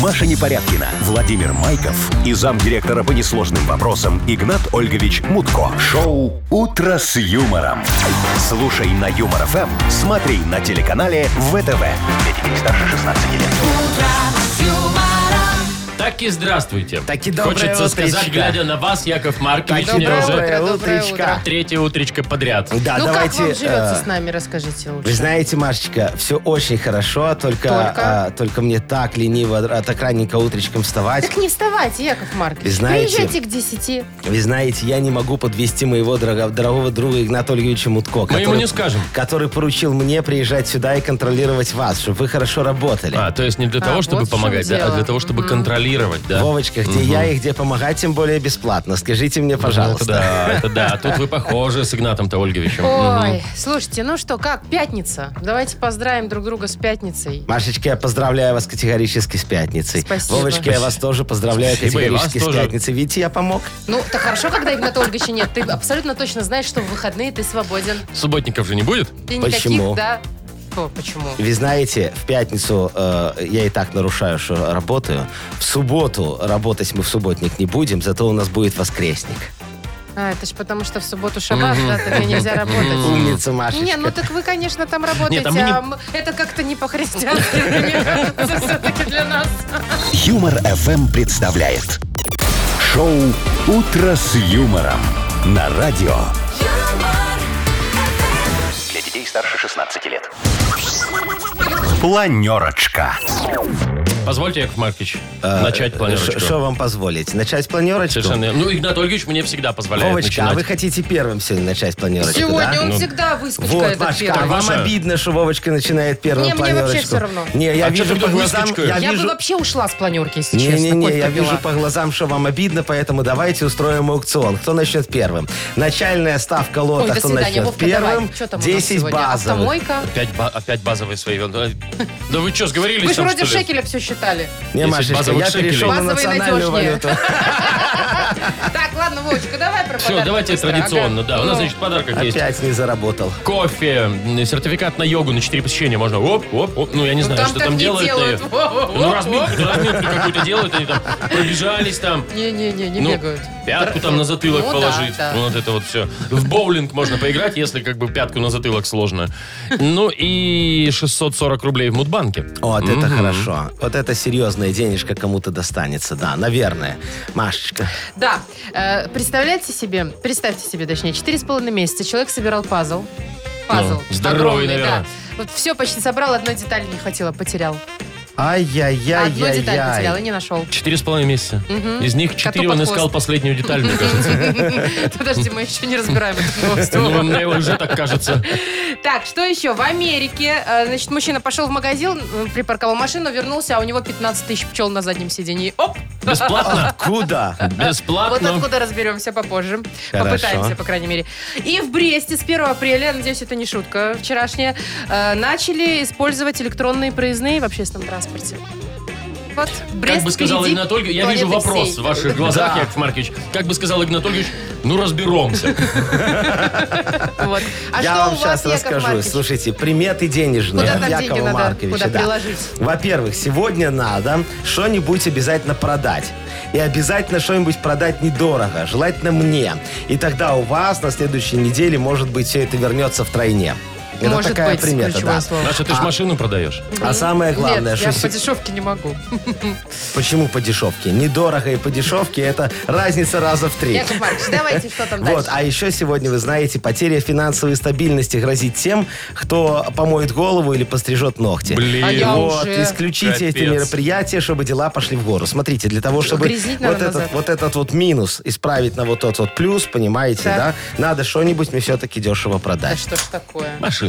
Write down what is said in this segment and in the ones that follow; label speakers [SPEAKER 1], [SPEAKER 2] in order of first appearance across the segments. [SPEAKER 1] Маша Непорядкина, Владимир Майков и замдиректора по несложным вопросам Игнат Ольгович Мутко. Шоу «Утро с юмором». Слушай на Юмор ФМ, смотри на телеканале ВТВ. Для детей старше 16 лет.
[SPEAKER 2] Так и здравствуйте.
[SPEAKER 3] Так и доброе
[SPEAKER 2] Хочется сказать,
[SPEAKER 3] утречко.
[SPEAKER 2] глядя на вас, Яков Маркович,
[SPEAKER 3] Так,
[SPEAKER 2] мне
[SPEAKER 3] доброе
[SPEAKER 2] уже
[SPEAKER 3] утро,
[SPEAKER 4] доброе
[SPEAKER 3] утречка.
[SPEAKER 2] третье утречко подряд.
[SPEAKER 3] Да,
[SPEAKER 4] ну
[SPEAKER 3] А давайте.
[SPEAKER 4] как вам живется
[SPEAKER 3] э,
[SPEAKER 4] с нами, расскажите лучше.
[SPEAKER 3] Вы знаете, Машечка, все очень хорошо, только,
[SPEAKER 4] Только?
[SPEAKER 3] а, только мне так лениво а, так раненько утречком вставать.
[SPEAKER 4] Так не вставайте, Яков Маркович.
[SPEAKER 3] Вы знаете-
[SPEAKER 4] Приезжайте к 10.
[SPEAKER 3] Вы знаете, я не могу подвести моего дорого- дорогого друга Игната Ольговича Мутко.
[SPEAKER 2] Мы ему не скажем.
[SPEAKER 3] Который поручил мне приезжать сюда и контролировать вас, чтобы вы хорошо работали.
[SPEAKER 2] А, то есть не для
[SPEAKER 4] А,
[SPEAKER 2] того,
[SPEAKER 4] вот
[SPEAKER 2] чтобы
[SPEAKER 4] в чем
[SPEAKER 2] помогать, да, а
[SPEAKER 4] дело.
[SPEAKER 2] для того, чтобы контролировать, да.
[SPEAKER 3] Вовочка, где я и где помогать, тем более бесплатно. Скажите
[SPEAKER 2] Ну,
[SPEAKER 3] мне,
[SPEAKER 2] Это
[SPEAKER 3] пожалуйста.
[SPEAKER 2] да, это да. А Тут вы похожи с Игнатом-то Ольговичем. Мгм.
[SPEAKER 4] Ой, слушайте, ну что, как, пятница? Давайте поздравим друг друга с пятницей.
[SPEAKER 3] Машечка, я поздравляю вас категорически с пятницей.
[SPEAKER 4] Спасибо.
[SPEAKER 3] Вовочка, я вас тоже поздравляю
[SPEAKER 2] Спасибо, и
[SPEAKER 3] категорически
[SPEAKER 2] вас
[SPEAKER 3] с
[SPEAKER 2] тоже.
[SPEAKER 3] пятницей. Видите, я помог.
[SPEAKER 4] Ну, так хорошо, когда Игната Ольговича нет. Ты абсолютно точно знаешь, что в выходные ты свободен.
[SPEAKER 2] Субботников же не будет?
[SPEAKER 4] И никаких,
[SPEAKER 3] Почему?
[SPEAKER 4] да. Фу, почему?
[SPEAKER 3] Вы знаете, в пятницу э, я и так нарушаю, что работаю. В субботу работать мы в субботник не будем, зато у нас будет воскресник.
[SPEAKER 4] А, это ж потому, что в субботу шаббат, да, тогда нельзя работать.
[SPEAKER 3] Умница, Машечка.
[SPEAKER 4] Не, ну так вы, конечно, там работаете,
[SPEAKER 2] Нет, а мы не-
[SPEAKER 4] а м- это как-то не по-христиански, мне кажется, все-таки для нас.
[SPEAKER 1] Юмор ФМ представляет. Шоу «Утро с юмором» на радио. Для детей старше 16 лет. Планерочка.
[SPEAKER 2] Позвольте, Яков Маркович,
[SPEAKER 3] А,
[SPEAKER 2] начать планерочку.
[SPEAKER 3] Э, Что вам позволить? Начать планерочку?
[SPEAKER 2] Совершенно. верно. Ну, Игнат Ольгович мне всегда позволяет
[SPEAKER 3] Вовочка, а вы
[SPEAKER 2] начинать. Ну,
[SPEAKER 3] хотите первым сегодня начать планерочку,
[SPEAKER 4] Сегодня
[SPEAKER 3] да? ну,
[SPEAKER 4] он всегда выскочка
[SPEAKER 3] Вот,
[SPEAKER 4] этот
[SPEAKER 3] Машечка,
[SPEAKER 4] первый.
[SPEAKER 3] а вам
[SPEAKER 2] Маша.
[SPEAKER 3] обидно, что Вовочка начинает первым
[SPEAKER 4] Не, мне вообще
[SPEAKER 3] планерочку?
[SPEAKER 4] всё равно.
[SPEAKER 3] Не, я
[SPEAKER 2] А чё
[SPEAKER 3] вижу
[SPEAKER 2] ты
[SPEAKER 3] по
[SPEAKER 2] так
[SPEAKER 3] глазам...
[SPEAKER 2] выскочкой?
[SPEAKER 4] Я
[SPEAKER 3] вижу-
[SPEAKER 4] бы вообще ушла с планерки, если честно.
[SPEAKER 3] Не-не-не,
[SPEAKER 4] Кофе
[SPEAKER 3] я
[SPEAKER 4] попила.
[SPEAKER 3] вижу по глазам, что вам обидно, поэтому давайте устроим аукцион. Кто начнет первым? Начальная ставка лота,
[SPEAKER 4] Ой, до
[SPEAKER 3] кто
[SPEAKER 4] свидания,
[SPEAKER 3] начнет
[SPEAKER 4] Вовка,
[SPEAKER 3] первым,
[SPEAKER 4] давай. Что там у нас
[SPEAKER 3] 10
[SPEAKER 4] сегодня?
[SPEAKER 3] базовых.
[SPEAKER 4] Автомойка?
[SPEAKER 2] Опять, ба- опять базовые свои. Да, да вы что, сговорились
[SPEAKER 4] Вы же
[SPEAKER 2] там,
[SPEAKER 4] вроде
[SPEAKER 2] что ли?
[SPEAKER 4] шекеля все считали.
[SPEAKER 3] Не,
[SPEAKER 2] 10
[SPEAKER 3] Машечка,
[SPEAKER 2] базовых
[SPEAKER 3] я
[SPEAKER 2] шекелей.
[SPEAKER 3] перешел на
[SPEAKER 4] Базовые
[SPEAKER 3] национальную
[SPEAKER 4] надежнее.
[SPEAKER 3] валюту.
[SPEAKER 4] А Так, ладно, Вовочка, давай про
[SPEAKER 2] Все,
[SPEAKER 4] подарки
[SPEAKER 2] давайте
[SPEAKER 4] быстро,
[SPEAKER 2] традиционно,
[SPEAKER 4] ага.
[SPEAKER 2] да. У нас,
[SPEAKER 4] Ну,
[SPEAKER 2] значит, в подарках есть
[SPEAKER 3] Опять не заработал.
[SPEAKER 2] кофе, м, сертификат на йогу на 4 посещения можно. Оп, оп, оп. Ну, я не
[SPEAKER 4] ну,
[SPEAKER 2] знаю, что
[SPEAKER 4] так
[SPEAKER 2] там
[SPEAKER 4] не
[SPEAKER 2] делают.
[SPEAKER 4] делают.
[SPEAKER 2] э, Ну,
[SPEAKER 4] Во-во-во.
[SPEAKER 2] разминку, разминку какую-то делают, они там пробежались там.
[SPEAKER 4] Не-не-не, не
[SPEAKER 2] ну,
[SPEAKER 4] бегают.
[SPEAKER 2] Пятку там на затылок
[SPEAKER 4] Ну, да,
[SPEAKER 2] положить.
[SPEAKER 4] да.
[SPEAKER 2] Вот это вот все. В боулинг можно поиграть, если как бы пятку на затылок сложно. Ну и 640 рублей в Мудбанке.
[SPEAKER 3] Вот это хорошо. Вот это серьезная денежка кому-то достанется, да, наверное. Машечка.
[SPEAKER 4] Да, Э, представляете себе, представьте себе, точнее, четыре с половиной месяца человек собирал пазл. Пазл.
[SPEAKER 2] Ну, здоровый,
[SPEAKER 4] огромный,
[SPEAKER 2] наверное.
[SPEAKER 4] да. Вот все почти собрал, одной детали не хватило, потерял. Одну деталь потерял и
[SPEAKER 3] Ай-яй-яй-яй.
[SPEAKER 4] не нашел.
[SPEAKER 2] Четыре с половиной месяца. Из них четыре
[SPEAKER 4] под
[SPEAKER 2] он
[SPEAKER 4] хвост.
[SPEAKER 2] искал последнюю деталь, мне кажется.
[SPEAKER 4] Подожди, мы еще не разбираем эту новость.
[SPEAKER 2] Ну, вам, наверное, уже так кажется.
[SPEAKER 4] Так, что еще? В Америке, э, значит, мужчина пошел в магазин, м, припарковал машину, вернулся, а у него 15 тысяч пчел на заднем сиденье. Оп! А
[SPEAKER 2] Бесплатно.
[SPEAKER 3] Куда?
[SPEAKER 4] Вот
[SPEAKER 2] Бесплатно.
[SPEAKER 4] откуда разберемся попозже.
[SPEAKER 3] Хорошо.
[SPEAKER 4] Попытаемся, по крайней мере. И в Бресте с 1 апреля, надеюсь, это не шутка вчерашняя, э, начали использовать электронные проездные в общественном транспорте. Вот, Брест
[SPEAKER 2] Как бы сказал
[SPEAKER 4] впереди
[SPEAKER 2] Игнатольевич, я вижу
[SPEAKER 4] планеты
[SPEAKER 2] вопрос
[SPEAKER 4] всей.
[SPEAKER 2] в ваших глазах, Яков Маркович. Как бы сказал Игнатольевич, ну разберемся.
[SPEAKER 4] Вот. А
[SPEAKER 3] я
[SPEAKER 4] что
[SPEAKER 3] вам
[SPEAKER 4] у
[SPEAKER 3] сейчас
[SPEAKER 4] вас, Яков
[SPEAKER 3] расскажу.
[SPEAKER 4] Маркович?
[SPEAKER 3] Слушайте, приметы денежные.
[SPEAKER 4] Куда там
[SPEAKER 3] от
[SPEAKER 4] деньги
[SPEAKER 3] Якова
[SPEAKER 4] надо?
[SPEAKER 3] Марковича,
[SPEAKER 4] Куда
[SPEAKER 3] да.
[SPEAKER 4] приложить?
[SPEAKER 3] Во-первых, сегодня надо что-нибудь обязательно продать. И обязательно что-нибудь продать недорого, желательно мне. И тогда у вас на следующей неделе, может быть, все это вернется втройне. Это
[SPEAKER 4] Может
[SPEAKER 3] такая
[SPEAKER 4] быть,
[SPEAKER 3] примета,
[SPEAKER 4] ключевое
[SPEAKER 3] да.
[SPEAKER 4] слово.
[SPEAKER 2] Маша, ты ж машину продаешь.
[SPEAKER 3] А самое главное,
[SPEAKER 4] Нет, я
[SPEAKER 3] что
[SPEAKER 4] по
[SPEAKER 3] се-
[SPEAKER 4] дешевке не могу.
[SPEAKER 3] почему по дешевке? Недорого и по дешевке это разница раза в три.
[SPEAKER 4] Яков Маркович, давайте, что там
[SPEAKER 3] Вот,
[SPEAKER 4] дальше?
[SPEAKER 3] а еще сегодня, вы знаете, потеря финансовой стабильности грозит тем, кто помоет голову или пострижет ногти.
[SPEAKER 2] Блин.
[SPEAKER 4] А я
[SPEAKER 3] Вот,
[SPEAKER 4] уже.
[SPEAKER 3] исключите эти
[SPEAKER 2] Капец.
[SPEAKER 3] мероприятия, чтобы дела пошли в гору. Смотрите, для того, чтобы
[SPEAKER 4] Грязнить надо
[SPEAKER 3] вот этот,
[SPEAKER 4] назад.
[SPEAKER 3] вот этот вот минус исправить на вот тот вот плюс, понимаете,
[SPEAKER 4] Так.
[SPEAKER 3] да? Надо что-нибудь мне все-таки дешево
[SPEAKER 4] Да
[SPEAKER 3] продать.
[SPEAKER 4] А что ж такое?
[SPEAKER 2] Машину.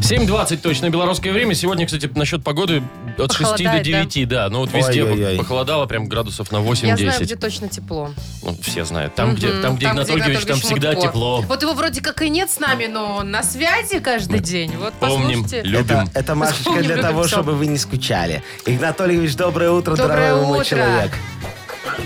[SPEAKER 2] 7.20 точно белорусское время. Сегодня, кстати, насчет погоды от 6 до
[SPEAKER 4] Похолодает,
[SPEAKER 2] 9, да. Ну вот везде
[SPEAKER 3] Ой-ой-ой.
[SPEAKER 2] похолодало прям градусов на
[SPEAKER 4] Я знаю, где
[SPEAKER 2] 8-10.
[SPEAKER 4] точно тепло.
[SPEAKER 2] Ну, все знают. Там, где,
[SPEAKER 4] М,
[SPEAKER 2] там, где Игнат Ольгович, там
[SPEAKER 4] Игнат Ольгович
[SPEAKER 2] всегда
[SPEAKER 4] Мутко.
[SPEAKER 2] тепло.
[SPEAKER 4] Вот его вроде как и нет с нами, но он на связи каждый день. Вот
[SPEAKER 2] Помним,
[SPEAKER 4] послушайте.
[SPEAKER 2] любим.
[SPEAKER 3] Это, это, Машечка,
[SPEAKER 4] Вспомним
[SPEAKER 3] для
[SPEAKER 4] этот
[SPEAKER 3] того,
[SPEAKER 4] псом.
[SPEAKER 3] чтобы вы не скучали. Игнатольевич, доброе утро,
[SPEAKER 4] Доброе
[SPEAKER 3] дорогой мой
[SPEAKER 4] утро.
[SPEAKER 3] человек.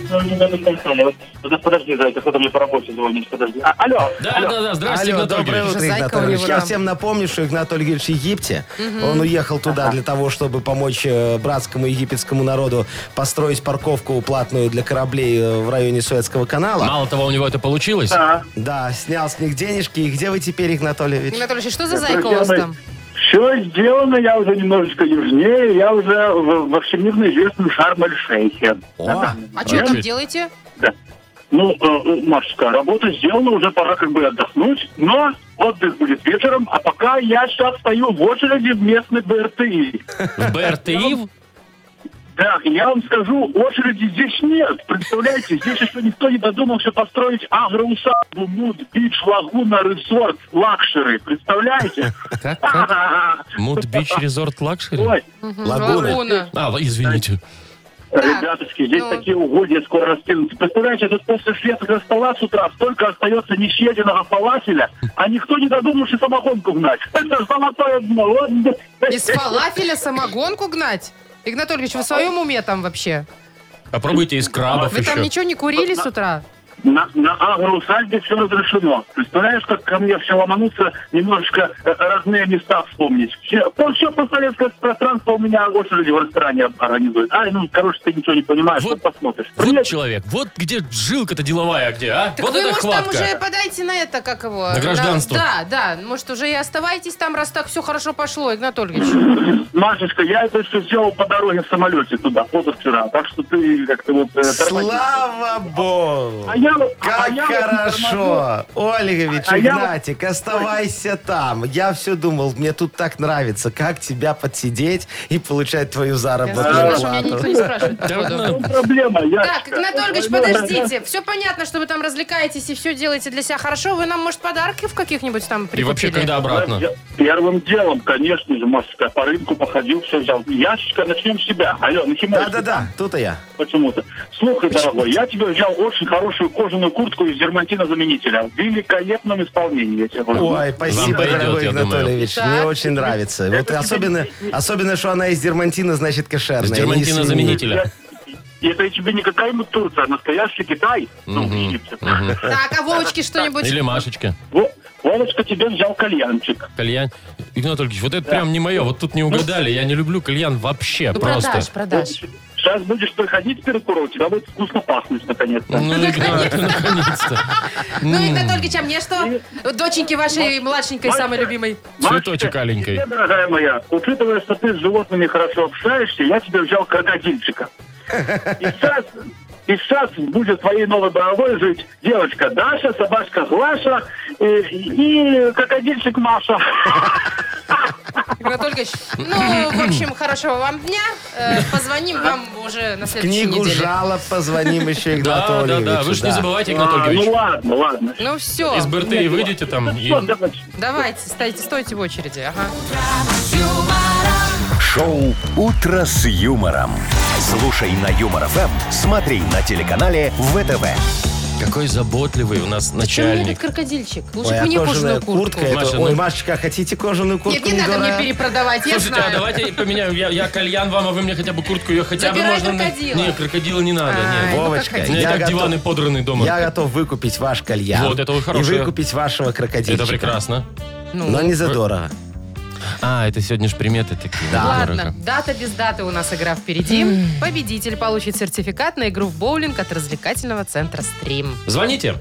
[SPEAKER 5] Ну, не надо консоли. Вот, подожди, зайка, кто-то мне по работе звонит, подожди. А, алло,
[SPEAKER 2] Да,
[SPEAKER 5] алло.
[SPEAKER 2] да, да, здравствуйте,
[SPEAKER 3] Алло,
[SPEAKER 2] Игнат
[SPEAKER 3] доброе
[SPEAKER 2] Ольгович.
[SPEAKER 3] утро,
[SPEAKER 4] Зайка
[SPEAKER 3] Игнат
[SPEAKER 4] у него
[SPEAKER 3] Ольгович. Я
[SPEAKER 4] там.
[SPEAKER 3] всем напомню, что Игнат Ольгович в Египте. Он уехал туда для того, чтобы помочь э, братскому египетскому народу построить парковку платную для кораблей э, в районе Суэцкого канала.
[SPEAKER 2] Мало того, у него это получилось.
[SPEAKER 5] Да.
[SPEAKER 3] Да, снял с них денежки. И где вы теперь, Игнат Ольгович?
[SPEAKER 4] Анатольевич, что за зайка у вас
[SPEAKER 5] Друзья
[SPEAKER 4] там?
[SPEAKER 5] мои, Все сделано, я уже немножечко южнее, я уже в- во всемирно известном Шарм-эль-Шейхе.
[SPEAKER 3] О,
[SPEAKER 4] А что
[SPEAKER 2] Чуть-чуть.
[SPEAKER 4] там делаете?
[SPEAKER 5] Ну, э, Машечка, работа сделана, уже пора как бы отдохнуть, но отдых будет вечером, а пока я сейчас стою в очереди в местной БРТИ.
[SPEAKER 2] В БРТИ?
[SPEAKER 5] Да, я вам скажу, очереди здесь нет. Представляете, здесь еще никто не додумался построить агроусадьбу, муд, бич, лагуна, ресорт, лакшери. Представляете?
[SPEAKER 2] Как? как?
[SPEAKER 5] Ха-ха-ха.
[SPEAKER 2] Муд Бич Резорт Лакшери?
[SPEAKER 5] Ой,
[SPEAKER 4] Мгм,
[SPEAKER 3] Лагуна.
[SPEAKER 2] А, извините.
[SPEAKER 5] ребяточки, здесь
[SPEAKER 4] Ну.
[SPEAKER 5] такие угодья скоро раскинутся. Представляете, тут после шведского стола с утра столько остается несъеденного фалафеля, а никто не додумался самогонку гнать. Это ж золотое дно. Вот.
[SPEAKER 4] Из фалафеля самогонку гнать? Игнат Ольгович, вы в своем уме там вообще?
[SPEAKER 2] Попробуйте А из крабов
[SPEAKER 4] Вы там
[SPEAKER 2] еще.
[SPEAKER 4] ничего не курили с утра?
[SPEAKER 5] На, на агроусадьбе все разрешено. Представляешь, как ко мне все ломанутся, немножечко э, разные места вспомнить. Все, по- все постсоветское пространство у меня очереди в ресторане организует. Ай, ну, короче, ты ничего не понимаешь,
[SPEAKER 2] Вот-
[SPEAKER 5] вот посмотришь.
[SPEAKER 2] Вот
[SPEAKER 5] Привет.
[SPEAKER 2] человек, вот где жилка-то деловая, а где, а?
[SPEAKER 4] Так
[SPEAKER 2] вот
[SPEAKER 4] вы,
[SPEAKER 2] это
[SPEAKER 4] может,
[SPEAKER 2] хватка.
[SPEAKER 4] там уже подайте на это, как его?
[SPEAKER 2] На гражданство.
[SPEAKER 4] Да, да. Может, уже и оставайтесь там, раз так все хорошо пошло, Игнат Ольгович.
[SPEAKER 5] Машечка, я это все сделал по дороге в самолете туда, позавчера. Так что ты как-то вот... э, тормози.
[SPEAKER 3] Слава богу!
[SPEAKER 5] А я вот- а
[SPEAKER 3] Как
[SPEAKER 5] я вот тормозил.
[SPEAKER 3] хорошо! Ольгович,
[SPEAKER 5] А я вот-
[SPEAKER 3] Игнатик, оставайся там. Я все думал, мне тут так нравится, как тебя подсидеть и получать твою
[SPEAKER 4] Я слышала,
[SPEAKER 3] заработную
[SPEAKER 4] что меня никто
[SPEAKER 3] плату.
[SPEAKER 4] не спрашивает.
[SPEAKER 2] Да
[SPEAKER 4] походу.
[SPEAKER 2] ладно.
[SPEAKER 5] Ну, Проблема, я...
[SPEAKER 4] Так, Игнат Ольгович, подождите. Все понятно, что вы там развлекаетесь и все делаете для себя хорошо. Вы нам, может, подарки в каких-нибудь там
[SPEAKER 2] И
[SPEAKER 4] прикупили?
[SPEAKER 2] вообще, когда обратно?
[SPEAKER 5] Первым делом, конечно же, Машечка, по рынку походил, все взял. Яшечка, начнем с себя. Алло, начинаем.
[SPEAKER 3] Да-да-да, тут и я.
[SPEAKER 5] Почему-то. Слухай, дорогой, я тебе взял очень хорошую кожаную куртку из дермантина-заменителя. В великолепном исполнении. Я тебе говорю.
[SPEAKER 3] Ой, спасибо,
[SPEAKER 2] пойдет,
[SPEAKER 3] дорогой
[SPEAKER 2] я
[SPEAKER 3] Игнат
[SPEAKER 2] думаю.
[SPEAKER 3] Ольгович.
[SPEAKER 4] Так.
[SPEAKER 3] Мне очень нравится. Вот
[SPEAKER 5] Это
[SPEAKER 3] особенно, особенно, что она из дермантина, значит, кошерная.
[SPEAKER 2] Из
[SPEAKER 3] не
[SPEAKER 2] дермантина
[SPEAKER 3] свинина.
[SPEAKER 2] заменителя.
[SPEAKER 5] И Это тебе не какая-нибудь Турция, а настоящий Китай. Ну,
[SPEAKER 2] Мгм,
[SPEAKER 5] Египет.
[SPEAKER 2] мгм.
[SPEAKER 4] Так, а Вовочке что-нибудь?
[SPEAKER 2] Или Машечка.
[SPEAKER 5] Во- Вовочка тебе взял кальянчик.
[SPEAKER 2] Кальян. Игнат Ольгович, вот это прям не мое. Вот тут не угадали. Я не люблю кальян вообще.
[SPEAKER 4] Ну,
[SPEAKER 2] просто.
[SPEAKER 4] продаж, продаж.
[SPEAKER 5] Сейчас будешь приходить перед куром, тебя будет вкусно пахнуть наконец-то.
[SPEAKER 2] Ну, Игнат, ну, наконец-то.
[SPEAKER 4] Ну, Игнат Ольгович, а мне что? Доченьки вашей младшенькой, самой любимой.
[SPEAKER 2] Цветочек
[SPEAKER 5] Машечка,
[SPEAKER 2] аленький.
[SPEAKER 5] тебе, дорогая моя, учитывая, что ты с животными хорошо общаешься, я тебе взял крокодильчика. И сейчас, и сейчас будет твоей новой боровой жить девочка Даша, собачка Глаша э, и, крокодильчик Маша.
[SPEAKER 4] Игнат Ольгович, ну, в общем, хорошего вам дня. Э, Позвоним вам уже на следующей
[SPEAKER 3] Книгу
[SPEAKER 4] неделе.
[SPEAKER 3] жалоб позвоним еще Игнату
[SPEAKER 2] Да, да,
[SPEAKER 3] Ольговичу.
[SPEAKER 2] да. Вы же не
[SPEAKER 3] да.
[SPEAKER 2] забывайте, Игнат
[SPEAKER 5] А, ну
[SPEAKER 2] Ольгович.
[SPEAKER 5] ладно, ладно.
[SPEAKER 4] Ну все,
[SPEAKER 2] Из БРТ выйдете там и...
[SPEAKER 5] Что, давай.
[SPEAKER 4] давайте, стойте, стойте в очереди. Ага.
[SPEAKER 1] Шоу «Утро с юмором». Слушай на Юмор ФМ, смотри на телеканале ВТВ.
[SPEAKER 2] Какой заботливый у нас
[SPEAKER 4] Почему мне этот
[SPEAKER 2] начальник.
[SPEAKER 4] крокодильчик? Лучше
[SPEAKER 3] Ой,
[SPEAKER 4] бы
[SPEAKER 3] а
[SPEAKER 4] мне
[SPEAKER 3] кожаная
[SPEAKER 4] кожаную куртку.
[SPEAKER 3] куртка это-
[SPEAKER 2] Маша,
[SPEAKER 3] Ой,
[SPEAKER 2] ну-
[SPEAKER 3] Машечка, а хотите кожаную
[SPEAKER 4] Нет,
[SPEAKER 3] куртку?
[SPEAKER 4] не надо мне
[SPEAKER 3] недорого?
[SPEAKER 4] перепродавать, я
[SPEAKER 2] Слушайте, а
[SPEAKER 4] знаю.
[SPEAKER 2] давайте поменяем. Я, я кальян вам, а вы мне хотя бы куртку. Ее хотя бы
[SPEAKER 4] Забирай
[SPEAKER 2] можно... на-
[SPEAKER 4] крокодила.
[SPEAKER 2] Не, крокодила не надо.
[SPEAKER 4] Ай,
[SPEAKER 2] нет.
[SPEAKER 4] ну как
[SPEAKER 3] Вовочка,
[SPEAKER 2] У меня и
[SPEAKER 4] хотите.
[SPEAKER 3] я
[SPEAKER 2] так
[SPEAKER 3] готов.
[SPEAKER 2] диваны подраны дома.
[SPEAKER 3] Я готов выкупить ваш кальян.
[SPEAKER 2] Вот, это вы хорошая.
[SPEAKER 3] И выкупить вашего крокодильчика.
[SPEAKER 2] Это прекрасно.
[SPEAKER 4] Ну.
[SPEAKER 3] Но не задорого.
[SPEAKER 2] А, это сегодня же приметы такие.
[SPEAKER 3] Да.
[SPEAKER 4] Ладно, дата без даты у нас игра впереди. Победитель получит сертификат на игру в боулинг от развлекательного центра «Стрим».
[SPEAKER 2] Звоните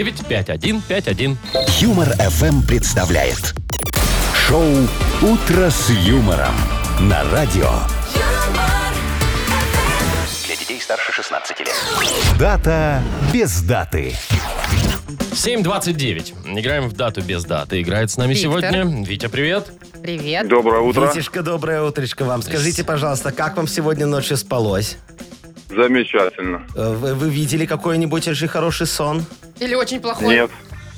[SPEAKER 2] 8017-269-5151.
[SPEAKER 1] Юмор ФМ представляет. Шоу «Утро с юмором» на радио.
[SPEAKER 6] Для детей старше 16 лет.
[SPEAKER 1] Дата без даты.
[SPEAKER 2] 7.29. Играем в дату без даты. Играет с нами
[SPEAKER 4] Виктор.
[SPEAKER 2] сегодня. Витя, привет.
[SPEAKER 4] Привет.
[SPEAKER 7] Доброе утро.
[SPEAKER 3] Витишка, доброе утречко вам. Скажите, пожалуйста, как вам сегодня ночью спалось?
[SPEAKER 7] Замечательно.
[SPEAKER 3] Э, Вы, вы видели какой-нибудь очень хороший сон?
[SPEAKER 4] Или очень плохой?
[SPEAKER 7] Нет.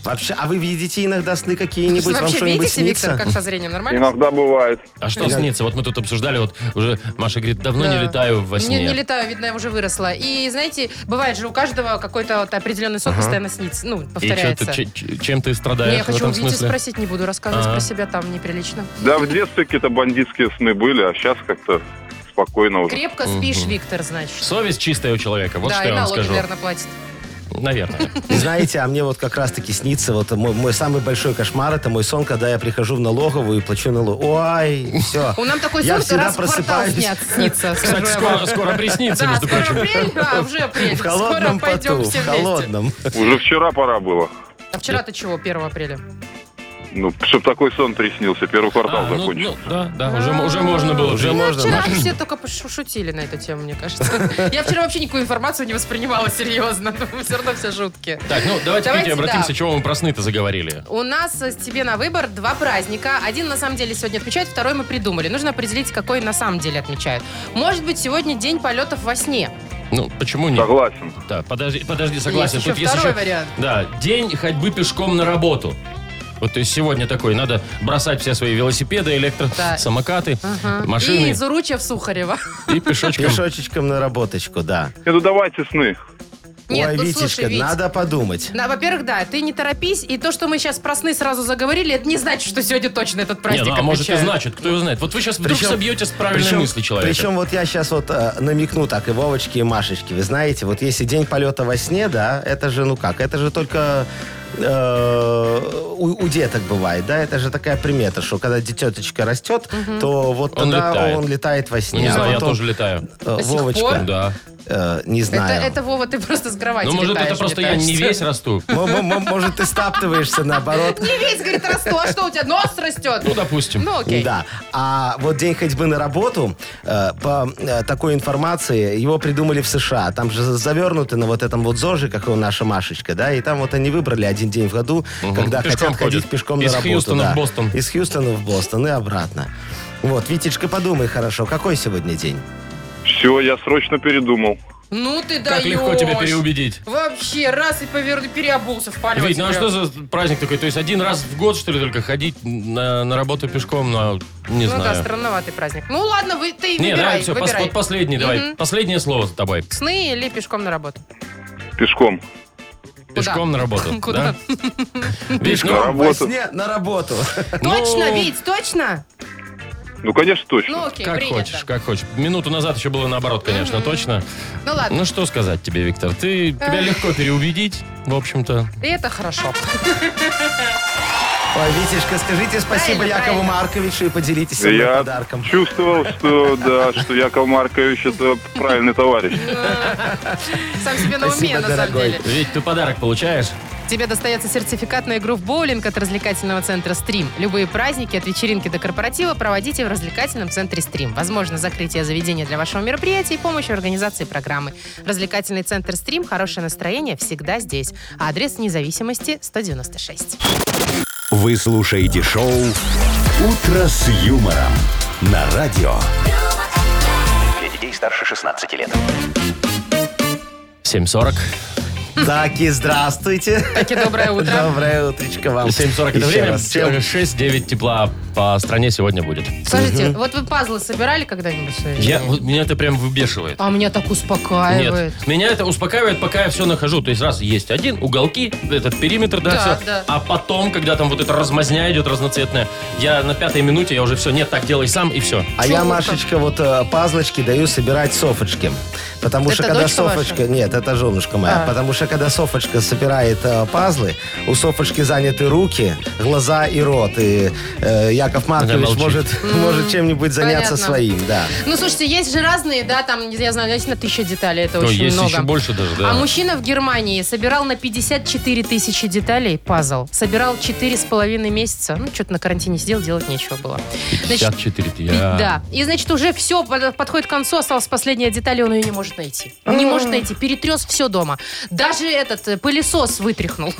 [SPEAKER 3] Вообще, а вы видите иногда сны
[SPEAKER 4] Вы
[SPEAKER 3] какие-нибудь? Вам
[SPEAKER 4] вообще
[SPEAKER 3] что-нибудь
[SPEAKER 4] видите, Виктор,
[SPEAKER 3] снится?
[SPEAKER 4] как со зрением? Нормально?
[SPEAKER 7] Иногда бывает.
[SPEAKER 2] А что снится? Вот мы тут обсуждали, вот уже Маша говорит, давно
[SPEAKER 4] Да.
[SPEAKER 2] Ну, не летаю во сне.
[SPEAKER 4] Не, не летаю, видно, я уже выросла. И, знаете, бывает же у каждого какой-то вот определенный сон постоянно снится. Ну,
[SPEAKER 2] И чё
[SPEAKER 4] повторяется.
[SPEAKER 2] ты, че- че- чем ты
[SPEAKER 4] Не,
[SPEAKER 2] страдаешь
[SPEAKER 4] я
[SPEAKER 2] в
[SPEAKER 4] хочу
[SPEAKER 2] этом
[SPEAKER 4] у Вити
[SPEAKER 2] смысле? А.
[SPEAKER 4] спросить, не буду рассказывать
[SPEAKER 2] Ага.
[SPEAKER 4] про себя, там неприлично.
[SPEAKER 7] Да, в детстве какие-то бандитские сны были, а сейчас как-то спокойно уже.
[SPEAKER 4] Крепко спишь, Виктор, значит.
[SPEAKER 2] Совесть чистая у человека. Вот
[SPEAKER 4] да,
[SPEAKER 2] что
[SPEAKER 4] и
[SPEAKER 2] я вам
[SPEAKER 4] налоги,
[SPEAKER 2] скажу.
[SPEAKER 4] наверное, платит.
[SPEAKER 2] Наверное.
[SPEAKER 3] Знаете, а мне вот как раз-таки снится, вот мой, мой самый большой кошмар, это мой сон, когда я прихожу в налоговую и плачу налог. Ой, все.
[SPEAKER 4] У нам такой
[SPEAKER 3] я
[SPEAKER 4] сон
[SPEAKER 3] всегда
[SPEAKER 4] раз в квартал
[SPEAKER 3] просыпаюсь
[SPEAKER 4] снят, снится.
[SPEAKER 2] Кстати,
[SPEAKER 4] скажу я
[SPEAKER 2] скоро,
[SPEAKER 4] вам.
[SPEAKER 2] скоро приснится,
[SPEAKER 4] Да,
[SPEAKER 2] между
[SPEAKER 4] скоро
[SPEAKER 2] прочим.
[SPEAKER 4] апрель, а уже апрель.
[SPEAKER 3] в холодном
[SPEAKER 4] скоро пойдем
[SPEAKER 3] поту,
[SPEAKER 4] все
[SPEAKER 3] в
[SPEAKER 4] вместе.
[SPEAKER 3] холодном.
[SPEAKER 7] Уже вчера пора было.
[SPEAKER 4] А вчера-то чего, 1 апреля?
[SPEAKER 7] Ну, чтоб такой сон приснился, первый
[SPEAKER 2] А,
[SPEAKER 7] квартал
[SPEAKER 2] ну,
[SPEAKER 7] закончился.
[SPEAKER 2] ну, да, да, уже, уже можно было.
[SPEAKER 3] Уже
[SPEAKER 4] Ну,
[SPEAKER 2] жить.
[SPEAKER 3] можно.
[SPEAKER 4] Вчера все только пошутили на эту тему, мне кажется. Я вчера вообще никакую информацию не воспринимала серьезно. Все равно все шутки.
[SPEAKER 2] Так, ну давайте, к Вите
[SPEAKER 4] Давайте,
[SPEAKER 2] обратимся,
[SPEAKER 4] да.
[SPEAKER 2] чего мы про сны-то заговорили.
[SPEAKER 4] У нас э, тебе на выбор два праздника. Один на самом деле сегодня отмечают, второй мы придумали. Нужно определить, какой на самом деле отмечают. Может быть, сегодня день полетов во сне.
[SPEAKER 2] Ну, почему не?
[SPEAKER 7] Согласен.
[SPEAKER 2] Да, подожди, подожди, согласен.
[SPEAKER 4] Есть еще второй вариант.
[SPEAKER 2] Да, день ходьбы пешком на работу. Вот то есть сегодня такой, надо бросать все свои велосипеды,
[SPEAKER 4] Да.
[SPEAKER 2] электросамокаты,
[SPEAKER 4] Ага.
[SPEAKER 2] машины
[SPEAKER 4] И Зуручев Сухарева.
[SPEAKER 2] и, пешочком.
[SPEAKER 3] Пешочечком на работочку, да.
[SPEAKER 7] Не, ну давайте сны.
[SPEAKER 4] Нет,
[SPEAKER 3] Ой,
[SPEAKER 4] ну
[SPEAKER 3] Витечка,
[SPEAKER 4] слушай, Вить.
[SPEAKER 3] надо подумать.
[SPEAKER 4] Да, во-первых, да, ты не торопись. И то, что мы сейчас про сны сразу заговорили, это не значит, что сегодня точно этот
[SPEAKER 2] Не,
[SPEAKER 4] праздник
[SPEAKER 2] ну, а может и
[SPEAKER 4] отмечают.
[SPEAKER 2] значит, кто его знает. Вот вы сейчас вдруг
[SPEAKER 3] Причем-
[SPEAKER 2] собьете с правильной
[SPEAKER 3] причем-
[SPEAKER 2] мысли человека.
[SPEAKER 3] Причем вот я сейчас вот э, намекну так и Вовочке, и Машечке. Вы знаете, вот если день полета во сне, да, это же, ну как, это же только э, у, у деток бывает, да, это же такая примета, что когда дететочка растет, то вот
[SPEAKER 2] Он
[SPEAKER 3] тогда
[SPEAKER 2] летает.
[SPEAKER 3] он летает во
[SPEAKER 2] ну,
[SPEAKER 3] сне.
[SPEAKER 2] не
[SPEAKER 3] А
[SPEAKER 2] знаю, я
[SPEAKER 3] потом,
[SPEAKER 2] тоже летаю.
[SPEAKER 3] э,
[SPEAKER 4] До сих
[SPEAKER 3] Вовочка,
[SPEAKER 4] пор?
[SPEAKER 2] Да.
[SPEAKER 3] э, не
[SPEAKER 4] Это,
[SPEAKER 3] знаю.
[SPEAKER 4] это, Вова, ты просто с кровати
[SPEAKER 2] Ну, может, это
[SPEAKER 4] летаешь,
[SPEAKER 2] просто
[SPEAKER 4] мне
[SPEAKER 2] я не
[SPEAKER 4] кажется.
[SPEAKER 2] весь расту.
[SPEAKER 3] М- м- м- Может, ты стаптываешься наоборот.
[SPEAKER 4] Не весь, говорит, расту. А что у тебя, нос растет?
[SPEAKER 2] Ну, допустим.
[SPEAKER 4] Ну, окей.
[SPEAKER 3] Да. А вот день ходьбы на работу, э, по э, такой информации, его придумали в США. Там же завернуты на вот этом вот ЗОЖе, как его наша Машечка, да, и там вот они выбрали один день в году, когда
[SPEAKER 2] Пешком
[SPEAKER 3] хотят
[SPEAKER 2] ходят.
[SPEAKER 3] ходить пешком
[SPEAKER 2] Из
[SPEAKER 3] на работу.
[SPEAKER 2] Хьюстона в
[SPEAKER 3] да.
[SPEAKER 2] Бостон.
[SPEAKER 3] Из Хьюстона в Бостон и обратно. Вот, Витечка, подумай хорошо, какой сегодня день?
[SPEAKER 7] Все, я срочно передумал.
[SPEAKER 4] Ну ты даешь.
[SPEAKER 2] Как легко тебя переубедить.
[SPEAKER 4] Вообще, раз и поверну, переобулся в полете.
[SPEAKER 2] Вить, ну а
[SPEAKER 4] прям.
[SPEAKER 2] что за праздник такой? То есть один раз в год, что ли, только ходить на, на работу пешком, на, не
[SPEAKER 4] Ну да,
[SPEAKER 2] знаю.
[SPEAKER 4] странноватый праздник. Ну ладно, вы, ты
[SPEAKER 2] не,
[SPEAKER 4] выбирай,
[SPEAKER 2] давай, все, пос-
[SPEAKER 4] выбирай.
[SPEAKER 2] вот последний, давай.
[SPEAKER 4] Мгм.
[SPEAKER 2] Последнее слово за тобой.
[SPEAKER 4] Сны или пешком на работу?
[SPEAKER 7] Пешком.
[SPEAKER 2] Пешком на работу.
[SPEAKER 4] Куда?
[SPEAKER 2] Да? Вить, ну,
[SPEAKER 7] На
[SPEAKER 3] Во
[SPEAKER 7] работу.
[SPEAKER 3] сне на работу.
[SPEAKER 4] Точно,
[SPEAKER 2] Ну.
[SPEAKER 4] Вить, точно?
[SPEAKER 7] Ну, конечно, точно.
[SPEAKER 4] Ну окей,
[SPEAKER 2] как
[SPEAKER 4] принято.
[SPEAKER 2] хочешь, как хочешь. Минуту назад еще было наоборот, конечно, точно.
[SPEAKER 4] Ну ладно,
[SPEAKER 2] Ну что сказать тебе, Виктор? Ты тебя легко переубедить, в общем-то.
[SPEAKER 4] и это хорошо.
[SPEAKER 3] Ой, Витечка, скажите спасибо
[SPEAKER 4] Правильно,
[SPEAKER 3] Якову
[SPEAKER 4] правильно.
[SPEAKER 3] Марковичу и поделитесь со мной
[SPEAKER 7] Я
[SPEAKER 3] Ну, подарком.
[SPEAKER 7] чувствовал, что, да, что Яков Маркович это правильный товарищ.
[SPEAKER 4] Сам себе на уме,
[SPEAKER 3] Спасибо,
[SPEAKER 4] на самом
[SPEAKER 3] дорогой.
[SPEAKER 4] деле.
[SPEAKER 2] Ведь ты подарок получаешь.
[SPEAKER 4] Тебе достается сертификат на игру в боулинг от развлекательного центра «Стрим». Любые праздники от вечеринки до корпоратива проводите в развлекательном центре «Стрим». Возможно, закрытие заведения для вашего мероприятия и помощь в организации программы. Развлекательный центр «Стрим» – хорошее настроение всегда здесь. Адрес независимости 196.
[SPEAKER 1] Вы слушаете шоу «Утро с юмором» на радио.
[SPEAKER 6] Для детей старше 16 лет.
[SPEAKER 2] 7.40.
[SPEAKER 3] Так, и здравствуйте.
[SPEAKER 4] Таки доброе утро.
[SPEAKER 3] Доброе утречко вам.
[SPEAKER 2] 7.40 это
[SPEAKER 3] Еще
[SPEAKER 2] время.
[SPEAKER 3] раз. Чем
[SPEAKER 2] 6-9 тепла по стране сегодня будет.
[SPEAKER 4] Скажите, вот вы пазлы собирали когда-нибудь? в своей
[SPEAKER 2] Я,
[SPEAKER 4] жизни?
[SPEAKER 2] Э, вот меня это прям выбешивает.
[SPEAKER 4] А меня так успокаивает.
[SPEAKER 2] Нет, меня это успокаивает, пока я все нахожу. То есть раз есть один, уголки, этот периметр, да,
[SPEAKER 4] Да,
[SPEAKER 2] все.
[SPEAKER 4] да.
[SPEAKER 2] А потом, когда там вот эта размазня идет разноцветная, я на пятой минуте, я уже все, нет, так делай сам, и все.
[SPEAKER 3] А я, Машечка, вот э, пазлочки даю собирать Софочке. Потому
[SPEAKER 4] Это
[SPEAKER 3] что когда
[SPEAKER 4] дочка ваша?
[SPEAKER 3] Софочка... Нет, это женушка моя.
[SPEAKER 4] А.
[SPEAKER 3] Потому что когда Софочка собирает э, пазлы, у Софочки заняты руки, глаза и рот. И э, Яков Маркович
[SPEAKER 2] молчит.
[SPEAKER 3] может, может чем-нибудь заняться
[SPEAKER 4] понятно.
[SPEAKER 3] своим, да.
[SPEAKER 4] Ну, слушайте, есть же разные, да, там, я знаю, на тысяча деталей, это
[SPEAKER 2] То
[SPEAKER 4] очень
[SPEAKER 2] Ну, есть
[SPEAKER 4] много.
[SPEAKER 2] еще больше даже, да.
[SPEAKER 4] А мужчина в Германии собирал на 54 тысячи деталей пазл. Собирал 4,5 месяца. Ну, что-то на карантине сделал, делать нечего было. Значит,
[SPEAKER 2] 54 ты, я-
[SPEAKER 4] да. И, значит, уже все подходит к концу, осталась последняя деталь, и он ее не может найти. Не может найти. Перетрес все дома. Даже этот э, пылесос вытряхнул.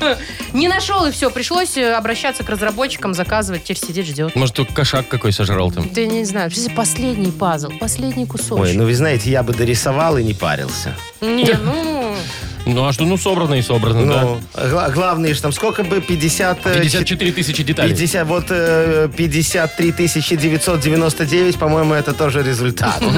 [SPEAKER 4] Не нашел, и все. Пришлось э, обращаться к разработчикам, заказывать. Теперь сидит, ждет.
[SPEAKER 2] Может, только кошак какой сожрал там.
[SPEAKER 4] Да я не знаю, что за последний пазл, последний
[SPEAKER 3] Ой,
[SPEAKER 4] кусочек.
[SPEAKER 3] ну вы знаете, я бы дорисовал и не парился.
[SPEAKER 4] Не, ну...
[SPEAKER 2] Ну а что, ну собрано и собрано,
[SPEAKER 3] Ну, гла- главное, что там сколько бы? 50...
[SPEAKER 2] да.
[SPEAKER 3] э,
[SPEAKER 2] 54 тысячи деталей.
[SPEAKER 3] 50, вот э, 53 999, по-моему, это тоже результат.
[SPEAKER 4] Ну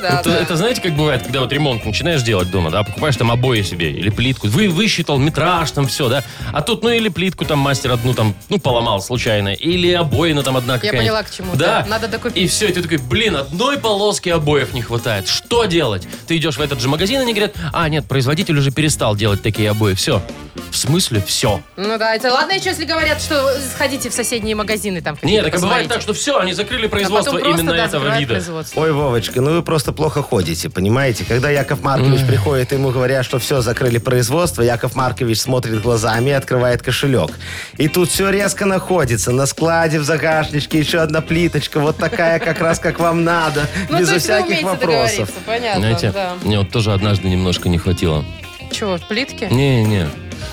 [SPEAKER 4] да,
[SPEAKER 2] Это,
[SPEAKER 4] да.
[SPEAKER 2] это знаете, как бывает, когда вот ремонт начинаешь делать дома, да, покупаешь там обои себе или плитку. Вы высчитал метраж, там все, да. А тут, ну, или плитку там мастер одну там, ну, поломал случайно, или обои, ну, там одна какая-нибудь.
[SPEAKER 4] поняла, к чему, да. Надо докупить.
[SPEAKER 2] И все, и ты такой, блин, одной полоски обоев не хватает. Что делать? Ты идешь в этот же магазин, они говорят, а, нет, производитель уже перестал делать такие обои. Все. В смысле все?
[SPEAKER 4] Ну да, это ладно еще, если говорят, что сходите в соседние магазины там
[SPEAKER 2] Нет,
[SPEAKER 4] какие-то
[SPEAKER 2] так и бывает
[SPEAKER 4] посмотрите.
[SPEAKER 2] так, что все, они закрыли
[SPEAKER 4] А
[SPEAKER 2] производство
[SPEAKER 4] потом просто,
[SPEAKER 2] именно
[SPEAKER 4] да,
[SPEAKER 2] этого
[SPEAKER 4] закрывают
[SPEAKER 2] вида.
[SPEAKER 4] производство.
[SPEAKER 3] Ой, Вовочка, ну вы просто плохо ходите, понимаете? Когда Яков Маркович приходит, ему говорят, что все, закрыли производство, Яков Маркович смотрит глазами и открывает кошелек. И тут все резко находится. На складе, в загашничке еще одна плиточка, вот такая как раз как вам надо,
[SPEAKER 4] Ну,
[SPEAKER 3] без
[SPEAKER 4] то есть вы
[SPEAKER 3] всяких
[SPEAKER 4] умеете
[SPEAKER 3] вопросов.
[SPEAKER 4] договориться, понятно,
[SPEAKER 2] Знаете,
[SPEAKER 4] да.
[SPEAKER 2] мне вот тоже однажды немножко не хватило.
[SPEAKER 4] Чего, плитки?
[SPEAKER 2] Не-не.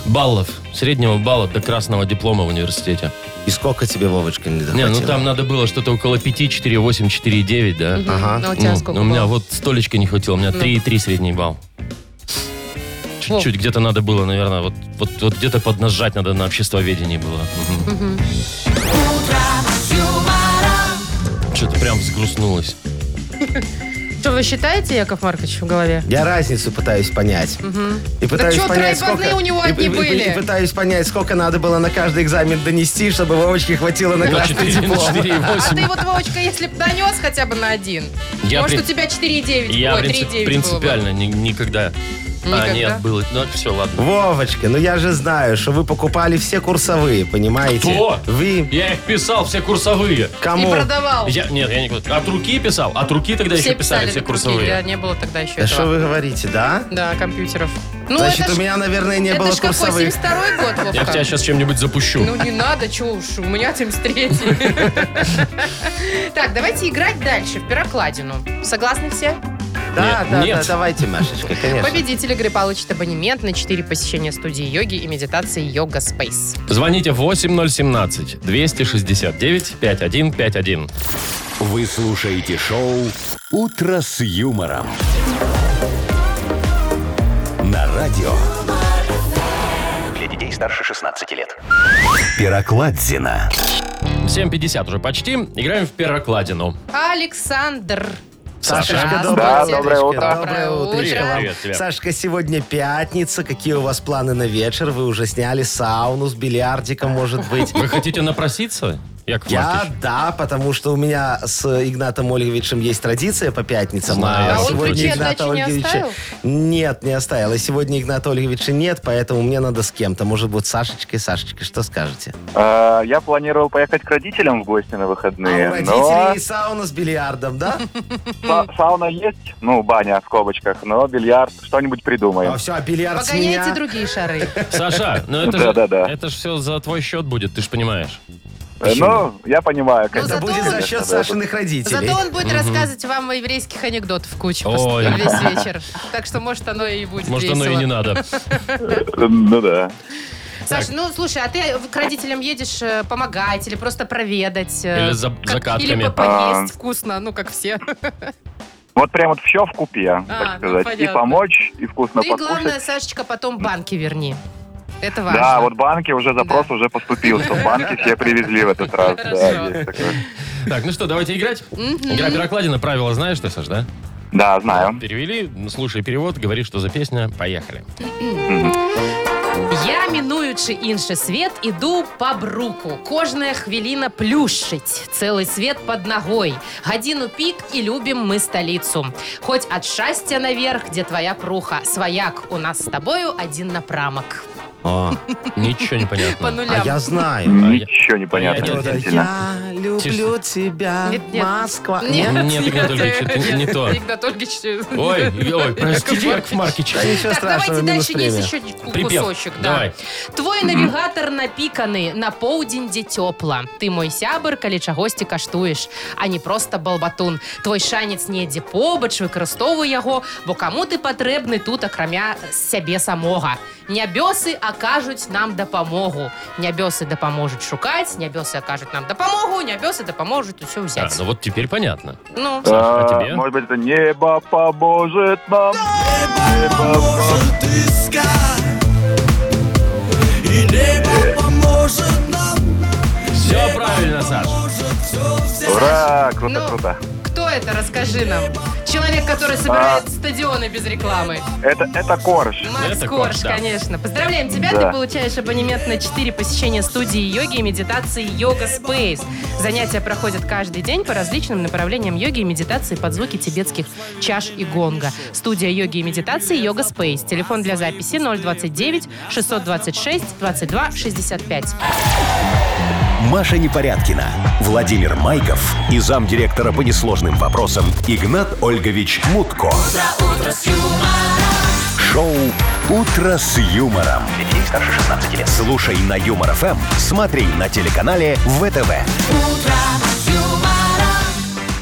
[SPEAKER 2] Баллов. Среднего балла до красного диплома в университете.
[SPEAKER 3] И сколько тебе, Вовочка, не
[SPEAKER 2] Не,
[SPEAKER 3] дохватило?
[SPEAKER 2] ну там надо было что-то около 5, 4, 8, 4, 9, да?
[SPEAKER 3] Ага.
[SPEAKER 4] Ну, у тебя
[SPEAKER 2] Ну,
[SPEAKER 4] сколько
[SPEAKER 2] у меня
[SPEAKER 4] было?
[SPEAKER 2] вот столечко не хватило, у меня 3,3 средний балл. Чуть-чуть где-то надо было, наверное, вот, вот, вот где-то поднажать надо на обществоведении было. Что-то прям взгрустнулось.
[SPEAKER 4] Что, вы считаете, Яков Маркович, в голове?
[SPEAKER 3] Я разницу пытаюсь понять. И пытаюсь
[SPEAKER 4] чё,
[SPEAKER 3] понять,
[SPEAKER 4] троеподные
[SPEAKER 3] сколько...
[SPEAKER 4] у него
[SPEAKER 3] и-
[SPEAKER 4] одни
[SPEAKER 3] и- и-
[SPEAKER 4] были.
[SPEAKER 3] и пытаюсь понять, сколько надо было на каждый экзамен донести, чтобы Вовочке хватило на
[SPEAKER 2] На
[SPEAKER 3] красный
[SPEAKER 2] 4, на
[SPEAKER 3] диплом.
[SPEAKER 2] 4,8.
[SPEAKER 4] А ты вот, Вовочка, если бы донес хотя бы на один.
[SPEAKER 2] Я при-
[SPEAKER 4] Может, у тебя 4,9,
[SPEAKER 2] Я
[SPEAKER 4] ой,
[SPEAKER 2] принцип-
[SPEAKER 4] 3,9 было
[SPEAKER 2] принципиально ни- никогда. А,
[SPEAKER 4] Никогда?
[SPEAKER 2] нет, было. Ну, все, ладно.
[SPEAKER 3] Вовочка, ну я же знаю, что вы покупали все курсовые, понимаете?
[SPEAKER 2] Кто?
[SPEAKER 3] Вы
[SPEAKER 2] Я их писал, все курсовые.
[SPEAKER 4] бы. И
[SPEAKER 3] кому?
[SPEAKER 4] продавал.
[SPEAKER 2] Я, нет, я не От руки писал? От руки тогда еще писали, все
[SPEAKER 4] на курсы,
[SPEAKER 2] курсовые.
[SPEAKER 4] да, а не было тогда еще
[SPEAKER 3] Да что
[SPEAKER 4] этого.
[SPEAKER 3] вы говорите, да?
[SPEAKER 4] Да, компьютеров. Ну,
[SPEAKER 3] Значит,
[SPEAKER 4] это
[SPEAKER 3] у
[SPEAKER 4] ж-
[SPEAKER 3] меня, наверное, не
[SPEAKER 4] это
[SPEAKER 3] было
[SPEAKER 4] ж какой,
[SPEAKER 3] курсовых.
[SPEAKER 4] 72-й год, Вовка?
[SPEAKER 2] Я в тебя сейчас чем-нибудь запущу.
[SPEAKER 4] Ну не надо, чего уж, у меня 73 Так, давайте играть дальше, в пирокладину. Согласны все?
[SPEAKER 3] Да,
[SPEAKER 2] Нет,
[SPEAKER 3] да,
[SPEAKER 2] нет.
[SPEAKER 3] да, давайте, Машечка, конечно.
[SPEAKER 4] Победитель игры получит абонемент на 4 посещения студии йоги и медитации Йога Спейс.
[SPEAKER 2] Звоните 8017 269 5151.
[SPEAKER 1] Вы слушаете шоу «Утро с юмором». На радио
[SPEAKER 6] Для детей старше 16 лет.
[SPEAKER 1] Пирокладзина.
[SPEAKER 2] 750 уже почти. Играем в перокладину.
[SPEAKER 4] Александр.
[SPEAKER 3] Сашечка,
[SPEAKER 4] Здравствуйте.
[SPEAKER 3] доброе,
[SPEAKER 7] Да, доброе утро.
[SPEAKER 3] Доброе
[SPEAKER 4] Доброе
[SPEAKER 3] утречко
[SPEAKER 4] утро.
[SPEAKER 3] вам.
[SPEAKER 2] Привет, привет.
[SPEAKER 3] Сашка, сегодня пятница. Какие у вас планы на вечер? Вы уже сняли сауну с бильярдиком, может быть.
[SPEAKER 2] Вы хотите напроситься, Яков
[SPEAKER 3] Я,
[SPEAKER 2] Маркович?
[SPEAKER 3] да, потому что у меня с Игнатом Ольговичем есть традиция по пятницам.
[SPEAKER 2] Знаю. А он ключи от
[SPEAKER 3] Игната
[SPEAKER 4] дачи не оставил?
[SPEAKER 3] Нет, не оставил. И сегодня Игната Ольговича нет, поэтому мне надо с кем-то. Может быть, Сашечкой. Сашечка, что скажете?
[SPEAKER 7] А, Я планировал поехать к родителям в гости на выходные,
[SPEAKER 3] а у родителей
[SPEAKER 4] ну.
[SPEAKER 7] но
[SPEAKER 3] есть сауна с бильярдом, да?
[SPEAKER 7] са- сауна есть, ну, баня в скобочках, но бильярд, что-нибудь придумаем.
[SPEAKER 3] А все, а бильярд с
[SPEAKER 4] Погоняйте
[SPEAKER 3] меня.
[SPEAKER 4] другие шары.
[SPEAKER 2] Саша, ну это же,
[SPEAKER 7] Да-да-да.
[SPEAKER 2] это же все за твой счет будет, ты же понимаешь.
[SPEAKER 7] Э, Ну, я понимаю,
[SPEAKER 4] Ну,
[SPEAKER 3] Это
[SPEAKER 4] зато
[SPEAKER 7] конечно.
[SPEAKER 3] будет за
[SPEAKER 4] он-
[SPEAKER 3] счет
[SPEAKER 7] конечно, да.
[SPEAKER 3] Сашиных родителей.
[SPEAKER 4] Зато он будет рассказывать вам еврейских анекдотов кучу
[SPEAKER 2] Ой.
[SPEAKER 4] постоянно весь вечер. Так что, может, оно и будет
[SPEAKER 2] Может,
[SPEAKER 4] весело.
[SPEAKER 2] оно и не надо.
[SPEAKER 7] Э, Ну да.
[SPEAKER 4] Саша, ну слушай, а ты к родителям едешь э, помогать или просто проведать? э,
[SPEAKER 2] Или за
[SPEAKER 4] как-
[SPEAKER 2] закатками.
[SPEAKER 4] Или по-
[SPEAKER 7] А.
[SPEAKER 4] поесть вкусно, ну как все.
[SPEAKER 7] Вот прям вот все в купе,
[SPEAKER 4] ну,
[SPEAKER 7] так сказать. и
[SPEAKER 4] понятно.
[SPEAKER 7] помочь, Ну и вкусно
[SPEAKER 4] Ты,
[SPEAKER 7] покушать.
[SPEAKER 4] главное, Сашечка, потом банки верни. Это важно.
[SPEAKER 7] Да, вот банки уже запрос уже поступил, что банки все привезли в этот раз.
[SPEAKER 4] Хорошо.
[SPEAKER 7] Да, есть такое.
[SPEAKER 2] Так, ну что, давайте играть. Игра перокладина, правила знаешь ты, Саш, да?
[SPEAKER 7] Да, знаю.
[SPEAKER 2] Перевели, ну, слушай перевод, говори, что за песня, поехали.
[SPEAKER 4] Я, минуючи інший світ, іду по бруку. Кожная хвилина плющить. Целый свет под ногой. Годину пик и любим мы столицу. Хоть от счастья наверх, где твоя пруха. Свояк у нас с тобою один напрамок.
[SPEAKER 3] О,
[SPEAKER 2] Ничего не
[SPEAKER 4] По
[SPEAKER 2] понятно.
[SPEAKER 4] нулям.
[SPEAKER 3] А я знаю.
[SPEAKER 2] я-
[SPEAKER 7] Ничего не понятно,
[SPEAKER 2] я- я-
[SPEAKER 3] Вот это
[SPEAKER 7] действительно.
[SPEAKER 3] Я люблю тебя,
[SPEAKER 4] Нет, нет.
[SPEAKER 3] Москва.
[SPEAKER 4] Нет,
[SPEAKER 3] Нет?
[SPEAKER 2] Нет, Игнат Ольгович, это не- не то.
[SPEAKER 4] Игнат Ольгович, э,
[SPEAKER 2] Ой, ой, простите, Яков
[SPEAKER 4] Яков
[SPEAKER 2] Маркич.
[SPEAKER 3] Да Ничего
[SPEAKER 4] Так,
[SPEAKER 3] страшного,
[SPEAKER 4] давайте
[SPEAKER 3] минус
[SPEAKER 4] дальше есть
[SPEAKER 3] премия.
[SPEAKER 4] еще
[SPEAKER 2] Припев.
[SPEAKER 4] кусочек. да.
[SPEAKER 2] Давай.
[SPEAKER 4] Твой навигатор напіканий, на поудінь де тепла. Ты мой сябр, калі чагосьці каштуеш, а не просто балбатун. Твой шанец недзе побач, выкарыстоўвай яго, бо каму ты патрэбны тут акрамя сябе самога. Нябёсы акажуць нам дапамогу. Нябёсы дапаможуць шукаць, нябёсы акажуць нам дапамогу, авиабес это поможет все
[SPEAKER 2] А,
[SPEAKER 4] взять.
[SPEAKER 2] ну вот теперь понятно.
[SPEAKER 4] ну,
[SPEAKER 2] Саша, а тебе?
[SPEAKER 7] Может быть, это небо поможет нам.
[SPEAKER 8] Поможет искать И небо поможет нам
[SPEAKER 2] Все правильно, Саш.
[SPEAKER 8] Может все взять
[SPEAKER 7] Ура, круто,
[SPEAKER 4] Ну.
[SPEAKER 7] круто.
[SPEAKER 4] кто это, расскажи нам. Человек, который собирает стадионы без рекламы.
[SPEAKER 7] Это, это корж.
[SPEAKER 4] Макс
[SPEAKER 2] Это
[SPEAKER 4] Корж,
[SPEAKER 2] Корж, да.
[SPEAKER 4] конечно. Поздравляем тебя,
[SPEAKER 7] Да.
[SPEAKER 4] ты получаешь абонемент на 4 посещения студии йоги и медитации Йога Спейс. Занятия проходят каждый день по различным направлениям йоги и медитации под звуки тибетских чаш и гонга. Студия йоги и медитации Йога Спейс. Телефон для записи 029 626 22 65.
[SPEAKER 1] Маша Непорядкина, Владимир Майков и замдиректора по несложным вопросам Игнат Ольгович Мутко. Шоу Утро с юмором.
[SPEAKER 6] Для детей старше 16 лет.
[SPEAKER 1] Слушай на Юмор ФМ, смотри на телеканале ВТВ.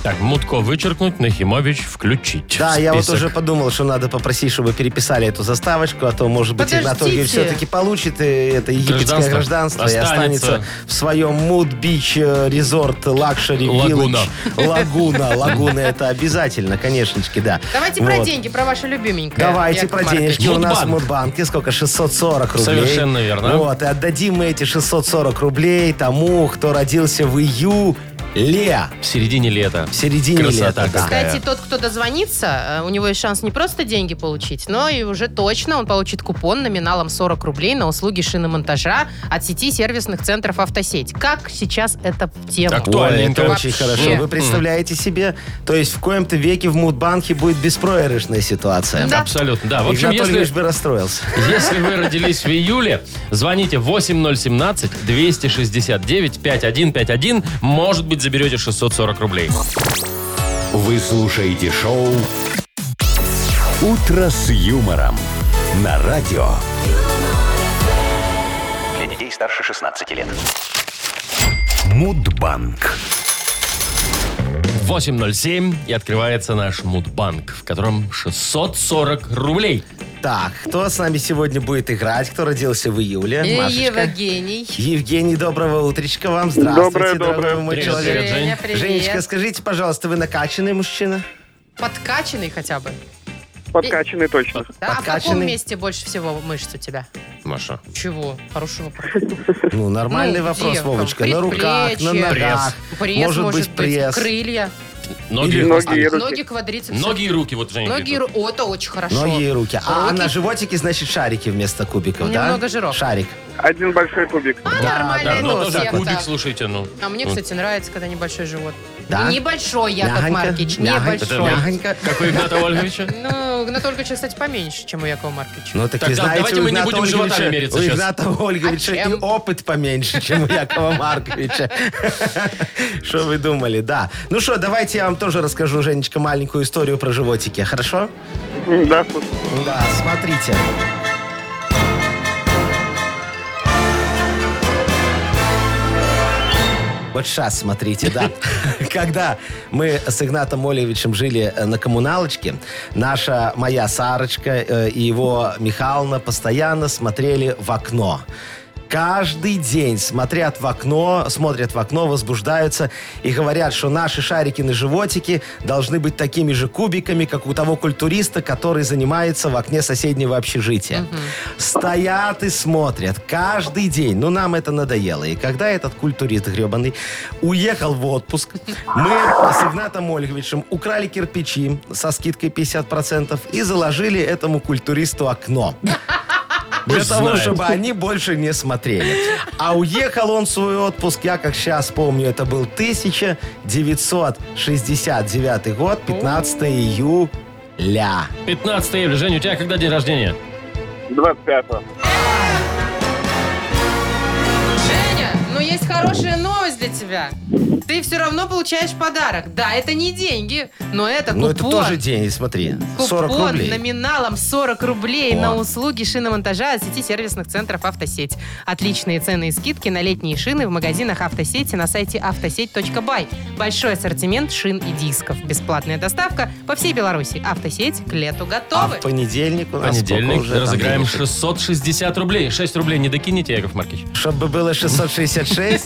[SPEAKER 2] Так, Мутко вычеркнуть, Нахимович включить.
[SPEAKER 3] Да,
[SPEAKER 2] в
[SPEAKER 3] я вот
[SPEAKER 2] список.
[SPEAKER 3] уже подумал, что надо попросить, чтобы переписали эту заставочку, а то, может быть,
[SPEAKER 4] Подождите.
[SPEAKER 3] Игнатольевич все-таки получит э, это египетское
[SPEAKER 2] Гражданство.
[SPEAKER 3] гражданство, и останется
[SPEAKER 2] Останется.
[SPEAKER 3] в своем Муд-Бич э, Резорт Лакшери
[SPEAKER 2] Лагуна.
[SPEAKER 3] Village. Лагуна. Лагуна это обязательно, конечночки, да.
[SPEAKER 4] Давайте про
[SPEAKER 3] Вот.
[SPEAKER 4] деньги, про ваши любименькое.
[SPEAKER 3] Давайте
[SPEAKER 4] Яков
[SPEAKER 3] про
[SPEAKER 4] Маркович.
[SPEAKER 3] денежки. У нас в
[SPEAKER 2] Мудбанк.
[SPEAKER 3] Мудбанке сколько? 640 рублей.
[SPEAKER 2] Совершенно верно.
[SPEAKER 3] Вот, и отдадим мы эти 640 рублей тому, кто родился в июле.
[SPEAKER 2] В середине лета.
[SPEAKER 3] В середине
[SPEAKER 2] Красота
[SPEAKER 3] лета, да.
[SPEAKER 2] какая.
[SPEAKER 4] Кстати, тот, кто дозвонится, э, у него есть шанс не просто деньги получить, но и уже точно он получит купон номиналом 40 рублей на услуги шиномонтажа от сети сервисных центров «Автосеть». Как сейчас это в тему?
[SPEAKER 2] Актуально.
[SPEAKER 3] Ой, это
[SPEAKER 2] Вообще.
[SPEAKER 3] очень хорошо. Вы представляете себе? То есть в коем-то веке в Мудбанке будет беспроигрышная ситуация.
[SPEAKER 4] Да. А
[SPEAKER 2] Абсолютно, да. В общем,
[SPEAKER 3] Игнат Ольгович
[SPEAKER 2] если,
[SPEAKER 3] бы расстроился.
[SPEAKER 2] если вы родились в июле, звоните 8017-269-5151. Может быть, заберете 640 рублей.
[SPEAKER 1] Вы слушаете шоу Утро с юмором на радио.
[SPEAKER 6] Для детей старше 16 лет.
[SPEAKER 1] Мудбанк.
[SPEAKER 2] 8.07 и открывается наш мудбанк, в котором 640 рублей.
[SPEAKER 3] Так, кто с нами сегодня будет играть? Кто родился в июле?
[SPEAKER 4] Э,
[SPEAKER 3] Машечка.
[SPEAKER 4] Евгений.
[SPEAKER 3] Евгений, доброго утречка вам. Здравствуйте,
[SPEAKER 7] Доброе,
[SPEAKER 3] дорогой
[SPEAKER 7] доброе.
[SPEAKER 3] мой
[SPEAKER 2] Привет,
[SPEAKER 3] человек.
[SPEAKER 2] привет. Жень.
[SPEAKER 4] Женя, привет.
[SPEAKER 3] Женечка, скажите, пожалуйста, вы накачанный мужчина?
[SPEAKER 4] Подкачанный хотя бы.
[SPEAKER 7] Подкачанный точно.
[SPEAKER 4] Да? А в каком
[SPEAKER 3] Подкачанный.
[SPEAKER 4] месте больше всего мышц у тебя?
[SPEAKER 2] Маша.
[SPEAKER 4] Чего? Хороший вопрос.
[SPEAKER 3] Ну, нормальный
[SPEAKER 4] Ну,
[SPEAKER 3] вопрос,
[SPEAKER 4] где там?
[SPEAKER 3] Вовочка. На руках, на
[SPEAKER 4] Предплечье.
[SPEAKER 3] ногах.
[SPEAKER 4] Пресс, может,
[SPEAKER 3] быть, пресс.
[SPEAKER 4] Крылья.
[SPEAKER 2] Ноги.
[SPEAKER 3] Или
[SPEAKER 7] Ноги и руки.
[SPEAKER 4] Ноги, квадрицепсы.
[SPEAKER 2] Ноги и руки, вот Женя.
[SPEAKER 4] Ноги и
[SPEAKER 2] говорит.
[SPEAKER 4] ру- О, это очень хорошо.
[SPEAKER 3] Ноги и руки. А
[SPEAKER 4] Руки.
[SPEAKER 3] на животике, значит, шарики вместо кубиков, да?
[SPEAKER 4] Немного жиров.
[SPEAKER 3] Шарик.
[SPEAKER 7] Один большой кубик.
[SPEAKER 4] А, нормально,
[SPEAKER 2] Да,
[SPEAKER 4] это
[SPEAKER 2] ну
[SPEAKER 4] у
[SPEAKER 2] тоже
[SPEAKER 4] всех
[SPEAKER 2] кубик,
[SPEAKER 4] так.
[SPEAKER 2] слушайте, ну.
[SPEAKER 4] А мне, кстати, нравится, когда небольшой живот.
[SPEAKER 3] Да?
[SPEAKER 4] Небольшой, Яков Маркич, небольшой.
[SPEAKER 3] мягонько.
[SPEAKER 2] Как у Игната Ольговича?
[SPEAKER 4] Ну, но только, кстати, поменьше, чем у Якова Маркича.
[SPEAKER 3] Ну, так
[SPEAKER 2] Тогда
[SPEAKER 3] вы знаете,
[SPEAKER 2] давайте
[SPEAKER 3] у
[SPEAKER 2] мы не
[SPEAKER 3] Игната
[SPEAKER 2] будем
[SPEAKER 3] Ольговича-
[SPEAKER 2] животами мериться
[SPEAKER 3] У
[SPEAKER 2] сейчас.
[SPEAKER 3] Игната Ольговича
[SPEAKER 4] А чем?
[SPEAKER 3] и опыт поменьше, чем у Якова Марковича. Что вы думали, да. Ну что, давайте я вам тоже расскажу, Женечка, маленькую историю про животики, хорошо?
[SPEAKER 7] Да,
[SPEAKER 3] Да, смотрите. Вот сейчас смотрите, да. Когда мы с Игнатом Олевичем жили э, на коммуналочке, наша моя Сарочка э, и его Михайловна постоянно смотрели в окно. Каждый день смотрят в окно, смотрят в окно, возбуждаются и говорят, что наши шарики на животике должны быть такими же кубиками, как у того культуриста, который занимается в окне соседнего общежития. Стоят и смотрят каждый день. Ну, нам это надоело. И когда этот культурист гребаный уехал в отпуск, мы с Игнатом Ольговичем украли кирпичи со скидкой 50% и заложили этому культуристу окно. Для
[SPEAKER 2] Пусть
[SPEAKER 3] того,
[SPEAKER 2] знает.
[SPEAKER 3] чтобы они больше не смотрели. А уехал он в свой отпуск, я как сейчас помню, это был 1969 год, 15 июля.
[SPEAKER 2] 15 июля. Женя, у тебя когда день рождения?
[SPEAKER 7] 25-го.
[SPEAKER 4] Женя, ну есть хорошая новость для тебя. Ты все равно получаешь подарок. Да, это не деньги, но это
[SPEAKER 3] Ну, это
[SPEAKER 4] купон.
[SPEAKER 3] тоже деньги, смотри. 40
[SPEAKER 4] Купон
[SPEAKER 3] рублей. А
[SPEAKER 4] номиналом 40 рублей
[SPEAKER 3] О.
[SPEAKER 4] на услуги шиномонтажа от сети сервисных центров «Автосеть». Отличные цены и скидки на летние шины в магазинах «Автосети» на сайте автосеть.бай. Большой ассортимент шин и дисков. Бесплатная доставка по всей Беларуси. «Автосеть» к лету
[SPEAKER 3] А
[SPEAKER 4] готовы.
[SPEAKER 3] в понедельник у нас сколько
[SPEAKER 2] Понедельник
[SPEAKER 3] уже там
[SPEAKER 2] разыграем
[SPEAKER 3] денежек?
[SPEAKER 2] 660 рублей. 6 рублей не докинете, Яков Маркич?
[SPEAKER 3] Чтобы было 666.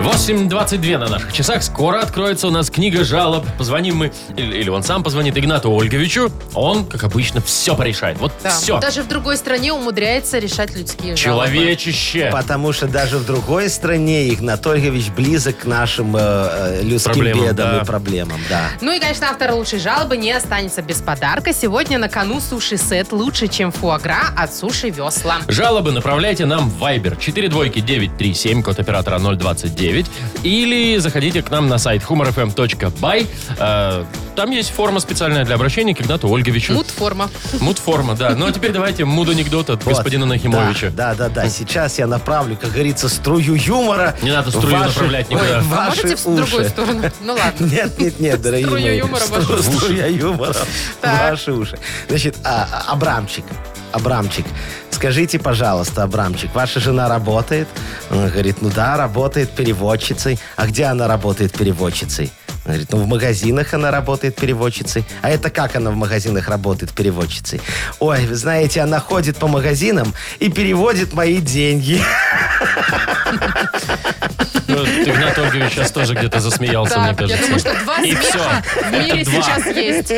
[SPEAKER 2] 8.22 на наших часах. Скоро откроется у нас книга жалоб. Позвоним мы, или, или он сам позвонит Игнату Ольговичу. Он, как обычно, все порешает. Вот
[SPEAKER 4] Да.
[SPEAKER 2] все.
[SPEAKER 4] Даже в другой стране умудряется решать людские жалобы.
[SPEAKER 2] Человечище.
[SPEAKER 3] Потому что даже в другой стране Игнат Ольгович близок к нашим э, э, людским
[SPEAKER 2] Проблемам,
[SPEAKER 3] бедам
[SPEAKER 2] да.
[SPEAKER 3] и проблемам. Да.
[SPEAKER 4] Ну и, конечно, автор лучшей жалобы не останется без подарка. Сегодня на кону суши-сет лучше, чем фуагра от суши-весла.
[SPEAKER 2] Жалобы направляйте нам в Viber 42937, код оператора 029. Или заходите к нам на сайт humorfm.by. Э, Там есть форма специальная для обращения к Игнату Ольговичу.
[SPEAKER 4] Мут-форма.
[SPEAKER 2] Мудформа, да. Ну а теперь давайте муд анекдот от
[SPEAKER 3] Вот.
[SPEAKER 2] господина Нахимовича.
[SPEAKER 3] Да, да, да, да. Сейчас я направлю, как говорится, струю юмора.
[SPEAKER 2] Не надо
[SPEAKER 3] в
[SPEAKER 2] струю
[SPEAKER 3] ваши-
[SPEAKER 2] направлять
[SPEAKER 3] ой,
[SPEAKER 2] никуда.
[SPEAKER 3] в
[SPEAKER 4] А
[SPEAKER 3] ваши
[SPEAKER 4] можете в другую
[SPEAKER 3] уши.
[SPEAKER 4] сторону? Ну ладно.
[SPEAKER 3] Нет, нет, нет, дорогие
[SPEAKER 4] Струя
[SPEAKER 3] мои.
[SPEAKER 4] юмора в
[SPEAKER 3] Стру-
[SPEAKER 4] ваши уши.
[SPEAKER 3] Струя юмора в
[SPEAKER 4] Так.
[SPEAKER 3] ваши уши. Значит, а, а, Абрамчик, Абрамчик, скажите, пожалуйста, Абрамчик, ваша жена работает? Он говорит, ну да, работает переводчицей. А где она работает переводчицей? Он говорит, ну в магазинах она работает переводчицей. А это как она в магазинах работает переводчицей? Ой, вы знаете, она ходит по магазинам и переводит мои деньги.
[SPEAKER 2] Ну, Игнат Ольгович сейчас тоже где-то засмеялся, мне
[SPEAKER 4] Так, я
[SPEAKER 2] кажется.
[SPEAKER 4] думаю, что два
[SPEAKER 2] И
[SPEAKER 4] смеха
[SPEAKER 2] всё.
[SPEAKER 4] в мире
[SPEAKER 2] Два.
[SPEAKER 4] сейчас есть.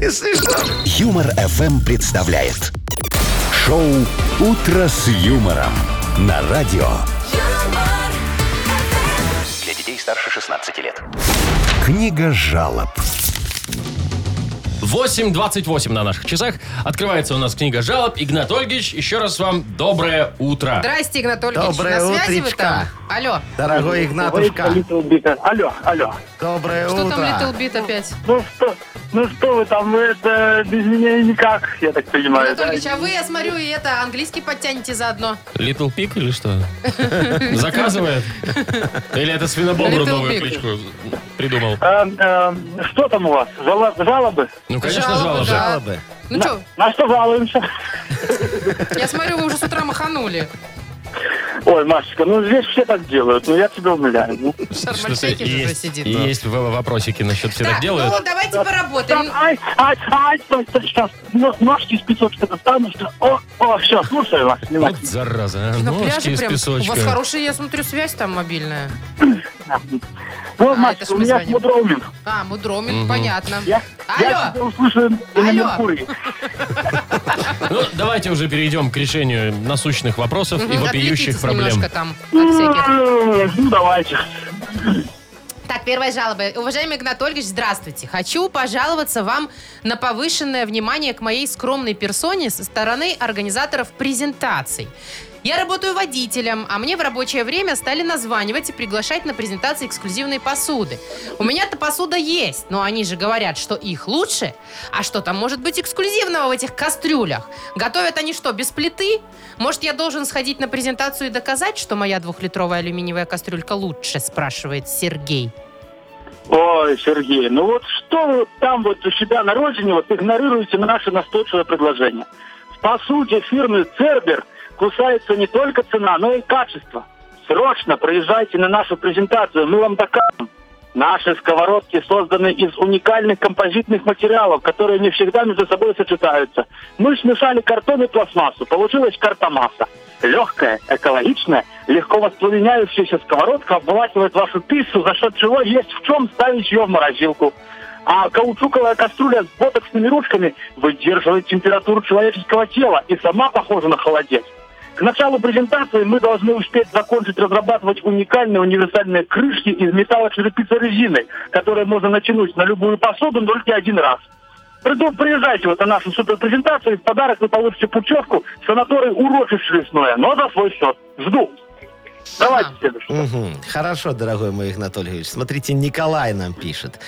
[SPEAKER 3] Если что.
[SPEAKER 1] Юмор FM представляет шоу Утро с юмором на радио.
[SPEAKER 8] юмор,
[SPEAKER 6] Для детей старше 16 лет.
[SPEAKER 1] Книга жалоб.
[SPEAKER 2] 8.28 на наших часах. Открывается у нас книга жалоб. Игнат Ольгич, еще раз вам доброе утро.
[SPEAKER 4] Здрасте, Игнат Ольгович,
[SPEAKER 3] Доброе
[SPEAKER 4] на связи вы
[SPEAKER 3] утречко.
[SPEAKER 4] там? Алло,
[SPEAKER 3] Дорогой Игнатушка,
[SPEAKER 5] Говорит Little Big. Алло, алло.
[SPEAKER 3] доброе
[SPEAKER 4] что там
[SPEAKER 3] утро.
[SPEAKER 4] Little Bit опять?
[SPEAKER 5] Ну что, ну что вы там, вы это без меня и никак, я так понимаю,
[SPEAKER 4] Игнат
[SPEAKER 5] да?
[SPEAKER 4] Ольгович, а вы, я смотрю, и это, английский подтянете заодно.
[SPEAKER 2] Литл Пик или что? Заказывает? Или это свинобобру
[SPEAKER 4] Little
[SPEAKER 2] новую
[SPEAKER 4] Pig.
[SPEAKER 2] кличку придумал?
[SPEAKER 5] А, а, что там у вас? Жала- Жалобы?
[SPEAKER 2] Ну, конечно, жалобы.
[SPEAKER 4] Жалобы, да.
[SPEAKER 3] Жалобы.
[SPEAKER 4] Ну что,
[SPEAKER 5] На что жалуемся?
[SPEAKER 4] я смотрю, вы уже с утра маханули.
[SPEAKER 5] Ой, Машечка, ну здесь все так делают, ну я тебя умоляю. ну.
[SPEAKER 4] Шармальтеке же уже
[SPEAKER 2] Есть,
[SPEAKER 4] сидит.
[SPEAKER 2] есть в- вопросики насчет все так
[SPEAKER 4] Так,
[SPEAKER 2] делают.
[SPEAKER 4] ну давайте поработаем.
[SPEAKER 5] Там, ай, ай, ай, ну, стой, стой, сейчас, но- ножки из песочка достану, что, о, о, все, слушаю вас,
[SPEAKER 2] Вот
[SPEAKER 5] внимательно.
[SPEAKER 2] зараза, а,
[SPEAKER 4] На
[SPEAKER 2] ножки
[SPEAKER 4] пляже
[SPEAKER 2] из
[SPEAKER 4] прям. У вас
[SPEAKER 2] песочка.
[SPEAKER 4] хорошая, я смотрю, связь там мобильная.
[SPEAKER 5] Ну,
[SPEAKER 4] А, это ж
[SPEAKER 5] Машечка, у
[SPEAKER 4] мы
[SPEAKER 5] меня
[SPEAKER 4] звоним.
[SPEAKER 5] смудроуминг.
[SPEAKER 4] А, мудроминг,
[SPEAKER 2] Мгм.
[SPEAKER 4] понятно.
[SPEAKER 5] Я,
[SPEAKER 4] Алло,
[SPEAKER 5] я тебя услышал
[SPEAKER 4] Алло.
[SPEAKER 5] на Меркурии.
[SPEAKER 2] Ну, давайте уже перейдем к решению насущных вопросов и
[SPEAKER 4] Мгм,
[SPEAKER 2] вопиющих
[SPEAKER 4] отвлекитесь
[SPEAKER 2] проблем.
[SPEAKER 4] немножко там от всяких.
[SPEAKER 5] Ну, давайте.
[SPEAKER 4] Так, первая жалоба. Уважаемый Игнат Ольгович, здравствуйте. Хочу пожаловаться вам на повышенное внимание к моей скромной персоне со стороны организаторов презентаций. Я работаю водителем, а мне в рабочее время стали названивать и приглашать на презентации эксклюзивной посуды. У меня-то посуда есть, но они же говорят, что их лучше. А что там может быть эксклюзивного в этих кастрюлях? Готовят они что, без плиты? Может, я должен сходить на презентацию и доказать, что моя двухлитровая алюминиевая кастрюлька лучше, спрашивает Сергей.
[SPEAKER 5] Ой, Сергей, ну вот что вы там вот у себя на родине вот игнорируете наше настойчивое предложение? По сути, фирмы Цербер кусается не только цена, но и качество. Срочно проезжайте на нашу презентацию, мы вам докажем. Наши сковородки созданы из уникальных композитных материалов, которые не всегда между собой сочетаются. Мы смешали картон и пластмассу, получилась картомасса. Легкая, экологичная, легко воспламеняющаяся сковородка обволакивает вашу пиццу, за счет чего есть в чем ставить ее в морозилку. А каучуковая кастрюля с ботоксными ручками выдерживает температуру человеческого тела и сама похожа на холодец. К началу презентации мы должны успеть закончить разрабатывать уникальные универсальные крышки из металла черепицы резиной, которые можно натянуть на любую посуду но только один раз. Приду- Приезжайте вот на нашу суперпрезентацию, и в подарок вы получите путевку в санаторий урочище лесное, но за свой счет. Жду. Давайте
[SPEAKER 4] Ага.
[SPEAKER 5] следующий.
[SPEAKER 3] Мгм. Хорошо, дорогой мой Игнатольевич. Смотрите, Николай нам пишет.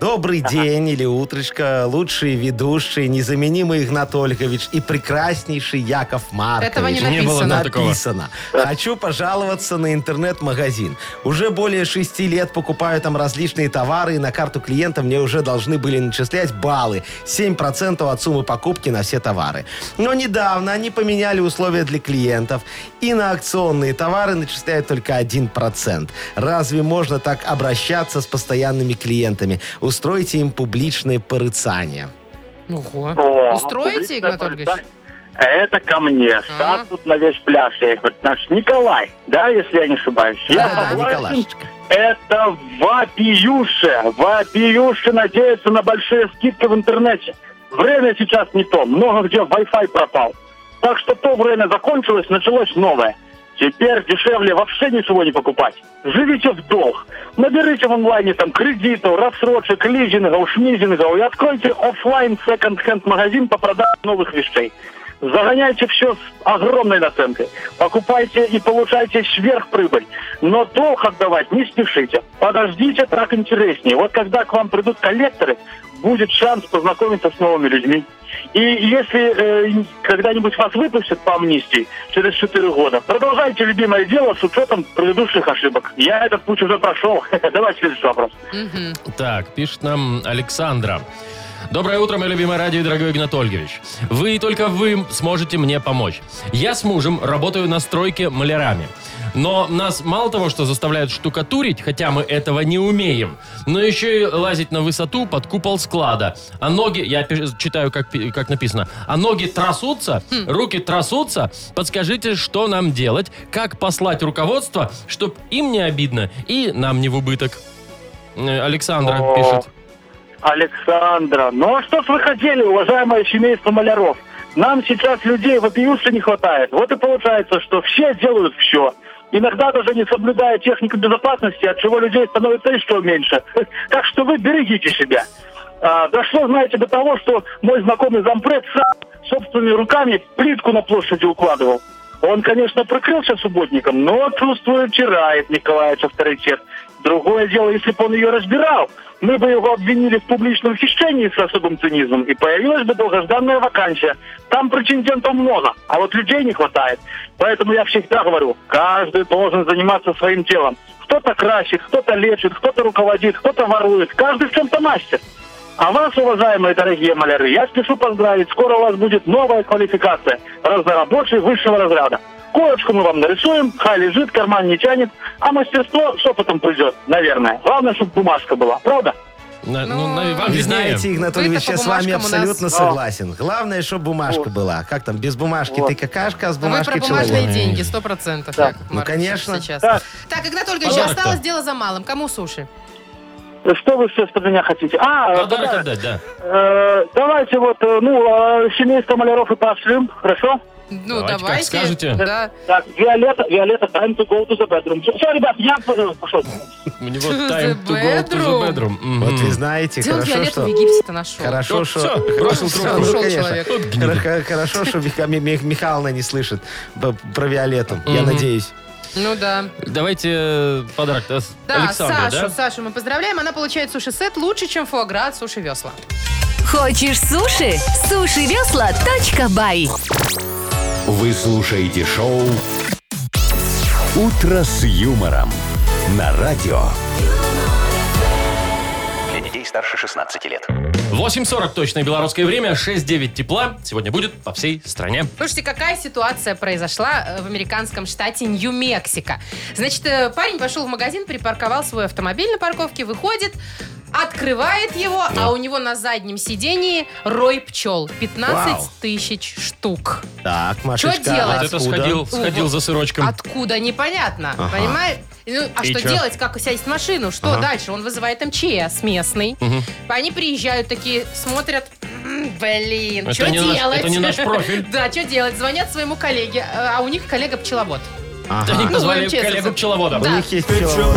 [SPEAKER 3] Добрый день или утречко, лучший ведущий, незаменимый Игнат Ольгович и прекраснейший Яков Маркович.
[SPEAKER 4] Этого
[SPEAKER 2] Не
[SPEAKER 4] не
[SPEAKER 2] было
[SPEAKER 4] написано.
[SPEAKER 2] нам такого.
[SPEAKER 3] Написано. Хочу пожаловаться на интернет-магазин. Уже более шести лет покупаю там различные товары, и на карту клиента мне уже должны были начислять баллы. 7% от суммы покупки на все товары. Но недавно они поменяли условия для клиентов, и на акционные товары начисляют только 1%. Разве можно так обращаться с постоянными клиентами? У Устройте им публичное порыцание.
[SPEAKER 4] Ого.
[SPEAKER 5] О, ну,
[SPEAKER 3] а
[SPEAKER 4] Устроите,
[SPEAKER 5] публичное
[SPEAKER 4] Игнат Ольгович?
[SPEAKER 5] порицание. Это ко мне. Стас тут на весь пляж. Я их говорю, наш Николай, да, если я не ошибаюсь? я
[SPEAKER 3] Да-да-да,
[SPEAKER 5] согласен.
[SPEAKER 3] Николашечка.
[SPEAKER 5] Это вопиюше. Вопиюше надеются на большие скидки в интернете. Время сейчас не то. Много где Wi-Fi пропал. Так что то время закончилось, началось новое. Теперь дешевле вообще ничего не покупать. Живите в долг. Наберите в онлайне там кредитов, рассрочек, лизингов, шмизингов и откройте офлайн секонд-хенд магазин по продаже новых вещей. Загоняйте все с огромной наценкой. Покупайте и получайте сверхприбыль. Но долг отдавать не спешите. Подождите, так интереснее. Вот когда к вам придут коллекторы, будет шанс познакомиться с новыми людьми. И если э, когда-нибудь вас выпустят по амнистии через 4 года, продолжайте любимое дело с учетом предыдущих ошибок. Я этот путь уже прошел. Давайте следующий вопрос.
[SPEAKER 4] Мгм.
[SPEAKER 2] Так, пишет нам Александра. Доброе утро, мое любимое радио и дорогой Игнат Ольгович. Вы и только вы сможете мне помочь. Я с мужем работаю на стройке малярами. Но нас мало того, что заставляют штукатурить, хотя мы этого не умеем, но еще и лазить на высоту под купол склада. А ноги, я пи- читаю, как, пи- как написано, а ноги трясутся,
[SPEAKER 3] Хм.
[SPEAKER 2] руки трясутся. Подскажите, что нам делать, как послать руководство, чтобы им не обидно и нам не в убыток. Э, Александра
[SPEAKER 5] О.
[SPEAKER 2] пишет.
[SPEAKER 5] Александра, ну а что ж вы хотели, уважаемое семейство маляров? Нам сейчас людей вопиюще не хватает. Вот и получается, что все делают все. Иногда даже не соблюдая технику безопасности, от чего людей становится еще меньше. Так что вы берегите себя. А, дошло, знаете, до того, что мой знакомый зампред сам собственными руками плитку на площади укладывал. Он, конечно, прикрылся субботником, но, чувствую, теряет Николаевич авторитет. Другое дело, если бы он ее разбирал, мы бы его обвинили в публичном хищении с особым цинизмом, и появилась бы долгожданная вакансия. Там претендентов много, а вот людей не хватает. Поэтому я всегда говорю, каждый должен заниматься своим делом. Кто-то красит, кто-то лечит, кто-то руководит, кто-то ворует. Каждый в чем-то мастер. А вас, уважаемые дорогие маляры, я спешу поздравить. Скоро у вас будет новая квалификация. Разнорабочий высшего разряда. Корочку мы вам нарисуем, хай лежит, карман не тянет, а мастерство с опытом придет, наверное. Главное, чтобы бумажка была, правда?
[SPEAKER 2] На- ну,
[SPEAKER 4] Ну,
[SPEAKER 2] на- вам
[SPEAKER 3] Вы
[SPEAKER 2] виднее.
[SPEAKER 3] знаете,
[SPEAKER 4] Вы-то
[SPEAKER 3] Игнатольевич,
[SPEAKER 4] по
[SPEAKER 3] я с вами
[SPEAKER 4] бумажкам у нас-
[SPEAKER 3] абсолютно
[SPEAKER 5] Да.
[SPEAKER 3] согласен. Главное, чтобы бумажка
[SPEAKER 5] Вот.
[SPEAKER 3] была. Как там, без бумажки
[SPEAKER 5] Вот.
[SPEAKER 3] ты какашка, а с
[SPEAKER 4] Вы
[SPEAKER 3] бумажки
[SPEAKER 4] про бумажные
[SPEAKER 3] человек.
[SPEAKER 4] деньги, сто процентов.
[SPEAKER 5] Да.
[SPEAKER 4] Яков
[SPEAKER 3] Ну,
[SPEAKER 4] Маркович,
[SPEAKER 3] конечно. Ну,
[SPEAKER 4] Сейчас.
[SPEAKER 5] Да.
[SPEAKER 4] Так, Игнат Ольгович,
[SPEAKER 2] Подарок-то?
[SPEAKER 4] осталось дело за малым. Кому суши?
[SPEAKER 5] Что вы все от меня хотите? А,
[SPEAKER 2] Подарок
[SPEAKER 5] да,
[SPEAKER 2] отдать, да.
[SPEAKER 5] э, давайте вот, э, ну, э, семейство маляров и пошлем, хорошо?
[SPEAKER 4] Ну,
[SPEAKER 2] Давайте, как
[SPEAKER 4] давайте.
[SPEAKER 2] скажете.
[SPEAKER 4] Да.
[SPEAKER 5] Так, Виолетта, Виолетта, time to go to the bedroom. Все, ребят, я э, пошел.
[SPEAKER 2] У него time
[SPEAKER 4] To the
[SPEAKER 2] to go to the
[SPEAKER 4] bedroom.
[SPEAKER 2] bedroom. Мгм.
[SPEAKER 3] Вот вы знаете,
[SPEAKER 4] Где он
[SPEAKER 3] хорошо,
[SPEAKER 4] Виолетту
[SPEAKER 3] что...
[SPEAKER 4] в Египте-то нашел?
[SPEAKER 3] Хорошо,
[SPEAKER 2] Вот
[SPEAKER 3] что...
[SPEAKER 2] всё, бросил
[SPEAKER 3] Всё,
[SPEAKER 2] трубку.
[SPEAKER 3] ну,
[SPEAKER 4] Ушел
[SPEAKER 3] конечно.
[SPEAKER 4] человек.
[SPEAKER 2] Вот гнида.
[SPEAKER 3] Хоро- Хорошо, что Миха- Ми- Ми- Михайловна не слышит б- про Виолетту. Я
[SPEAKER 2] Мгм.
[SPEAKER 3] надеюсь.
[SPEAKER 4] Ну да.
[SPEAKER 2] Давайте э, подарок. да, с-
[SPEAKER 4] Да,
[SPEAKER 2] Александра,
[SPEAKER 4] Сашу,
[SPEAKER 2] да?
[SPEAKER 4] Сашу мы поздравляем. Она получает суши-сет лучше, чем фуагра от суши-весла.
[SPEAKER 9] Хочешь суши? Сушивесла.бай
[SPEAKER 1] Вы слушаете шоу «Утро с юмором» на радио.
[SPEAKER 6] Для детей старше 16 лет.
[SPEAKER 2] 8.40 точное белорусское время, 6.9 тепла. Сегодня будет по всей стране.
[SPEAKER 4] Слушайте, какая ситуация произошла э, в американском штате Нью-Мексико? Значит, э, парень пошел в магазин, припарковал свой автомобиль на парковке, выходит, открывает его, а у него на заднем сидении рой пчел. 15
[SPEAKER 3] Вау.
[SPEAKER 4] тысяч штук.
[SPEAKER 3] Так, Машечка, а
[SPEAKER 4] делать?
[SPEAKER 2] Вот это
[SPEAKER 3] откуда?
[SPEAKER 2] сходил,
[SPEAKER 4] Ну,
[SPEAKER 2] сходил
[SPEAKER 4] вот
[SPEAKER 2] за сырочком.
[SPEAKER 4] Откуда, непонятно.
[SPEAKER 3] Ага.
[SPEAKER 4] Понимаешь? Ну, а
[SPEAKER 2] И
[SPEAKER 4] что
[SPEAKER 2] чё?
[SPEAKER 4] делать? Как сесть в машину? Что
[SPEAKER 3] Ага.
[SPEAKER 4] дальше? Он вызывает МЧС местный.
[SPEAKER 2] Мгм.
[SPEAKER 4] Они приезжают такие, смотрят. «М, Блин,
[SPEAKER 2] Это
[SPEAKER 4] что
[SPEAKER 2] не наш-
[SPEAKER 4] делать?
[SPEAKER 2] это не наш профиль.
[SPEAKER 4] Да, что делать? Звонят своему коллеге, э, а у них коллега пчеловод.
[SPEAKER 3] Ага.
[SPEAKER 2] Они
[SPEAKER 4] Ну,
[SPEAKER 2] позвали
[SPEAKER 4] будем честны.
[SPEAKER 2] коллегу пчеловода.
[SPEAKER 4] Да.
[SPEAKER 3] У них есть пчела.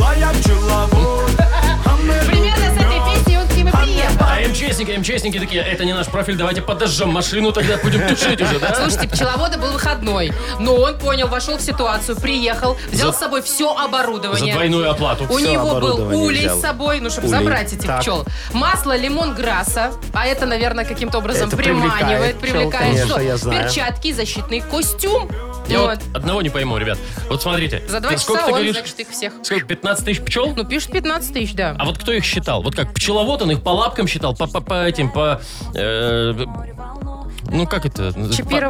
[SPEAKER 4] Примерно с этой песней он к ним и приехал.
[SPEAKER 2] А МЧСники, МЧСники такие, это не наш профиль, давайте подожжем машину, тогда будем тушить уже, да?
[SPEAKER 4] Слушайте, пчеловода был выходной, но он понял, вошел в ситуацию, приехал, взял
[SPEAKER 2] За-
[SPEAKER 4] с собой все
[SPEAKER 2] За
[SPEAKER 4] оборудование.
[SPEAKER 2] двойную оплату.
[SPEAKER 4] У
[SPEAKER 3] Всё
[SPEAKER 4] него был
[SPEAKER 3] оборудование
[SPEAKER 4] улей
[SPEAKER 3] взял.
[SPEAKER 4] с собой, ну, чтобы
[SPEAKER 3] Улей.
[SPEAKER 4] забрать этих
[SPEAKER 3] Так.
[SPEAKER 4] пчел. Масло лимон грасса, а это, наверное, каким-то образом
[SPEAKER 3] Это
[SPEAKER 4] приманивает,
[SPEAKER 3] привлекает пчел,
[SPEAKER 4] привлекает.
[SPEAKER 3] конечно, я
[SPEAKER 4] Что?
[SPEAKER 3] знаю.
[SPEAKER 4] Перчатки, защитный костюм.
[SPEAKER 2] Я
[SPEAKER 4] Вот.
[SPEAKER 2] вот одного не пойму, ребят. Вот смотрите.
[SPEAKER 4] За два
[SPEAKER 2] ты
[SPEAKER 4] часа
[SPEAKER 2] сколько ты
[SPEAKER 4] он,
[SPEAKER 2] говоришь?
[SPEAKER 4] значит, их всех.
[SPEAKER 2] Сколько, 15 тысяч пчел?
[SPEAKER 4] Ну, пишут 15 тысяч, да.
[SPEAKER 2] А вот кто их считал? Вот как пчеловод, он их по лапкам считал, по, по, по этим, по... э, ну как это?
[SPEAKER 4] Чипировал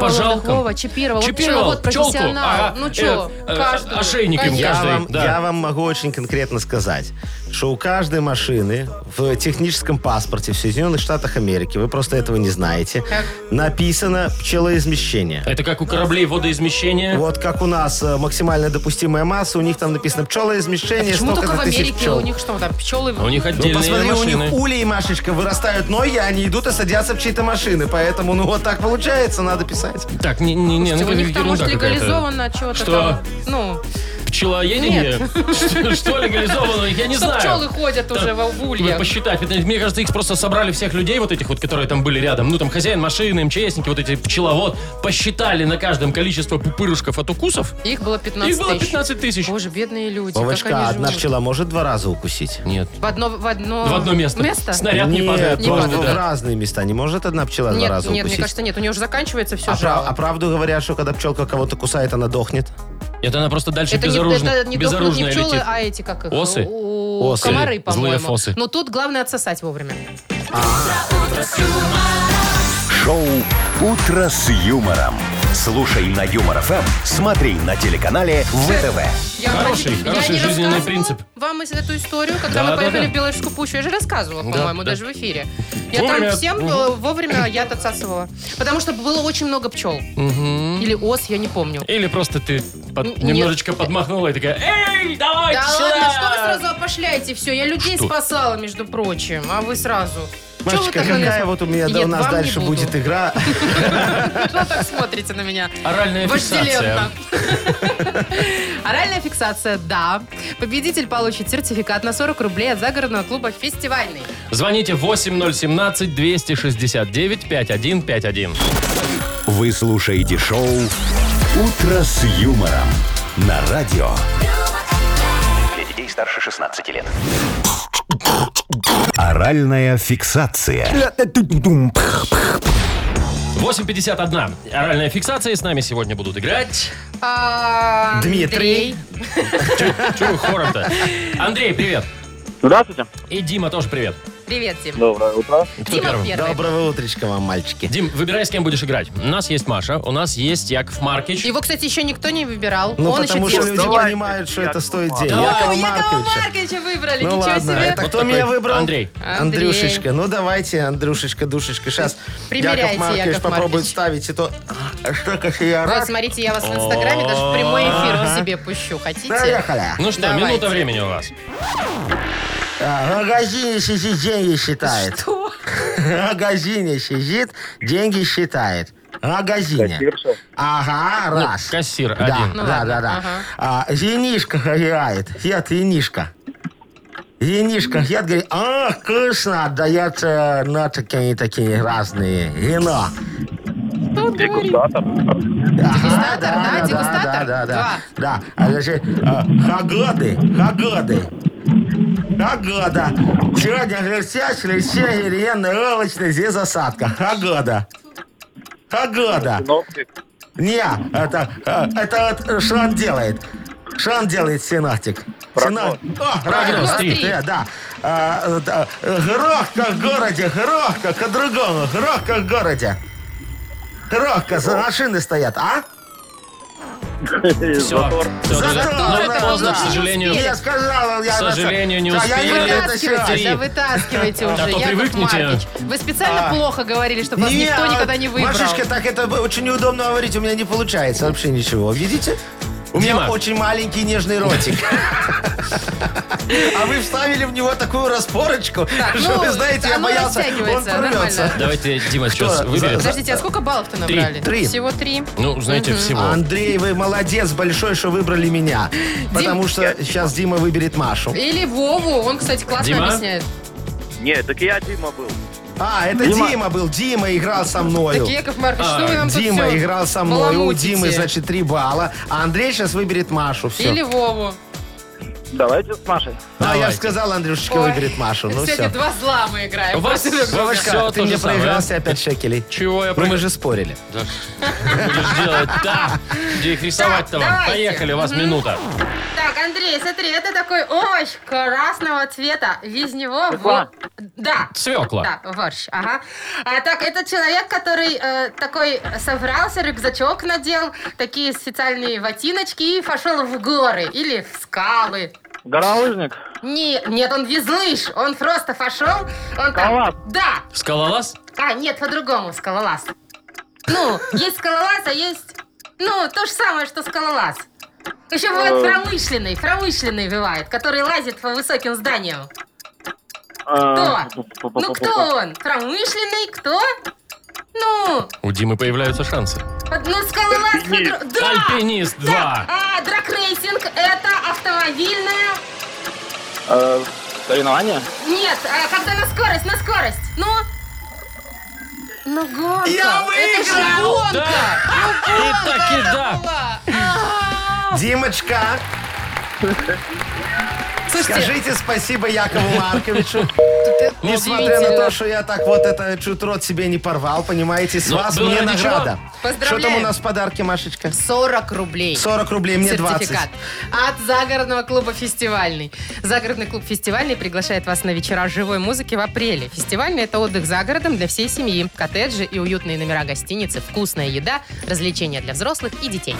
[SPEAKER 2] по, по
[SPEAKER 4] он их,
[SPEAKER 2] жалкам.
[SPEAKER 4] Вова, чипировал. Вот
[SPEAKER 2] Чипировал,
[SPEAKER 4] пчеловод,
[SPEAKER 2] пчелку,
[SPEAKER 4] профессионал.
[SPEAKER 2] ага,
[SPEAKER 4] Ну, чё,
[SPEAKER 2] э, э,
[SPEAKER 4] каждый.
[SPEAKER 2] ошейник им
[SPEAKER 4] Конечно.
[SPEAKER 3] Я
[SPEAKER 2] каждый,
[SPEAKER 3] вам,
[SPEAKER 2] да.
[SPEAKER 3] я вам могу очень конкретно сказать, что у каждой машины в техническом паспорте в Соединенных Штатах Америки, вы просто этого не знаете,
[SPEAKER 4] Как?
[SPEAKER 3] написано пчелоизмещение.
[SPEAKER 2] Это как у кораблей водоизмещение.
[SPEAKER 3] Вот как у нас э, максимально допустимая масса, у них там написано пчелоизмещение,
[SPEAKER 4] А Почему
[SPEAKER 3] столько-то
[SPEAKER 4] только в
[SPEAKER 3] тысяч
[SPEAKER 4] Америке
[SPEAKER 3] пчел.
[SPEAKER 4] у них что там, пчелы?
[SPEAKER 2] А У них
[SPEAKER 3] Ну,
[SPEAKER 2] отдельные
[SPEAKER 3] посмотри,
[SPEAKER 2] машины.
[SPEAKER 3] у них улей, Машечка, вырастают ноги, а они идут и садятся в чьи-то машины. Поэтому, ну, вот так получается, надо писать.
[SPEAKER 2] Так, не, не, не,
[SPEAKER 4] Слушайте,
[SPEAKER 2] ну,
[SPEAKER 4] у них там,
[SPEAKER 2] ерунда
[SPEAKER 4] может,
[SPEAKER 2] какая-то.
[SPEAKER 4] легализовано чего-то
[SPEAKER 2] Что?
[SPEAKER 4] там. Ну,
[SPEAKER 2] Пчелоедение? Что- Что легализовано? Я не
[SPEAKER 4] что
[SPEAKER 2] знаю.
[SPEAKER 4] пчелы ходят уже в- в
[SPEAKER 2] Вы
[SPEAKER 4] ульях.
[SPEAKER 2] посчитать. ведь Мне кажется, их просто собрали всех людей, вот этих вот, которые там были рядом. Ну, там хозяин машины, МЧСники, вот эти пчеловод. Посчитали на каждом количество пупырушков от укусов.
[SPEAKER 4] Их было 15
[SPEAKER 2] Их было
[SPEAKER 4] тысяч.
[SPEAKER 2] 15 тысяч.
[SPEAKER 4] Боже, бедные люди, как
[SPEAKER 3] Вовочка,
[SPEAKER 4] они
[SPEAKER 3] одна
[SPEAKER 4] живут.
[SPEAKER 3] пчела может два раза укусить?
[SPEAKER 2] Нет.
[SPEAKER 4] В одно, в одно...
[SPEAKER 2] В одно место. Снаряд не
[SPEAKER 3] Нет,
[SPEAKER 2] падает.
[SPEAKER 3] в-
[SPEAKER 2] дважды,
[SPEAKER 3] в
[SPEAKER 2] да.
[SPEAKER 3] разные места. Не может одна пчела два
[SPEAKER 4] Нет,
[SPEAKER 3] раза
[SPEAKER 4] нет, мне
[SPEAKER 3] укусить?
[SPEAKER 4] кажется, нет. У нее уже заканчивается все
[SPEAKER 3] а,
[SPEAKER 4] же.
[SPEAKER 3] прав- а правду говорят, что когда пчелка кого-то кусает, она дохнет?
[SPEAKER 2] Это она просто дальше
[SPEAKER 4] Это не,
[SPEAKER 2] безоружно-
[SPEAKER 4] это не дохнут не
[SPEAKER 2] безоружная
[SPEAKER 4] пчелы,
[SPEAKER 2] летит.
[SPEAKER 4] а эти как их?
[SPEAKER 2] Осы?
[SPEAKER 4] У- у-
[SPEAKER 3] Осы.
[SPEAKER 4] Комары, по-моему.
[SPEAKER 2] Злые фосы.
[SPEAKER 4] Но тут главное отсосать вовремя.
[SPEAKER 1] Шоу «Утро с юмором». Слушай на Юмор ФМ, смотри на телеканале ВТВ.
[SPEAKER 4] Я
[SPEAKER 2] Хороший,
[SPEAKER 4] вам не- я
[SPEAKER 2] хороший
[SPEAKER 4] не
[SPEAKER 2] жизненный
[SPEAKER 4] рассказывала
[SPEAKER 2] принцип.
[SPEAKER 4] Вам из- эту историю,
[SPEAKER 2] Да,
[SPEAKER 4] когда мы
[SPEAKER 2] да,
[SPEAKER 4] поехали
[SPEAKER 2] да.
[SPEAKER 4] в Белорусскую пущу, я же рассказывала,
[SPEAKER 2] Да,
[SPEAKER 4] по-моему,
[SPEAKER 2] да.
[SPEAKER 4] даже в эфире. Я
[SPEAKER 2] Вовремя.
[SPEAKER 4] там всем э, вовремя яд отсасывала. Потому что было очень много пчел. Или ос, я не помню.
[SPEAKER 2] Или просто ты под-
[SPEAKER 4] Н- нет.
[SPEAKER 2] немножечко подмахнула и такая, эй, давай
[SPEAKER 4] Да
[SPEAKER 2] сюда!»
[SPEAKER 4] ладно, что вы сразу опошляете все? Я людей
[SPEAKER 2] Что?
[SPEAKER 4] спасала, между прочим, а вы сразу. Чё вы
[SPEAKER 3] Машечка,
[SPEAKER 4] так на меня
[SPEAKER 3] какая
[SPEAKER 4] смо-
[SPEAKER 3] вот у меня да,
[SPEAKER 4] Нет,
[SPEAKER 3] у нас
[SPEAKER 4] вам не
[SPEAKER 3] дальше
[SPEAKER 4] буду.
[SPEAKER 3] будет игра?
[SPEAKER 4] Что так смотрите на меня?
[SPEAKER 2] Оральная
[SPEAKER 4] Вожделенно.
[SPEAKER 2] фиксация.
[SPEAKER 4] Оральная фиксация, да. Победитель получит сертификат на 40 рублей от загородного клуба «Фестивальный».
[SPEAKER 2] Звоните 8017-269-5151.
[SPEAKER 1] Вы слушаете шоу «Утро с юмором» на радио.
[SPEAKER 6] Для детей старше 16 лет.
[SPEAKER 1] Оральная фиксация.
[SPEAKER 2] 851. Оральная фиксация. И С нами сегодня будут играть.
[SPEAKER 4] А,
[SPEAKER 3] Дмитрий.
[SPEAKER 4] Андрей.
[SPEAKER 2] Чего вы хором-то? Андрей, привет.
[SPEAKER 7] Здравствуйте.
[SPEAKER 2] И Дима тоже привет.
[SPEAKER 4] Привет, Дим.
[SPEAKER 7] Доброе утро.
[SPEAKER 2] Кто
[SPEAKER 4] Дима
[SPEAKER 2] первым?
[SPEAKER 4] первый.
[SPEAKER 3] Доброго утречка вам, мальчики.
[SPEAKER 2] Дим, выбирай, с кем будешь играть. У нас есть Маша, у нас есть Яков Маркич.
[SPEAKER 4] Его, кстати, еще никто не выбирал.
[SPEAKER 3] Ну,
[SPEAKER 4] Он еще
[SPEAKER 3] потому что люди
[SPEAKER 4] девственник.
[SPEAKER 7] Давайте,
[SPEAKER 3] понимают, что это
[SPEAKER 7] Яков
[SPEAKER 3] стоит
[SPEAKER 7] Маркович.
[SPEAKER 3] денег.
[SPEAKER 4] Якова,
[SPEAKER 3] Якова
[SPEAKER 4] Якова
[SPEAKER 3] Марковича.
[SPEAKER 4] Марковича выбрали,
[SPEAKER 3] Ну
[SPEAKER 4] ничего
[SPEAKER 3] ладно,
[SPEAKER 4] себе.
[SPEAKER 3] это
[SPEAKER 2] Вот
[SPEAKER 3] кто меня
[SPEAKER 2] такой
[SPEAKER 3] выбрал?
[SPEAKER 2] Андрей.
[SPEAKER 4] Андрей.
[SPEAKER 3] Андрюшечка. Ну давайте, Андрюшечка, душечка. Сейчас
[SPEAKER 4] Примеряйте,
[SPEAKER 3] Яков Маркович
[SPEAKER 4] Яков
[SPEAKER 3] попробует
[SPEAKER 4] Маркович.
[SPEAKER 3] ставить. И то, а, что, как я
[SPEAKER 4] Вот,
[SPEAKER 3] рад.
[SPEAKER 4] Э, смотрите, я вас в Инстаграме даже в прямой эфир вот себе пущу. Хотите?
[SPEAKER 3] Поехали.
[SPEAKER 2] Ну что,
[SPEAKER 4] Давайте.
[SPEAKER 2] минута времени у вас.
[SPEAKER 3] А, В магазине сидит, деньги считает. В магазине сидит, деньги считает. В магазине.
[SPEAKER 7] Кассирша.
[SPEAKER 3] Ага, раз.
[SPEAKER 2] Кассир
[SPEAKER 3] Да,
[SPEAKER 2] один.
[SPEAKER 4] Ну
[SPEAKER 3] да,
[SPEAKER 4] ладно,
[SPEAKER 3] да, да.
[SPEAKER 4] ага.
[SPEAKER 3] А, зенишка играет. Нет, Енишка. Енишка, я говорю, а, вкусно, отдается на такие такие разные вино.
[SPEAKER 7] Дегустатор.
[SPEAKER 3] Ага,
[SPEAKER 4] Дегустатор, да, дегустатор?
[SPEAKER 3] Да, да,
[SPEAKER 4] Два.
[SPEAKER 3] да. Да, а значит, а, Хагоды, Хагоды. Хагода. Сегодня Грицяч, Лещей, Ильенна, Ролочный, здесь засадка. Хагода. Хагода.
[SPEAKER 7] Синоптик.
[SPEAKER 3] Не, это, э, это вот что он делает? Что он делает, синоптик?
[SPEAKER 7] Прогноз.
[SPEAKER 3] Сино- О, правильно,
[SPEAKER 4] Прогноз, три.
[SPEAKER 3] Э, да. А, э, да. Э, Громко в городе, громко, по-другому, громко в городе. Громко, за машины стоят, а?
[SPEAKER 2] Все.
[SPEAKER 3] Затор, да,
[SPEAKER 2] Ну, поздно,
[SPEAKER 3] да.
[SPEAKER 2] к сожалению.
[SPEAKER 3] Я сказал, я...
[SPEAKER 2] К сожалению, не
[SPEAKER 3] Да, я
[SPEAKER 2] успели.
[SPEAKER 3] не это
[SPEAKER 4] Вытаскивайте,
[SPEAKER 3] считаю.
[SPEAKER 4] да вытаскивайте уже.
[SPEAKER 2] то
[SPEAKER 4] Яков
[SPEAKER 2] привыкните.
[SPEAKER 4] Маркович. Вы специально
[SPEAKER 3] А.
[SPEAKER 4] плохо говорили, чтобы вас
[SPEAKER 3] Не,
[SPEAKER 4] никто
[SPEAKER 3] а
[SPEAKER 4] никогда не выбрал.
[SPEAKER 3] Машечка, так это очень неудобно говорить, у меня не получается вообще ничего. Видите? У
[SPEAKER 2] Дима.
[SPEAKER 3] меня очень маленький нежный ротик. А вы вставили в него такую распорочку,
[SPEAKER 4] Так,
[SPEAKER 3] что вы
[SPEAKER 4] ну,
[SPEAKER 3] знаете, я
[SPEAKER 4] оно
[SPEAKER 3] боялся, он
[SPEAKER 4] растягивается,
[SPEAKER 3] порвется.
[SPEAKER 4] нормально.
[SPEAKER 2] Давайте Дима сейчас
[SPEAKER 3] Кто?
[SPEAKER 2] выберет.
[SPEAKER 4] Подождите, а сколько баллов-то набрали?
[SPEAKER 3] Три.
[SPEAKER 4] Всего три.
[SPEAKER 2] Ну, знаете, всего.
[SPEAKER 3] Андрей, вы молодец большой, что выбрали меня. Потому что сейчас Дима выберет Машу.
[SPEAKER 4] Или Вову, он, кстати, классно
[SPEAKER 2] Дима?
[SPEAKER 4] объясняет.
[SPEAKER 7] Нет, так я Дима был.
[SPEAKER 3] А, это
[SPEAKER 7] Дима.
[SPEAKER 3] Дима был. Дима играл со мною.
[SPEAKER 4] Так, Яков Маркович, что вы нам тут
[SPEAKER 3] А, Дима
[SPEAKER 4] всё
[SPEAKER 3] играл со мной. У
[SPEAKER 4] баламутите?
[SPEAKER 3] Димы, значит, три балла. А Андрей сейчас выберет Машу. Все.
[SPEAKER 4] Или Вову.
[SPEAKER 7] Давайте с Машей.
[SPEAKER 3] А, я
[SPEAKER 2] Давайте.
[SPEAKER 3] же сказал, Андрюшечка
[SPEAKER 4] Ой,
[SPEAKER 3] выберет Машу. Ну
[SPEAKER 4] Сегодня
[SPEAKER 3] все.
[SPEAKER 4] два зла мы играем.
[SPEAKER 2] У вас
[SPEAKER 3] Вовочка,
[SPEAKER 2] все
[SPEAKER 3] ты
[SPEAKER 2] то
[SPEAKER 3] мне
[SPEAKER 2] же самое.
[SPEAKER 3] проигрался опять шекелей.
[SPEAKER 2] Чего я
[SPEAKER 3] Ну, мы
[SPEAKER 2] промеж-
[SPEAKER 3] же спорили.
[SPEAKER 2] будешь делать? Да. Где их рисовать-то
[SPEAKER 4] Так,
[SPEAKER 2] вам?
[SPEAKER 4] давайте.
[SPEAKER 2] Поехали, у вас минута.
[SPEAKER 4] Так, Андрей, смотри, это такой овощ красного цвета. Из него...
[SPEAKER 7] Свекла.
[SPEAKER 4] вот- Да.
[SPEAKER 2] Свекла.
[SPEAKER 4] Да, борщ, ага. А, так, это человек, который э, такой собрался, рюкзачок надел, такие специальные ботиночки и пошел в горы или в скалы.
[SPEAKER 7] Горолыжник?
[SPEAKER 4] Не, нет, он без лыж. Он просто пошел. Он
[SPEAKER 7] Скалолаз.
[SPEAKER 4] там... Да.
[SPEAKER 2] Скалолаз?
[SPEAKER 4] А, нет, по-другому скалолаз. Ну, есть скалолаз, а есть... Ну, то же самое, что скалолаз. Еще бывает промышленный, промышленный бывает, который лазит по высоким зданиям.
[SPEAKER 7] Э,
[SPEAKER 4] Кто? Ну, кто он? Промышленный, кто? Ну,
[SPEAKER 2] У Димы появляются шансы.
[SPEAKER 4] под- ну, скалолаз... по-дру- Да!
[SPEAKER 2] Альпинист
[SPEAKER 4] Да,
[SPEAKER 2] 2.
[SPEAKER 4] а, дракрейсинг это автомобильная...
[SPEAKER 7] э, Соревнования?
[SPEAKER 4] Нет, а, когда на скорость, на скорость. Ну, ну гонка.
[SPEAKER 3] Я
[SPEAKER 4] это же
[SPEAKER 3] выиграл!
[SPEAKER 4] гонка.
[SPEAKER 2] Да! И так и да!
[SPEAKER 4] А.
[SPEAKER 3] Димочка,
[SPEAKER 4] Слушайте,
[SPEAKER 3] скажите спасибо Якову Марковичу. Несмотря на
[SPEAKER 4] Удивительно.
[SPEAKER 3] то, что я так вот это чуть рот себе не порвал, понимаете, с
[SPEAKER 2] Ну,
[SPEAKER 3] вас
[SPEAKER 2] было
[SPEAKER 3] мне
[SPEAKER 2] ничего.
[SPEAKER 3] награда. Что
[SPEAKER 4] Поздравляем.
[SPEAKER 3] там у нас в подарке, Машечка?
[SPEAKER 4] 40 рублей.
[SPEAKER 3] 40 рублей, мне 20.
[SPEAKER 4] Сертификат от загородного клуба «Фестивальный». Загородный клуб «Фестивальный» приглашает вас на вечера живой музыки в апреле. Фестивальный – это отдых за городом для всей семьи. Коттеджи и уютные номера гостиницы, вкусная еда, развлечения для взрослых и детей.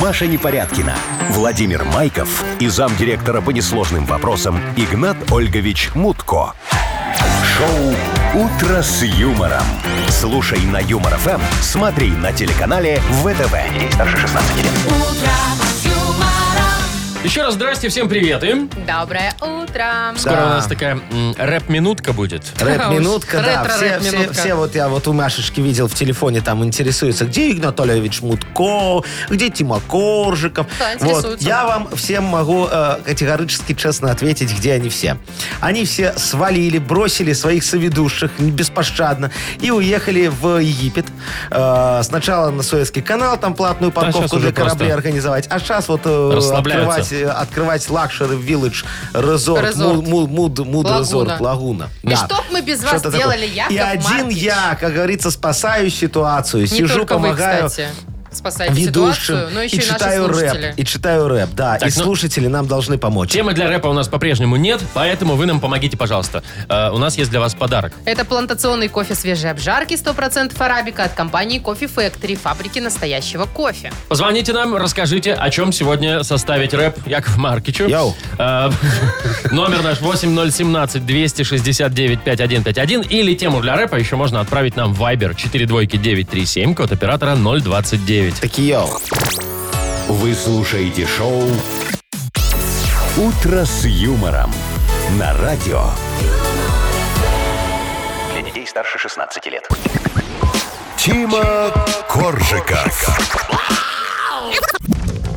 [SPEAKER 1] Маша Непорядкина, Владимир Майков и замдиректора по несложным вопросам Игнат Ольгович Мутко. Шоу «Утро с юмором». Слушай на Юмор ФМ, смотри на телеканале ВТВ. Ей старше 16 лет.
[SPEAKER 2] Еще раз здрасте, всем привет. И
[SPEAKER 4] Доброе утро.
[SPEAKER 2] скоро
[SPEAKER 3] Да.
[SPEAKER 2] у нас такая м, рэп-минутка будет.
[SPEAKER 3] Рэп-минутка, да. Все, все,
[SPEAKER 4] Ретро-рэп-минутка.
[SPEAKER 3] все, вот я вот у Машечки видел в телефоне, там интересуются, где Игнатольевич Мутко, где Тима Коржиков.
[SPEAKER 4] Да,
[SPEAKER 3] вот.
[SPEAKER 4] интересуются.
[SPEAKER 3] Я вам всем могу э, категорически честно ответить, где они все. Они все свалили, бросили своих соведущих беспощадно и уехали в Египет. Э, сначала на Суэцкий канал, там платную
[SPEAKER 2] щас
[SPEAKER 3] парковку
[SPEAKER 2] уже
[SPEAKER 3] для кораблей
[SPEAKER 2] просто
[SPEAKER 3] организовать. А сейчас вот э,
[SPEAKER 2] Расслабляются.
[SPEAKER 3] открывать, э, открывать лакшери виллидж резорт,
[SPEAKER 4] Резорт.
[SPEAKER 3] муд, муд, муд, муд
[SPEAKER 4] Лагуна.
[SPEAKER 3] резорт, лагуна.
[SPEAKER 4] И
[SPEAKER 3] Да.
[SPEAKER 4] чтоб мы без вас
[SPEAKER 3] Что-то такое.
[SPEAKER 4] делали, Яков
[SPEAKER 3] И один
[SPEAKER 4] Маркович.
[SPEAKER 3] я, как говорится, спасаю ситуацию.
[SPEAKER 4] Не
[SPEAKER 3] Сижу,
[SPEAKER 4] только
[SPEAKER 3] помогаю
[SPEAKER 4] вы, кстати, спасаете
[SPEAKER 3] ведущим
[SPEAKER 4] ситуацию, но еще
[SPEAKER 3] и
[SPEAKER 4] и, наши
[SPEAKER 3] читаю
[SPEAKER 4] слушатели.
[SPEAKER 3] рэп. И читаю рэп, да.
[SPEAKER 2] Так,
[SPEAKER 3] и
[SPEAKER 2] ну-
[SPEAKER 3] слушатели нам должны помочь.
[SPEAKER 2] Темы для рэпа у нас по-прежнему нет, поэтому вы нам помогите, пожалуйста. Э, у нас есть для вас подарок.
[SPEAKER 4] Это плантационный кофе свежей обжарки 100% арабика от компании Coffee Factory, фабрики настоящего кофе.
[SPEAKER 2] Позвоните нам, расскажите, о чем сегодня составить рэп Яков Маркичу.
[SPEAKER 3] Йоу.
[SPEAKER 2] Э, Номер наш 8017-269-5151. Или тему для рэпа еще можно отправить нам в Viber 42937, код оператора 029.
[SPEAKER 3] Такие, йоу.
[SPEAKER 1] Вы слушаете шоу «Утро с юмором» на радио.
[SPEAKER 6] Для детей старше 16 лет.
[SPEAKER 1] Тима Коржика.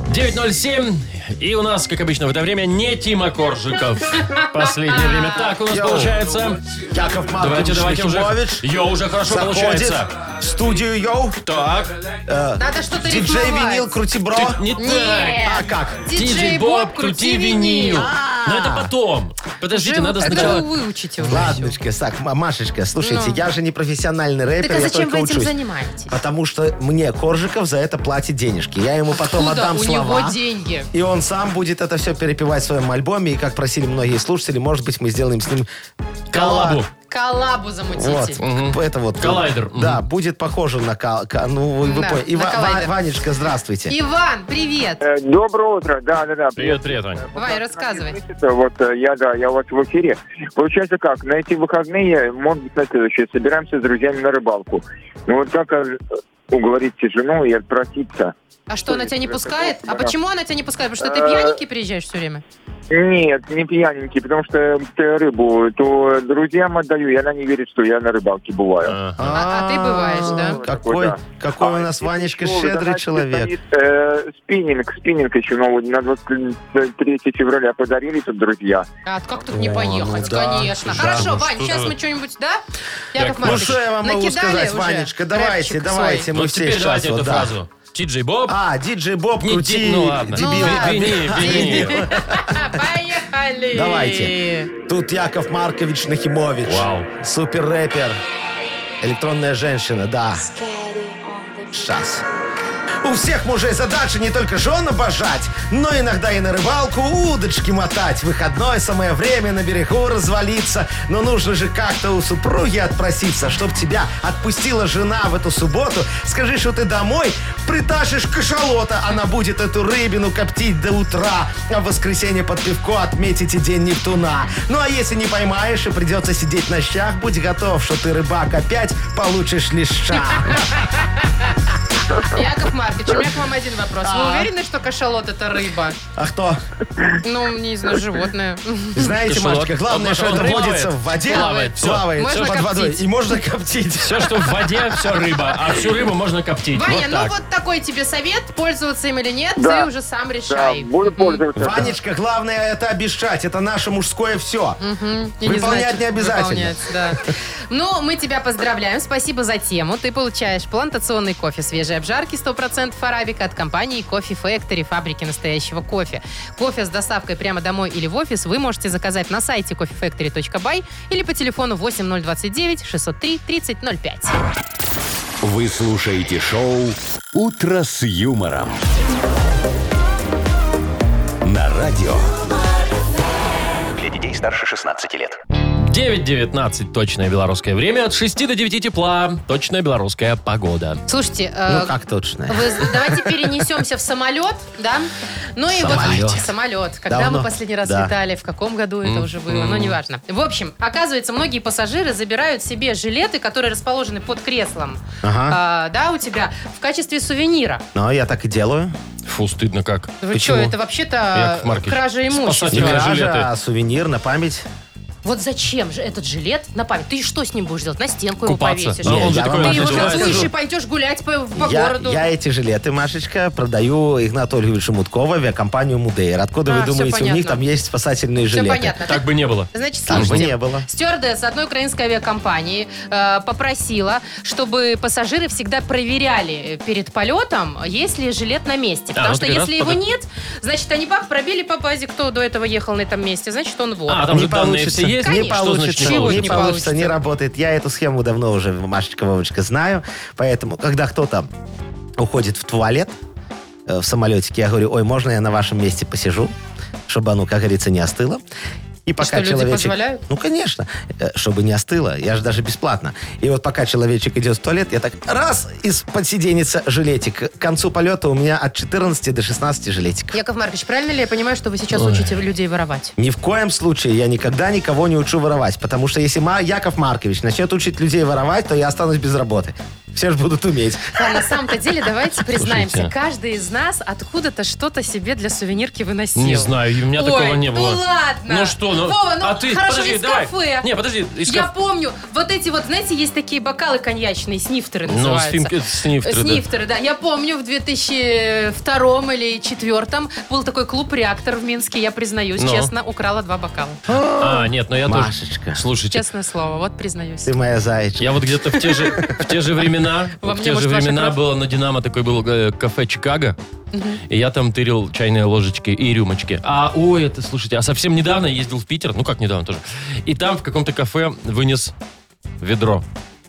[SPEAKER 2] 907. И у нас, как обычно, в это время не Тима Коржиков. Последнее время так у нас
[SPEAKER 3] Йоу.
[SPEAKER 2] получается.
[SPEAKER 3] Яков Маркович
[SPEAKER 2] Давайте, давайте уже.
[SPEAKER 3] Нахимович
[SPEAKER 2] Йо, уже хорошо
[SPEAKER 3] заходит
[SPEAKER 2] получается.
[SPEAKER 3] в студию, йоу.
[SPEAKER 2] Так.
[SPEAKER 4] Надо что-то
[SPEAKER 3] Диджей
[SPEAKER 4] рифмовать.
[SPEAKER 3] Винил, крути бро.
[SPEAKER 2] Не
[SPEAKER 4] Нет.
[SPEAKER 2] так.
[SPEAKER 3] А как?
[SPEAKER 4] Диджей Боб, крути винил. А.
[SPEAKER 2] Но это потом. Подождите,
[SPEAKER 4] Уже
[SPEAKER 2] надо
[SPEAKER 4] вы- это
[SPEAKER 2] сначала...
[SPEAKER 4] вы выучите уже всё.
[SPEAKER 3] Ладночка, так, Ма- Машечка, слушайте,
[SPEAKER 4] Ну.
[SPEAKER 3] я же не профессиональный рэпер,
[SPEAKER 4] Так а
[SPEAKER 3] я
[SPEAKER 4] зачем
[SPEAKER 3] только
[SPEAKER 4] вы этим
[SPEAKER 3] учусь.
[SPEAKER 4] занимаетесь?
[SPEAKER 3] Потому что мне Коржиков за это платит денежки. Я ему потом
[SPEAKER 4] Откуда
[SPEAKER 3] отдам
[SPEAKER 4] у
[SPEAKER 3] слова.
[SPEAKER 4] него деньги?
[SPEAKER 3] И он сам будет это все перепевать в своем альбоме. И как просили многие слушатели, может быть, мы сделаем с ним
[SPEAKER 2] Коллабу.
[SPEAKER 4] Коллабу замутите.
[SPEAKER 3] Вот, это вот.
[SPEAKER 2] Коллайдер.
[SPEAKER 3] Да, будет похоже на... кал- ка- Ну, вы, вы
[SPEAKER 4] Да,
[SPEAKER 3] поняли. И
[SPEAKER 4] на
[SPEAKER 3] Ва- Ва-
[SPEAKER 4] коллайдер.
[SPEAKER 3] Ванечка, здравствуйте.
[SPEAKER 4] Иван, привет.
[SPEAKER 3] Э,
[SPEAKER 7] Доброе утро, да, да, да.
[SPEAKER 2] Привет, привет, Вань.
[SPEAKER 4] Вань, рассказывай.
[SPEAKER 7] Вот э, я, да, я у вас в эфире. Получается как, на эти выходные, может быть, на следующие, собираемся с друзьями на рыбалку. Ну вот как э, уговорить жену и отпроситься?
[SPEAKER 4] А что, она тебя не пускает? А
[SPEAKER 7] Да.
[SPEAKER 4] почему она тебя не пускает? Потому что ты
[SPEAKER 7] Э,
[SPEAKER 4] пьяненький приезжаешь все время?
[SPEAKER 7] Нет, не пьяненький, потому что э, рыбу то друзьям отдаю, и она не верит, что я на рыбалке бываю.
[SPEAKER 2] Ага.
[SPEAKER 4] А- а ты бываешь,
[SPEAKER 7] да?
[SPEAKER 3] Какой,
[SPEAKER 7] Да.
[SPEAKER 3] какой у
[SPEAKER 7] А,
[SPEAKER 3] нас
[SPEAKER 7] если
[SPEAKER 3] Ванечка
[SPEAKER 7] что, вы
[SPEAKER 3] щедрый
[SPEAKER 7] знаете,
[SPEAKER 3] человек.
[SPEAKER 7] стоит, э, спиннинг, спиннинг еще новый на 23 февраля подарили тут друзья.
[SPEAKER 4] А как тут не
[SPEAKER 3] О,
[SPEAKER 4] поехать?
[SPEAKER 3] ну да.
[SPEAKER 4] Конечно.
[SPEAKER 3] Да,
[SPEAKER 4] Хорошо,
[SPEAKER 2] ну
[SPEAKER 4] Вань,
[SPEAKER 2] что
[SPEAKER 4] сейчас
[SPEAKER 2] за-
[SPEAKER 4] мы что-нибудь, да? Яков
[SPEAKER 3] Ну
[SPEAKER 4] Маркович,
[SPEAKER 3] что я вам могу
[SPEAKER 4] накидали
[SPEAKER 3] сказать,
[SPEAKER 4] уже
[SPEAKER 3] Ванечка? Давайте,
[SPEAKER 4] рэпчик
[SPEAKER 3] давайте,
[SPEAKER 4] свой?
[SPEAKER 3] мы
[SPEAKER 2] Вот
[SPEAKER 3] все
[SPEAKER 2] Ну, теперь
[SPEAKER 3] сейчас
[SPEAKER 2] давайте
[SPEAKER 3] вот,
[SPEAKER 2] эту
[SPEAKER 3] да.
[SPEAKER 2] фразу. Тиджей Боб.
[SPEAKER 3] А, диджей Боб,
[SPEAKER 2] Не
[SPEAKER 3] крути,
[SPEAKER 2] ди- ну ладно.
[SPEAKER 3] дебил.
[SPEAKER 4] Ну ладно.
[SPEAKER 2] Вини, вини.
[SPEAKER 4] А, Поехали!
[SPEAKER 3] Давайте. Тут Яков Маркович Нахимович.
[SPEAKER 2] Вау.
[SPEAKER 3] Супер рэпер. Электронная женщина, да. Сейчас. У всех мужей задача не только жен обожать, но иногда и на рыбалку удочки мотать. Выходное самое время на берегу развалиться. Но нужно же как-то у супруги отпроситься, чтоб тебя отпустила жена в эту субботу. Скажи, что ты домой притащишь кашалота. Она будет эту рыбину коптить до утра. А в воскресенье под пивко отметите день Нептуна. Ну а если не поймаешь и придется сидеть на щах, будь готов, что ты рыбак опять получишь леща.
[SPEAKER 4] Яков Маркович, у меня к вам один вопрос. Вы уверены, что кашалот это рыба?
[SPEAKER 3] А кто?
[SPEAKER 4] Ну, не знаю, животное.
[SPEAKER 3] Знаете,
[SPEAKER 2] Кашалот.
[SPEAKER 3] Машечка, главное,
[SPEAKER 2] Он
[SPEAKER 3] что это
[SPEAKER 2] плавает.
[SPEAKER 3] водится в воде,
[SPEAKER 2] Плавает, всё.
[SPEAKER 3] плавает
[SPEAKER 4] Можно
[SPEAKER 3] под водой.
[SPEAKER 4] коптить.
[SPEAKER 3] И можно коптить.
[SPEAKER 2] Все, что в воде, все рыба. А всю рыбу можно коптить.
[SPEAKER 4] Ваня,
[SPEAKER 2] вот
[SPEAKER 4] ну
[SPEAKER 2] так.
[SPEAKER 4] вот такой тебе совет, пользоваться им или нет,
[SPEAKER 7] Да.
[SPEAKER 4] ты уже сам
[SPEAKER 7] Да,
[SPEAKER 4] решай.
[SPEAKER 7] буду пользоваться.
[SPEAKER 3] Ванечка, главное это обещать. Это наше мужское все.
[SPEAKER 4] И не
[SPEAKER 3] Выполнять
[SPEAKER 4] знать,
[SPEAKER 3] не обязательно.
[SPEAKER 4] выполнять, да. Ну, мы тебя поздравляем. Спасибо за тему. Ты получаешь плантационный кофе свежей обжарки 100% арабика от компании Coffee Factory, фабрики настоящего кофе. Кофе с доставкой прямо домой или в офис вы можете заказать на сайте coffeefactory.by или по телефону 8029 603 3005.
[SPEAKER 1] Вы слушаете шоу «Утро с юмором». На радио.
[SPEAKER 6] Для детей старше 16 лет.
[SPEAKER 2] 9.19 точное белорусское время. От 6 до 9 тепла. Точная белорусская погода.
[SPEAKER 4] Слушайте, э,
[SPEAKER 3] Ну как точно?
[SPEAKER 4] Вы- давайте перенесемся в самолет, да? Ну и
[SPEAKER 2] Самолет.
[SPEAKER 4] вот самолет. Когда
[SPEAKER 3] Давно.
[SPEAKER 4] мы последний раз
[SPEAKER 3] Да.
[SPEAKER 4] летали, в каком году это уже было, ну неважно. В общем, оказывается, многие пассажиры забирают себе жилеты, которые расположены под креслом,
[SPEAKER 3] Ага.
[SPEAKER 4] а, да, у тебя, в качестве сувенира.
[SPEAKER 3] Ну, я так и делаю.
[SPEAKER 2] Фу, стыдно как.
[SPEAKER 4] Вы что,
[SPEAKER 3] Почему?
[SPEAKER 4] это вообще-то
[SPEAKER 2] Яков Маркович,
[SPEAKER 4] кража имущества.
[SPEAKER 3] Не
[SPEAKER 2] спасатель. Именно
[SPEAKER 3] кража,
[SPEAKER 2] жилеты.
[SPEAKER 3] а сувенир на память.
[SPEAKER 4] Вот зачем же этот жилет на память? Ты что с ним будешь делать? На стенку его
[SPEAKER 2] Купаться.
[SPEAKER 4] повесишь?
[SPEAKER 2] Ну,
[SPEAKER 3] он же
[SPEAKER 4] Ты
[SPEAKER 3] такой
[SPEAKER 4] его
[SPEAKER 3] надевает.
[SPEAKER 4] разуешь и
[SPEAKER 3] Скажу.
[SPEAKER 4] пойдешь гулять по, по
[SPEAKER 3] Я,
[SPEAKER 4] городу.
[SPEAKER 3] я эти жилеты, Машечка, продаю Игнату Ольговичу Муткову, авиакомпанию «Мудейр». Откуда
[SPEAKER 4] А,
[SPEAKER 3] вы
[SPEAKER 4] всё
[SPEAKER 3] думаете, у них
[SPEAKER 4] понятно.
[SPEAKER 3] там есть спасательные
[SPEAKER 4] Все
[SPEAKER 3] жилеты?
[SPEAKER 4] понятно.
[SPEAKER 2] Так бы не было.
[SPEAKER 4] Значит,
[SPEAKER 3] Там бы
[SPEAKER 4] слушайте.
[SPEAKER 3] не было.
[SPEAKER 4] Стюардесса одной украинской авиакомпании э, попросила, чтобы пассажиры всегда проверяли перед полетом, есть ли жилет на месте. Потому
[SPEAKER 2] ну,
[SPEAKER 4] что
[SPEAKER 2] ты раз
[SPEAKER 4] если его
[SPEAKER 2] под-
[SPEAKER 4] нет, значит, они бах, пробили по базе, кто до этого ехал на этом месте, значит, он вор.
[SPEAKER 2] А, там
[SPEAKER 3] не
[SPEAKER 2] же данные
[SPEAKER 3] получится.
[SPEAKER 2] все есть?
[SPEAKER 4] Конечно.
[SPEAKER 3] Не
[SPEAKER 2] Что значит
[SPEAKER 3] получится,
[SPEAKER 2] не
[SPEAKER 4] Чего
[SPEAKER 2] получится?
[SPEAKER 3] не,
[SPEAKER 4] не получится?
[SPEAKER 3] получится, не работает. Я эту схему давно уже, Машечка, Вовочка, знаю. Поэтому, когда кто-то уходит в туалет э, в самолетике, я говорю, ой, можно я на вашем месте посижу, чтобы оно, как говорится, не остыло. И пока
[SPEAKER 4] что, люди
[SPEAKER 3] человечек...
[SPEAKER 4] позволяют?
[SPEAKER 3] Ну, конечно, э, чтобы не остыло, я же даже бесплатно. И вот пока человечек идет в туалет, я так раз из-под сиденьица жилетик. К концу полета у меня от 14 до 16 жилетиков.
[SPEAKER 4] Яков Маркович, правильно ли я понимаю, что вы сейчас учите людей воровать?
[SPEAKER 3] Ни в коем случае я никогда никого не учу воровать, потому что если Ма- Яков Маркович начнет учить людей воровать, то я останусь без работы. Все же будут уметь.
[SPEAKER 4] Да, А на самом-то деле, давайте признаемся,
[SPEAKER 2] Слушайте.
[SPEAKER 4] каждый из нас откуда-то что-то себе для сувенирки выносил.
[SPEAKER 2] Не знаю, у меня
[SPEAKER 4] Ой,
[SPEAKER 2] такого не было.
[SPEAKER 4] Ну ладно.
[SPEAKER 2] Ну что, ну,
[SPEAKER 4] Вова, ну
[SPEAKER 2] а ты,
[SPEAKER 4] хорошо,
[SPEAKER 2] подожди,
[SPEAKER 4] из
[SPEAKER 2] давай.
[SPEAKER 4] кафе.
[SPEAKER 2] Не, подожди, из
[SPEAKER 4] Я
[SPEAKER 2] кафе.
[SPEAKER 4] помню, вот эти вот, знаете, есть такие бокалы коньячные, снифтеры
[SPEAKER 2] Ну,
[SPEAKER 4] называются.
[SPEAKER 2] сфинк- снифтеры, да.
[SPEAKER 4] Снифтеры, да. Я помню, в 2002 или 2004 был такой клуб «Реактор» в Минске, я признаюсь,
[SPEAKER 2] Ну.
[SPEAKER 4] честно, украла два бокала.
[SPEAKER 2] А, нет, но я
[SPEAKER 3] Машечка.
[SPEAKER 2] тоже... Слушайте,
[SPEAKER 4] Честное слово, вот признаюсь.
[SPEAKER 3] Ты моя зайчка.
[SPEAKER 2] Я вот где-то в те же, в те же времена,
[SPEAKER 4] Во
[SPEAKER 2] в
[SPEAKER 4] мне,
[SPEAKER 2] те же
[SPEAKER 4] может, ваша
[SPEAKER 2] времена
[SPEAKER 4] кровь?
[SPEAKER 2] было на Динамо такой был э, кафе Чикаго. И я там тырил чайные ложечки и рюмочки. А, ой, это, слушайте, а совсем недавно я ездил в Питер, ну как недавно тоже. И там в каком-то кафе вынес ведро.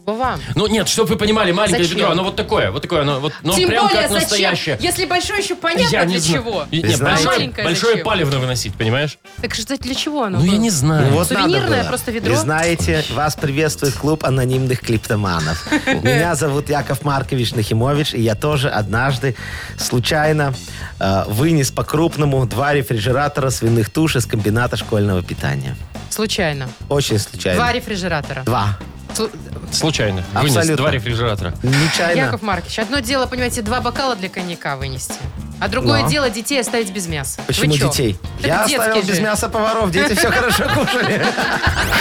[SPEAKER 4] Вова,
[SPEAKER 2] Ну нет, чтобы вы понимали, маленькое
[SPEAKER 4] Зачем?
[SPEAKER 2] ведро, оно вот такое, вот такое, оно вот, но
[SPEAKER 4] Тем
[SPEAKER 2] Ну, прям
[SPEAKER 4] более,
[SPEAKER 2] как
[SPEAKER 4] зачем?
[SPEAKER 2] настоящее.
[SPEAKER 4] Если большое еще понятно,
[SPEAKER 2] я не
[SPEAKER 4] для
[SPEAKER 2] знаю.
[SPEAKER 4] чего.
[SPEAKER 2] И-
[SPEAKER 3] Ты
[SPEAKER 2] Нет,
[SPEAKER 3] знаешь?
[SPEAKER 2] большое,
[SPEAKER 4] Маленькое
[SPEAKER 2] большое
[SPEAKER 4] зачем?
[SPEAKER 2] паливно выносить, понимаешь?
[SPEAKER 4] Так что для чего оно
[SPEAKER 2] Ну я
[SPEAKER 4] было?
[SPEAKER 2] не знаю.
[SPEAKER 3] Вот надо
[SPEAKER 4] Сувенирное
[SPEAKER 3] было.
[SPEAKER 4] просто ведро.
[SPEAKER 3] И знаете, вас приветствует клуб анонимных клиптоманов. Меня зовут Яков Маркович Нахимович, и я тоже однажды случайно э, вынес по-крупному два рефрижератора свиных туш из комбината школьного питания.
[SPEAKER 4] Случайно.
[SPEAKER 3] Очень случайно.
[SPEAKER 4] Два рефрижератора.
[SPEAKER 3] Два.
[SPEAKER 4] Слу-
[SPEAKER 2] Случайно. Вынес
[SPEAKER 3] Абсолютно.
[SPEAKER 2] два рефрижератора.
[SPEAKER 3] Нечаянно.
[SPEAKER 4] Яков Маркович, одно дело, понимаете, два бокала для коньяка вынести, а другое
[SPEAKER 3] Но.
[SPEAKER 4] дело детей оставить без мяса. Вы
[SPEAKER 3] Почему
[SPEAKER 4] чё?
[SPEAKER 3] детей?
[SPEAKER 4] Это
[SPEAKER 3] Я
[SPEAKER 4] детский
[SPEAKER 3] оставил без
[SPEAKER 4] же.
[SPEAKER 3] мяса поваров, дети все хорошо кушали.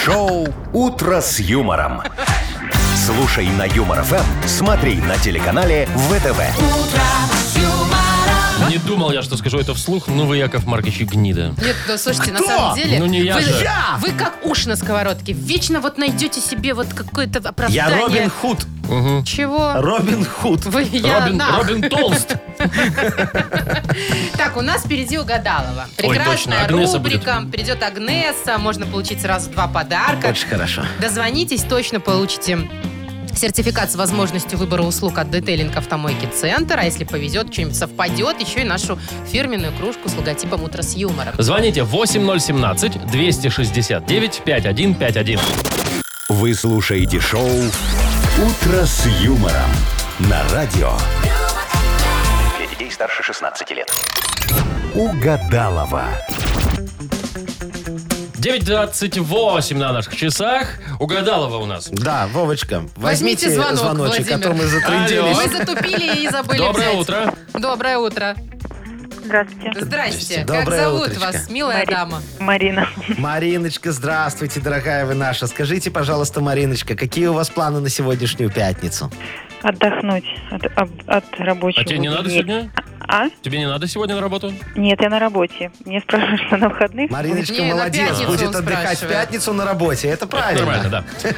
[SPEAKER 1] Шоу «Утро с юмором». Слушай на Юмор ФМ, смотри на телеканале ВТВ.
[SPEAKER 2] Не думал я, что скажу это вслух, ну вы, Яков Маркович, и гнида.
[SPEAKER 4] Нет, ну, слушайте, на
[SPEAKER 3] Кто?
[SPEAKER 4] самом деле...
[SPEAKER 2] Ну, не я
[SPEAKER 4] вы,
[SPEAKER 2] же.
[SPEAKER 3] Я!
[SPEAKER 4] вы как уж на сковородке. Вечно вот найдете себе вот какое-то
[SPEAKER 3] Я
[SPEAKER 4] оправдание.
[SPEAKER 3] Робин Худ.
[SPEAKER 4] Чего?
[SPEAKER 3] Робин Худ.
[SPEAKER 4] Вы, я
[SPEAKER 2] Робин,
[SPEAKER 4] нах.
[SPEAKER 2] Робин Толст.
[SPEAKER 4] Так, у нас впереди Угадалова.
[SPEAKER 2] Ой, точно,
[SPEAKER 4] Прекрасная
[SPEAKER 2] Агнеса
[SPEAKER 4] рубрика. Придет Агнеса. Можно получить сразу два подарка.
[SPEAKER 3] Очень хорошо.
[SPEAKER 4] Дозвонитесь, точно получите Сертификат с возможностью выбора услуг от детейлинг автомойки «Центр». А если повезет, что-нибудь совпадет, еще и нашу фирменную кружку с логотипом «Утро с юмором».
[SPEAKER 2] Звоните 8017-269-5151.
[SPEAKER 1] Вы слушаете шоу «Утро с юмором» на радио
[SPEAKER 6] Для детей старше 16 лет.
[SPEAKER 1] Угадалова.
[SPEAKER 2] 9.28 на наших часах. Угадалова у нас.
[SPEAKER 3] Да, Вовочка, возьмите,
[SPEAKER 4] Возьмите звонок,
[SPEAKER 3] звоночек,
[SPEAKER 4] Владимир.
[SPEAKER 3] который мы затрындились.
[SPEAKER 4] Мы затупили и забыли
[SPEAKER 2] Доброе
[SPEAKER 4] взять.
[SPEAKER 2] утро.
[SPEAKER 4] Доброе утро.
[SPEAKER 10] Здравствуйте,
[SPEAKER 4] Здрасте. как
[SPEAKER 3] Доброе
[SPEAKER 4] зовут
[SPEAKER 3] утречко.
[SPEAKER 4] вас, милая
[SPEAKER 10] Марина.
[SPEAKER 4] дама?
[SPEAKER 10] Марина.
[SPEAKER 3] Мариночка, здравствуйте, дорогая вы наша. Скажите, пожалуйста, Мариночка, какие у вас планы на сегодняшнюю пятницу?
[SPEAKER 10] Отдохнуть от, об- от рабочего.
[SPEAKER 2] А тебе не надо
[SPEAKER 10] дня.
[SPEAKER 2] сегодня?
[SPEAKER 10] А?
[SPEAKER 2] Тебе не надо сегодня на работу?
[SPEAKER 10] Нет, я на работе. Мне спрашивают, что на выходных.
[SPEAKER 3] Мариночка,
[SPEAKER 4] Не, на
[SPEAKER 3] молодец,
[SPEAKER 4] пятницу
[SPEAKER 3] будет
[SPEAKER 4] он
[SPEAKER 3] отдыхать в
[SPEAKER 4] спрашивает.
[SPEAKER 3] пятницу на работе. Это правильно.
[SPEAKER 2] Нормально, да.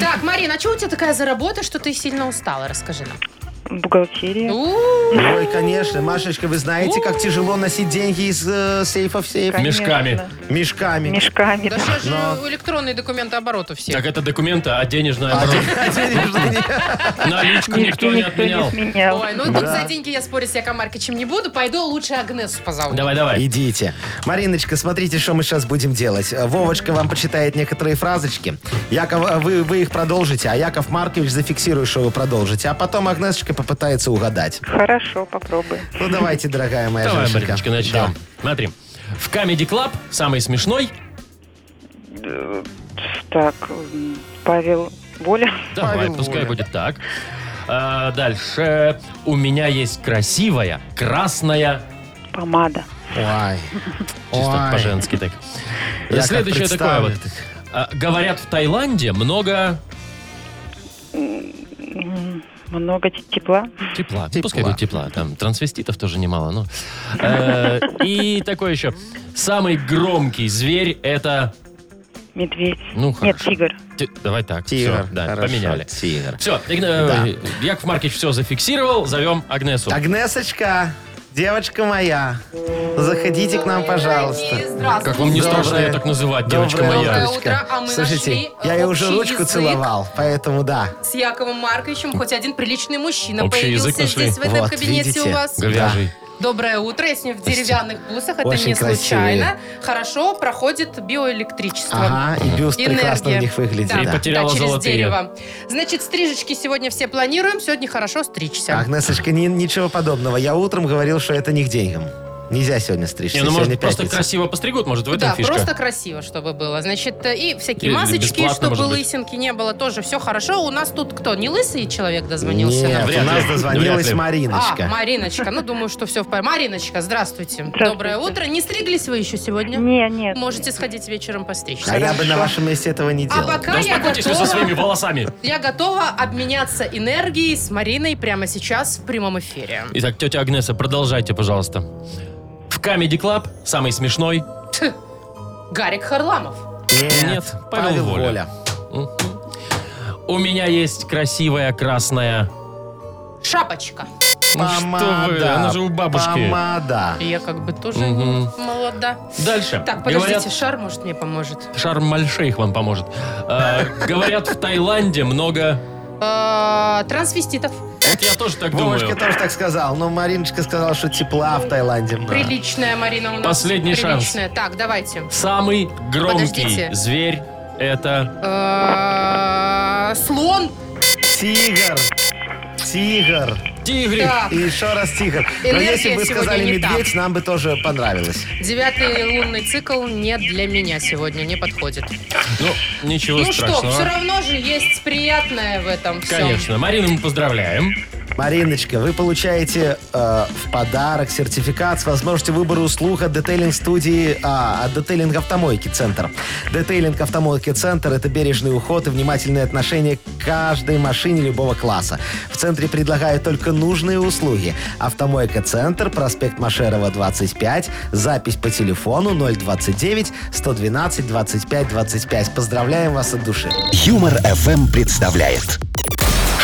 [SPEAKER 4] Так, Марина, а что у тебя такая за работа, что ты сильно устала? Расскажи нам.
[SPEAKER 2] Ну,
[SPEAKER 4] Ну,
[SPEAKER 10] Бухгалтерия.
[SPEAKER 4] У,
[SPEAKER 3] Ой, конечно. Машечка, вы знаете, как тяжело носить деньги из э, сейфа в сейф?
[SPEAKER 10] Конечно.
[SPEAKER 2] Мешками.
[SPEAKER 3] Мешками.
[SPEAKER 2] а
[SPEAKER 10] Мешками.
[SPEAKER 4] Да
[SPEAKER 10] да.
[SPEAKER 4] что же электронные документы оборота все?
[SPEAKER 2] Так это документы, а денежная
[SPEAKER 3] А
[SPEAKER 2] оборот.
[SPEAKER 3] денежные-
[SPEAKER 2] Наличку
[SPEAKER 10] Мешки
[SPEAKER 2] никто не отменял.
[SPEAKER 10] сменял.
[SPEAKER 4] Ой, ну тут за деньги я спорить с Яком Марковичем не буду. Пойду лучше Агнесу позову.
[SPEAKER 2] Давай, давай.
[SPEAKER 3] Идите. Мариночка, смотрите, что мы сейчас будем делать. Э, Вовочка вам почитает некоторые фразочки. Яков, э, вы, вы их продолжите, а Яков Маркович зафиксирует, что вы продолжите. А потом Агнесочка попытается угадать.
[SPEAKER 10] Хорошо, попробуй.
[SPEAKER 3] Ну, давайте, дорогая моя
[SPEAKER 2] Давай,
[SPEAKER 3] женщина.
[SPEAKER 2] Мариночка, начнем. Смотри. В Comedy Club самый смешной.
[SPEAKER 10] Э, Так, м, Павел Воля.
[SPEAKER 2] Давай,
[SPEAKER 3] Павел
[SPEAKER 2] пускай
[SPEAKER 3] Воля.
[SPEAKER 2] будет так. А, дальше. У меня есть красивая, красная.
[SPEAKER 10] Помада.
[SPEAKER 3] Ой.
[SPEAKER 2] Чисто
[SPEAKER 3] Ой.
[SPEAKER 2] по-женски так.
[SPEAKER 3] Я как
[SPEAKER 2] Следующее такое
[SPEAKER 3] представлю.
[SPEAKER 2] вот. А, говорят, в Таиланде много
[SPEAKER 10] М, Много те- тепла.
[SPEAKER 2] Тепла. Ну,
[SPEAKER 3] Тепла.
[SPEAKER 2] Пускай будет тепла. Там трансвеститов тоже немало. Но. Э, И такой еще. Самый громкий зверь это...
[SPEAKER 10] Медведь.
[SPEAKER 2] Ну,
[SPEAKER 10] Нет,
[SPEAKER 2] хорошо.
[SPEAKER 10] тигр.
[SPEAKER 2] Ти- Давай так.
[SPEAKER 3] Тигр.
[SPEAKER 2] всё, да,
[SPEAKER 3] Хорошо,
[SPEAKER 2] поменяли.
[SPEAKER 3] Тигр.
[SPEAKER 2] Все,
[SPEAKER 3] Да.
[SPEAKER 2] Яков Маркич все зафиксировал. Зовем Агнесу.
[SPEAKER 3] Агнесочка, девочка моя, заходите к нам,
[SPEAKER 4] Дорогие,
[SPEAKER 3] пожалуйста.
[SPEAKER 4] здравствуйте.
[SPEAKER 2] Как вам не
[SPEAKER 3] Доброе-
[SPEAKER 2] страшно ее так называть,
[SPEAKER 3] Доброе
[SPEAKER 2] девочка моя?
[SPEAKER 4] Доброе утро, а мы
[SPEAKER 3] Слушайте,
[SPEAKER 4] нашли
[SPEAKER 3] я ей уже
[SPEAKER 4] общий
[SPEAKER 3] ручку
[SPEAKER 4] язык.
[SPEAKER 3] целовал, поэтому да.
[SPEAKER 4] С Яковом Марковичем хоть один приличный мужчина
[SPEAKER 2] Общий
[SPEAKER 4] появился
[SPEAKER 2] язык нашли.
[SPEAKER 4] здесь, в этом
[SPEAKER 3] Вот,
[SPEAKER 4] кабинете
[SPEAKER 3] видите?
[SPEAKER 4] у вас.
[SPEAKER 2] Говяжий. ну,
[SPEAKER 4] Доброе утро. Я с ним в деревянных бусах. Это
[SPEAKER 3] Очень
[SPEAKER 4] не случайно.
[SPEAKER 3] красивые.
[SPEAKER 4] Хорошо проходит биоэлектричество.
[SPEAKER 3] Ага, и бюст прекрасно
[SPEAKER 4] Энергия.
[SPEAKER 3] у них выглядит.
[SPEAKER 4] Да,
[SPEAKER 2] И
[SPEAKER 3] да.
[SPEAKER 2] потеряла
[SPEAKER 4] да, через
[SPEAKER 2] золотые.
[SPEAKER 4] дерево. Значит, стрижечки сегодня все планируем. Сегодня хорошо стричься.
[SPEAKER 2] А,
[SPEAKER 3] Агнесочка, ни- ничего подобного. Я утром говорил, что это не к деньгам. Нельзя сегодня стричься.
[SPEAKER 2] Не, ну
[SPEAKER 3] сегодня
[SPEAKER 2] может просто
[SPEAKER 3] пятница.
[SPEAKER 2] красиво постригут, может в этом
[SPEAKER 4] Да,
[SPEAKER 2] фишка.
[SPEAKER 4] просто красиво, чтобы было. Значит, э, и всякие
[SPEAKER 2] Или
[SPEAKER 4] масочки,
[SPEAKER 2] бесплатно,
[SPEAKER 4] чтобы
[SPEAKER 2] может быть.
[SPEAKER 4] лысинки не было, тоже все хорошо. У нас тут кто, не лысый человек дозвонился?
[SPEAKER 3] Нет,
[SPEAKER 4] нам?
[SPEAKER 2] Вряд
[SPEAKER 3] у нас
[SPEAKER 2] ли. Вряд
[SPEAKER 3] дозвонилась
[SPEAKER 2] ли.
[SPEAKER 3] Мариночка.
[SPEAKER 4] А, Мариночка. Ну, думаю, что все в порядке. Мариночка, здравствуйте. Доброе утро. Не стриглись вы еще сегодня?
[SPEAKER 10] Не, нет.
[SPEAKER 4] Можете сходить вечером постричься.
[SPEAKER 3] А я бы на вашем месте этого не
[SPEAKER 4] А
[SPEAKER 3] делал.
[SPEAKER 4] пока
[SPEAKER 2] Да
[SPEAKER 4] я
[SPEAKER 2] успокойтесь вы
[SPEAKER 4] готова,
[SPEAKER 2] со своими волосами.
[SPEAKER 4] я готова обменяться энергией с Мариной прямо сейчас в прямом эфире.
[SPEAKER 2] Итак, тетя Агнеса, продолжайте, пожалуйста. В Comedy Club самый смешной.
[SPEAKER 4] Гарик Харламов.
[SPEAKER 3] Нет,
[SPEAKER 2] Нет, Павел
[SPEAKER 3] Павел
[SPEAKER 2] Воля.
[SPEAKER 3] Воля.
[SPEAKER 2] У меня есть красивая красная
[SPEAKER 4] Шапочка.
[SPEAKER 2] Ну что вы, она же у бабушки.
[SPEAKER 3] Помада.
[SPEAKER 4] Я как бы тоже
[SPEAKER 2] Мгм.
[SPEAKER 4] молода.
[SPEAKER 2] Дальше.
[SPEAKER 4] Так, подождите,
[SPEAKER 2] Говорят,
[SPEAKER 4] шар, может, мне поможет.
[SPEAKER 2] Шарм Мальшейх вам поможет. Э, Говорят, в Таиланде много...
[SPEAKER 4] Э, Трансвеститов.
[SPEAKER 2] Вот я тоже так
[SPEAKER 3] Вовочка
[SPEAKER 2] думаю.
[SPEAKER 3] тоже так сказал, но Мариночка сказала, что тепла в Таиланде много.
[SPEAKER 4] Приличная Марина у нас.
[SPEAKER 2] Последний шанс.
[SPEAKER 4] Приличная. Так, давайте.
[SPEAKER 2] Самый громкий
[SPEAKER 4] Подождите.
[SPEAKER 2] зверь это...
[SPEAKER 4] Э, Слон.
[SPEAKER 3] Тигр. Тигр.
[SPEAKER 2] Тигрик.
[SPEAKER 4] Так,
[SPEAKER 3] И еще раз тигр. Но
[SPEAKER 4] Энергия
[SPEAKER 3] если бы вы
[SPEAKER 4] сегодня
[SPEAKER 3] сказали
[SPEAKER 4] не та.
[SPEAKER 3] медведь, нам бы тоже понравилось.
[SPEAKER 4] девятый лунный цикл не для меня сегодня, не подходит.
[SPEAKER 2] Ну, ничего
[SPEAKER 4] Ну что, все
[SPEAKER 2] страшного.
[SPEAKER 4] равно же есть приятное в этом всем.
[SPEAKER 2] Конечно. Марину мы поздравляем.
[SPEAKER 3] Мариночка, вы получаете э, в подарок сертификат с возможностью выбора услуг от детейлинг студии, а, от детейлинг автомойки центр. Детейлинг автомойки центр это бережный уход и внимательное отношение к каждой машине любого класса. В центре предлагают только нужные услуги. Автомойка центр, проспект Машерова 25, запись по телефону 029 112 25 25. Поздравляем вас от души.
[SPEAKER 1] Юмор FM представляет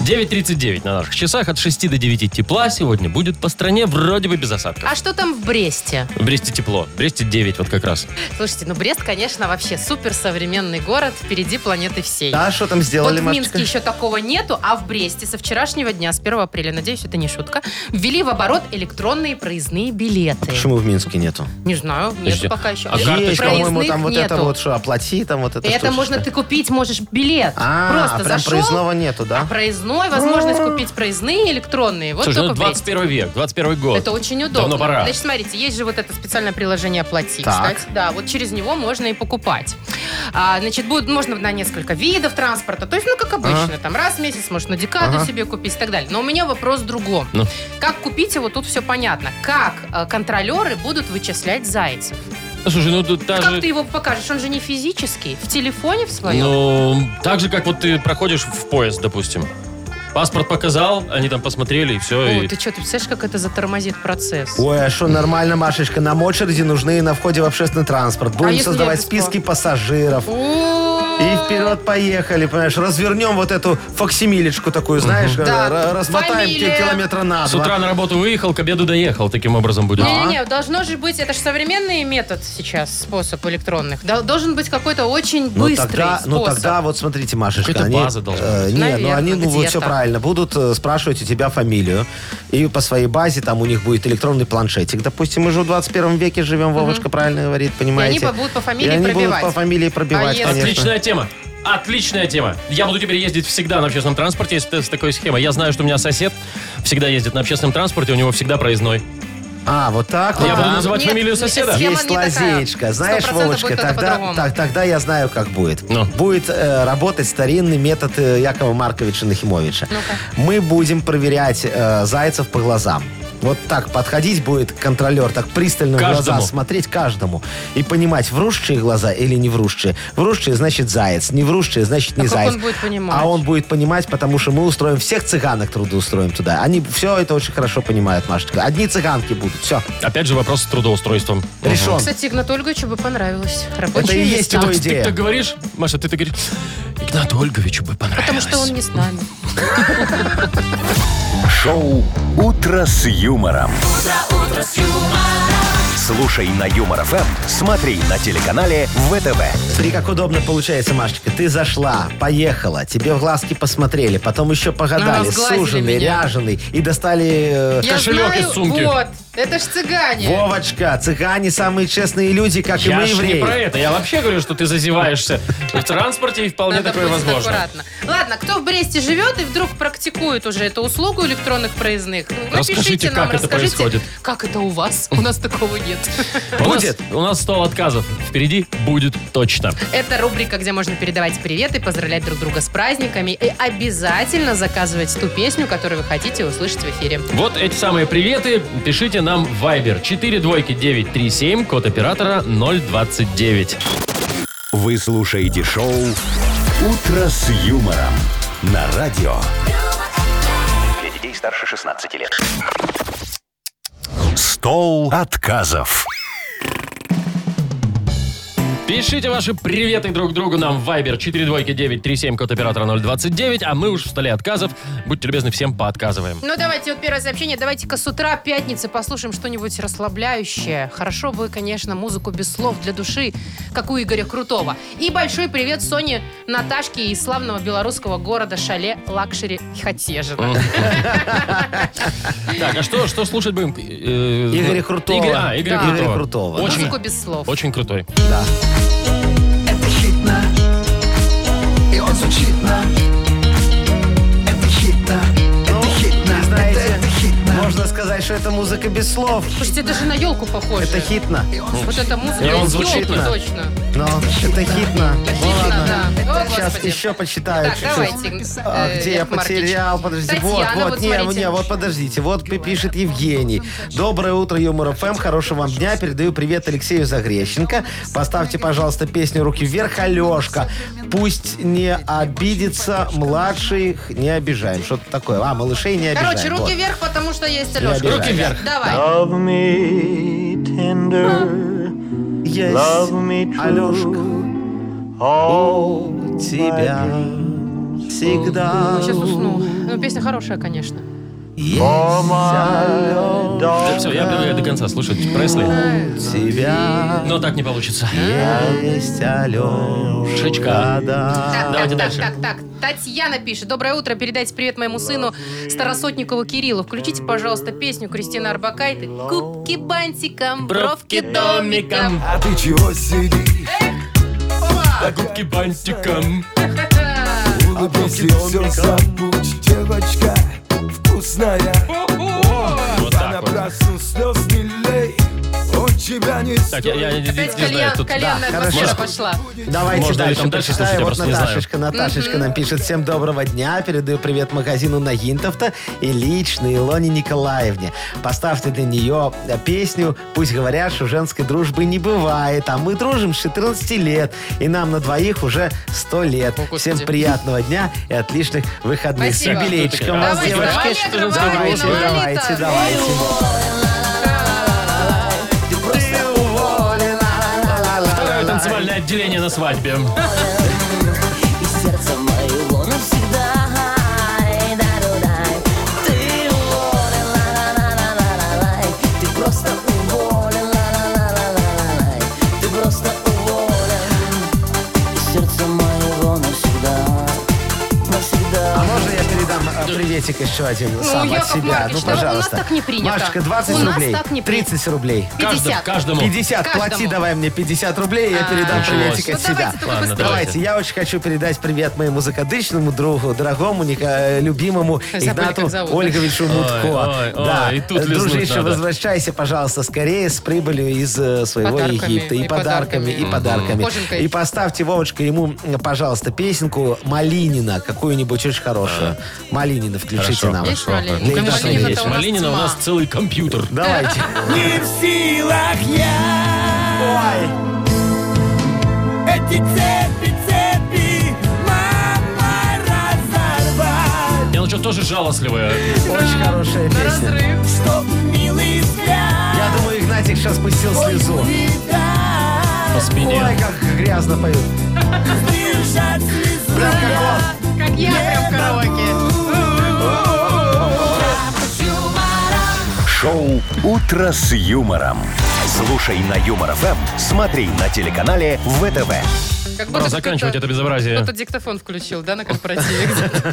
[SPEAKER 2] 9.39 на наших часах. От 6 до 9 тепла сегодня будет по стране вроде бы без осадков.
[SPEAKER 4] А что там в Бресте?
[SPEAKER 2] В Бресте тепло. В Бресте 9 вот как раз.
[SPEAKER 4] Слушайте, ну Брест, конечно, вообще суперсовременный город впереди планеты всей.
[SPEAKER 3] Да, что там сделали,
[SPEAKER 4] вот в
[SPEAKER 3] Машечка?
[SPEAKER 4] Минске еще такого нету, а в Бресте со вчерашнего дня, с 1 апреля, надеюсь, это не шутка, ввели в оборот электронные проездные билеты.
[SPEAKER 3] Почему в Минске нету?
[SPEAKER 4] Не знаю,
[SPEAKER 2] Подожди,
[SPEAKER 4] нету пока еще.
[SPEAKER 2] а карточка?
[SPEAKER 3] Есть, по-моему,
[SPEAKER 4] Проездных
[SPEAKER 3] там вот это
[SPEAKER 4] нету.
[SPEAKER 3] вот что, оплати, там вот это
[SPEAKER 4] Это
[SPEAKER 3] штучечка.
[SPEAKER 4] можно ты купить можешь билет.
[SPEAKER 3] А,
[SPEAKER 4] Просто
[SPEAKER 3] прям
[SPEAKER 4] зашел.
[SPEAKER 3] проездного А. нету, да?
[SPEAKER 4] А проездной, возможность купить проездные электронные. Вот
[SPEAKER 2] Слушай, ну
[SPEAKER 4] только в Бресте.
[SPEAKER 2] 21 век, 21 год.
[SPEAKER 4] Это очень удобно.
[SPEAKER 2] Давно пора.
[SPEAKER 4] Значит, смотрите, есть же вот это специальное приложение «Оплати»,
[SPEAKER 3] Так.
[SPEAKER 4] кстати. Да, вот через него можно и покупать. А, значит, будет, можно на несколько видов транспорта. То есть, ну, как обычно, там раз в месяц, может, на декаду
[SPEAKER 3] Ага.
[SPEAKER 4] себе купить и так далее. Но у меня вопрос в другом.
[SPEAKER 2] Ну.
[SPEAKER 4] Как купить его, тут все понятно. Как э, контролеры будут вычислять зайцев?
[SPEAKER 2] Слушай, ну тут
[SPEAKER 4] Как ты
[SPEAKER 2] даже...
[SPEAKER 4] его покажешь? Он же не физический. В телефоне в своем?
[SPEAKER 2] Ну, так же, как вот ты проходишь в поезд, допустим. Паспорт показал, они там посмотрели, и все.
[SPEAKER 4] О,
[SPEAKER 2] Ну, и...
[SPEAKER 4] ты что, ты представляешь, как это затормозит процесс?
[SPEAKER 3] Ой, а что нормально, Машечка, нам очереди нужны на входе в общественный транспорт. Будем
[SPEAKER 4] А если
[SPEAKER 3] создавать
[SPEAKER 4] я бесплатно?
[SPEAKER 3] списки пассажиров.
[SPEAKER 4] О,
[SPEAKER 3] И вперед поехали, понимаешь, развернем вот эту фоксимилечку такую, знаешь,
[SPEAKER 4] Да.
[SPEAKER 3] р- р- размотаем ки-
[SPEAKER 4] Фамилия.
[SPEAKER 3] километра на
[SPEAKER 2] С
[SPEAKER 3] два.
[SPEAKER 2] утра на работу выехал, к обеду доехал, таким образом будет.
[SPEAKER 4] Не-не-не, должно же быть, это же современный метод сейчас, способ электронных. Дол- Должен быть какой-то очень
[SPEAKER 3] Ну
[SPEAKER 4] быстрый
[SPEAKER 3] тогда,
[SPEAKER 4] способ.
[SPEAKER 3] ну тогда вот смотрите, Машечка,
[SPEAKER 2] Какая-то
[SPEAKER 3] они,
[SPEAKER 2] база должна
[SPEAKER 3] э,
[SPEAKER 2] быть.
[SPEAKER 3] не,
[SPEAKER 4] Наверное,
[SPEAKER 3] ну они ну, вот
[SPEAKER 4] где-то.
[SPEAKER 3] все правильно будут э, спрашивать у тебя фамилию и по своей базе там у них будет электронный планшетик. Допустим, мы же в 21 веке живем, Вовочка правильно говорит, понимаете?
[SPEAKER 4] они будут по фамилии
[SPEAKER 3] И они
[SPEAKER 4] пробивать.
[SPEAKER 3] будут по фамилии пробивать,
[SPEAKER 4] если-
[SPEAKER 3] конечно.
[SPEAKER 2] Отличная тема. Отличная тема. Я буду теперь ездить всегда на общественном транспорте, если это с такой схемой. Я знаю, что у меня сосед всегда ездит на общественном транспорте, у него всегда проездной.
[SPEAKER 3] А, вот так.
[SPEAKER 2] Я
[SPEAKER 3] вот,
[SPEAKER 2] буду
[SPEAKER 3] да?
[SPEAKER 2] называть
[SPEAKER 4] Нет,
[SPEAKER 2] фамилию соседа.
[SPEAKER 4] схема
[SPEAKER 3] Есть
[SPEAKER 4] не такая.
[SPEAKER 3] лазеечка. Знаешь,
[SPEAKER 4] 100% будет
[SPEAKER 3] Вовочка,
[SPEAKER 4] кто-то
[SPEAKER 3] тогда,
[SPEAKER 4] по-другому.
[SPEAKER 3] так- тогда я знаю, как будет.
[SPEAKER 2] Ну.
[SPEAKER 3] Будет э, работать старинный метод э, Якова Марковича Нахимовича. Мы будем проверять э, зайцев по глазам. Вот так подходить будет контролер, так пристально в глаза
[SPEAKER 2] Каждому.
[SPEAKER 3] смотреть каждому и понимать, врущие глаза или не врущие. Врущие значит заяц, не врущие значит не
[SPEAKER 4] А как
[SPEAKER 3] заяц.
[SPEAKER 4] он будет понимать?
[SPEAKER 3] А он будет понимать, потому что мы устроим всех цыганок трудоустроим туда. Они все это очень хорошо понимают, Машечка. Одни цыганки будут, все.
[SPEAKER 2] Опять же вопрос с трудоустройством.
[SPEAKER 3] Решен.
[SPEAKER 4] Кстати, Игнату Ольговичу бы понравилось. Рабочие
[SPEAKER 3] Это и есть
[SPEAKER 4] места.
[SPEAKER 3] его
[SPEAKER 2] Ты
[SPEAKER 3] идея.
[SPEAKER 2] так говоришь, Маша, ты так говоришь, Игнату Ольговичу бы
[SPEAKER 4] Потому
[SPEAKER 2] понравилось.
[SPEAKER 4] что он не с нами.
[SPEAKER 1] Шоу «Утро с юмором». Слушай на Юмор ФМ, смотри на телеканале ВТВ.
[SPEAKER 3] Смотри, как удобно получается, Машечка. Ты зашла, поехала, тебе в глазки посмотрели, потом еще погадали,
[SPEAKER 4] Она сглазили
[SPEAKER 3] суженый,
[SPEAKER 4] меня.
[SPEAKER 3] ряженый, и достали... э,
[SPEAKER 4] Я
[SPEAKER 2] Кошелек
[SPEAKER 4] знаю,
[SPEAKER 2] из сумки.
[SPEAKER 4] Вот, это ж цыгане.
[SPEAKER 3] Вовочка, цыгане самые честные люди, как и
[SPEAKER 2] Я
[SPEAKER 3] мы,
[SPEAKER 2] ж не
[SPEAKER 3] евреи.
[SPEAKER 2] про это. Я вообще говорю, что ты зазеваешься в транспорте, и вполне
[SPEAKER 4] Надо
[SPEAKER 2] такое
[SPEAKER 4] будет
[SPEAKER 2] возможно.
[SPEAKER 4] аккуратно. Ладно, кто в Бресте живет и вдруг практикует уже эту услугу электронных проездных, ну,
[SPEAKER 2] Расскажите,
[SPEAKER 4] напишите нам,
[SPEAKER 2] как это
[SPEAKER 4] расскажите,
[SPEAKER 2] происходит.
[SPEAKER 4] как это у вас? У нас такого нет.
[SPEAKER 2] У нас-
[SPEAKER 3] Будет?
[SPEAKER 2] У нас стол отказов. Впереди будет точно.
[SPEAKER 4] Это рубрика, где можно передавать приветы, поздравлять друг друга с праздниками и обязательно заказывать ту песню, которую вы хотите услышать в эфире.
[SPEAKER 2] Вот эти самые приветы пишите нам в Viber 42937, код оператора 029.
[SPEAKER 1] Вы слушаете шоу «Утро с юмором» на радио.
[SPEAKER 6] Для детей старше 16 лет.
[SPEAKER 1] Стол отказов.
[SPEAKER 2] Пишите ваши приветы друг другу нам в Viber 42937, код оператора 029, а мы уж в столе отказов. Будьте любезны, всем поотказываем.
[SPEAKER 4] Ну, давайте, вот первое сообщение. Давайте-ка с утра пятницы послушаем что-нибудь расслабляющее. Хорошо бы, конечно, музыку без слов для души, как у Игоря Крутого. И большой привет Соне Наташке из славного белорусского города Шале Лакшери Хатежина.
[SPEAKER 2] Так, а что, что слушать будем? Э,
[SPEAKER 3] Игоря Крутого.
[SPEAKER 2] Игорь- а, Игоря
[SPEAKER 4] Да.
[SPEAKER 2] Крутого.
[SPEAKER 3] Игоря Крутого, да.
[SPEAKER 2] Очень,
[SPEAKER 4] Музыку без слов.
[SPEAKER 2] очень крутой.
[SPEAKER 3] Да.
[SPEAKER 8] Это хитно. И он звучит на. Это хитно. Это хитно.
[SPEAKER 3] Вы
[SPEAKER 8] Это,
[SPEAKER 3] знаете,
[SPEAKER 8] это хитно.
[SPEAKER 3] можно сказать, что это музыка без слов.
[SPEAKER 4] Слушайте, это же на елку похоже.
[SPEAKER 3] Это хитно.
[SPEAKER 4] Вот эта музыка
[SPEAKER 2] И он
[SPEAKER 4] из
[SPEAKER 2] звучит, Ну
[SPEAKER 4] елки,
[SPEAKER 2] да.
[SPEAKER 4] точно.
[SPEAKER 3] Но это хитно.
[SPEAKER 4] Это хитно, да. О,
[SPEAKER 3] Сейчас
[SPEAKER 4] господи.
[SPEAKER 3] еще почитаю
[SPEAKER 4] Так,
[SPEAKER 3] чуть-чуть.
[SPEAKER 4] давайте.
[SPEAKER 3] А,
[SPEAKER 4] э,
[SPEAKER 3] где я
[SPEAKER 4] Яков Маркович.
[SPEAKER 3] потерял? Подожди, вот,
[SPEAKER 4] Татьяна,
[SPEAKER 3] вот, не,
[SPEAKER 4] смотрите.
[SPEAKER 3] не, вот подождите, вот пи- пишет Евгений. Доброе утро, Юмор ФМ, хорошего вам дня, передаю привет Алексею Загрещенко. Поставьте, пожалуйста, песню «Руки вверх, Алешка». Пусть не обидится, младших не обижаем. Что-то такое. А, малышей не обижаем.
[SPEAKER 4] Короче, руки
[SPEAKER 3] вот.
[SPEAKER 4] вверх, потому что есть Алешка.
[SPEAKER 3] обижаю.
[SPEAKER 2] Руки вверх.
[SPEAKER 4] Давай.
[SPEAKER 3] Yes, Алешка, у тебя всегда
[SPEAKER 4] Сейчас усну. Ну, песня хорошая, конечно.
[SPEAKER 2] Да, все, я предлагаю до конца слушать Пресли.
[SPEAKER 3] тебя
[SPEAKER 2] Но так не получится.
[SPEAKER 3] есть Алешечка.
[SPEAKER 2] Шичка.
[SPEAKER 4] Так,
[SPEAKER 2] Давайте
[SPEAKER 4] так,
[SPEAKER 2] дальше.
[SPEAKER 4] так, так, так. Татьяна пишет. Доброе утро. Передайте привет моему сыну Старосотникову Кириллу. Включите, пожалуйста, песню Кристины Арбакайте. Кубки бантиком, бровки домиком.
[SPEAKER 8] А ты чего сидишь?
[SPEAKER 2] А губки бантиком.
[SPEAKER 8] Улыбнись и все забудь, девочка вкусная.
[SPEAKER 2] Вот так вот.
[SPEAKER 8] Понапрасну слез не лей, он тебя не
[SPEAKER 2] Так, я, я не, не- не
[SPEAKER 4] Опять
[SPEAKER 2] знаю,
[SPEAKER 4] кальян,
[SPEAKER 2] тут...
[SPEAKER 4] кальянная
[SPEAKER 3] да,
[SPEAKER 4] атмосфера
[SPEAKER 3] хорошо.
[SPEAKER 4] пошла.
[SPEAKER 3] Давайте
[SPEAKER 2] Можно ли
[SPEAKER 3] дальше
[SPEAKER 2] там дальше
[SPEAKER 3] прочитаю.
[SPEAKER 2] слушать, я
[SPEAKER 3] вот
[SPEAKER 2] просто не знаю.
[SPEAKER 3] Наташечка, Наташечка нам пишет. Всем доброго дня. Передаю привет магазину Нагинтовта и лично Илоне Николаевне. Поставьте для нее э, песню «Пусть говорят, что женской дружбы не бывает». А мы дружим с 14 лет. И нам на двоих уже 100 лет.
[SPEAKER 4] О, Господи.
[SPEAKER 3] Всем приятного дня и отличных выходных.
[SPEAKER 4] Спасибо.
[SPEAKER 3] С юбилейчиком вас,
[SPEAKER 4] Давайте,
[SPEAKER 3] девочки.
[SPEAKER 4] давай,
[SPEAKER 2] что
[SPEAKER 4] открывай,
[SPEAKER 3] Давайте,
[SPEAKER 4] Виновали-то.
[SPEAKER 3] давайте, давайте.
[SPEAKER 2] Второе танцевальное отделение на свадьбе.
[SPEAKER 11] И сердце моего навсегда Ай, да-ду-дай. Ты уволен, ла-ла-ла-ла-ла-лай. Ты просто уволен, ла-ла-ла-ла-ла-лай. Ты просто уволен. И сердце моего навсегда, навсегда.
[SPEAKER 3] А можно я передам э, приветик еще один сам от
[SPEAKER 4] Яков
[SPEAKER 3] себя?
[SPEAKER 4] Маркович,
[SPEAKER 3] ну,
[SPEAKER 4] да у нас
[SPEAKER 3] пожалуйста.
[SPEAKER 4] так не принято.
[SPEAKER 3] Машечка, 20
[SPEAKER 4] У нас
[SPEAKER 3] рублей.
[SPEAKER 4] так не принято.
[SPEAKER 3] 30 рублей.
[SPEAKER 2] Каждому,
[SPEAKER 4] 50.
[SPEAKER 2] каждому.
[SPEAKER 3] 50,
[SPEAKER 4] Каждому.
[SPEAKER 3] плати давай мне 50 рублей, я передам
[SPEAKER 2] Началось.
[SPEAKER 3] приветик
[SPEAKER 4] Ну,
[SPEAKER 3] от себя.
[SPEAKER 4] давайте только
[SPEAKER 2] Ладно,
[SPEAKER 4] быстрее.
[SPEAKER 2] давай.
[SPEAKER 3] Давайте, я очень хочу передать привет моему закадычному другу, дорогому, ника- любимому
[SPEAKER 4] Забыли,
[SPEAKER 3] Игнату
[SPEAKER 4] как зовут.
[SPEAKER 3] Ольговичу
[SPEAKER 2] ой,
[SPEAKER 3] Мутко.
[SPEAKER 2] ой, и тут лизнуть
[SPEAKER 3] Дружище,
[SPEAKER 2] надо.
[SPEAKER 3] возвращайся, пожалуйста, скорее с прибылью из э, своего
[SPEAKER 4] Подарками,
[SPEAKER 3] Египта. И
[SPEAKER 4] и
[SPEAKER 3] подарками, и подарками.
[SPEAKER 4] Кожанкой.
[SPEAKER 3] И поставьте, Вовочка, ему, м, пожалуйста, песенку Малинина, какую-нибудь очень хорошую. Малинина включите нам.
[SPEAKER 4] Есть Малинина?
[SPEAKER 3] Для
[SPEAKER 2] Ну, конечно,
[SPEAKER 3] Игната
[SPEAKER 2] есть.
[SPEAKER 4] у нас
[SPEAKER 2] Малинина у нас
[SPEAKER 4] тьма.
[SPEAKER 2] целый компьютер.
[SPEAKER 3] Давайте.
[SPEAKER 8] Не в силах я Эти цепи, цепи Мамой разорвать
[SPEAKER 2] Я ну что, тоже жалостливая.
[SPEAKER 3] Очень хорошая
[SPEAKER 4] На
[SPEAKER 3] песня.
[SPEAKER 4] разрыв.
[SPEAKER 8] Чтоб милый взгляд
[SPEAKER 3] Я думаю, Игнатик сейчас пустил слезу.
[SPEAKER 2] По
[SPEAKER 8] видать
[SPEAKER 3] Ой,
[SPEAKER 2] спине.
[SPEAKER 3] как грязно поют.
[SPEAKER 8] Сдержать слезу
[SPEAKER 3] Прям как он.
[SPEAKER 4] Как я прям в караоке.
[SPEAKER 1] Шоу «Утро с юмором». Слушай на Юмор ФМ, смотри на телеканале ВТВ.
[SPEAKER 4] Как будто
[SPEAKER 2] Пора заканчивать
[SPEAKER 4] кто-то-
[SPEAKER 2] это безобразие.
[SPEAKER 4] Кто-то диктофон включил, да, на корпоративе где-то.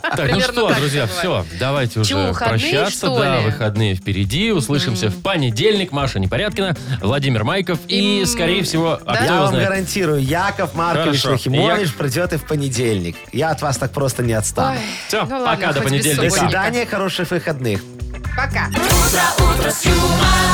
[SPEAKER 2] Так, ну
[SPEAKER 4] примерно
[SPEAKER 2] что,
[SPEAKER 4] так
[SPEAKER 2] друзья,
[SPEAKER 4] бывает.
[SPEAKER 2] все, давайте
[SPEAKER 4] Чего,
[SPEAKER 2] уже
[SPEAKER 4] выходные,
[SPEAKER 2] прощаться.
[SPEAKER 4] что
[SPEAKER 2] Да,
[SPEAKER 4] ли?
[SPEAKER 2] выходные впереди. Услышимся в понедельник. Маша Непорядкина, Владимир Майков и,
[SPEAKER 4] М,
[SPEAKER 2] скорее всего, а кто
[SPEAKER 3] Я
[SPEAKER 2] его
[SPEAKER 3] вам
[SPEAKER 2] знает?
[SPEAKER 3] гарантирую, Яков Маркович
[SPEAKER 2] Хорошо.
[SPEAKER 3] Нахимович
[SPEAKER 2] Як-
[SPEAKER 3] придет и в понедельник. Я от вас так просто не отстану.
[SPEAKER 4] Ой,
[SPEAKER 2] Все,
[SPEAKER 4] ну ладно,
[SPEAKER 2] пока, до
[SPEAKER 4] хоть без
[SPEAKER 2] понедельника.
[SPEAKER 3] До
[SPEAKER 4] субботника.
[SPEAKER 3] свидания, хороших выходных.
[SPEAKER 4] Пока.
[SPEAKER 11] Утро, утро с юмором.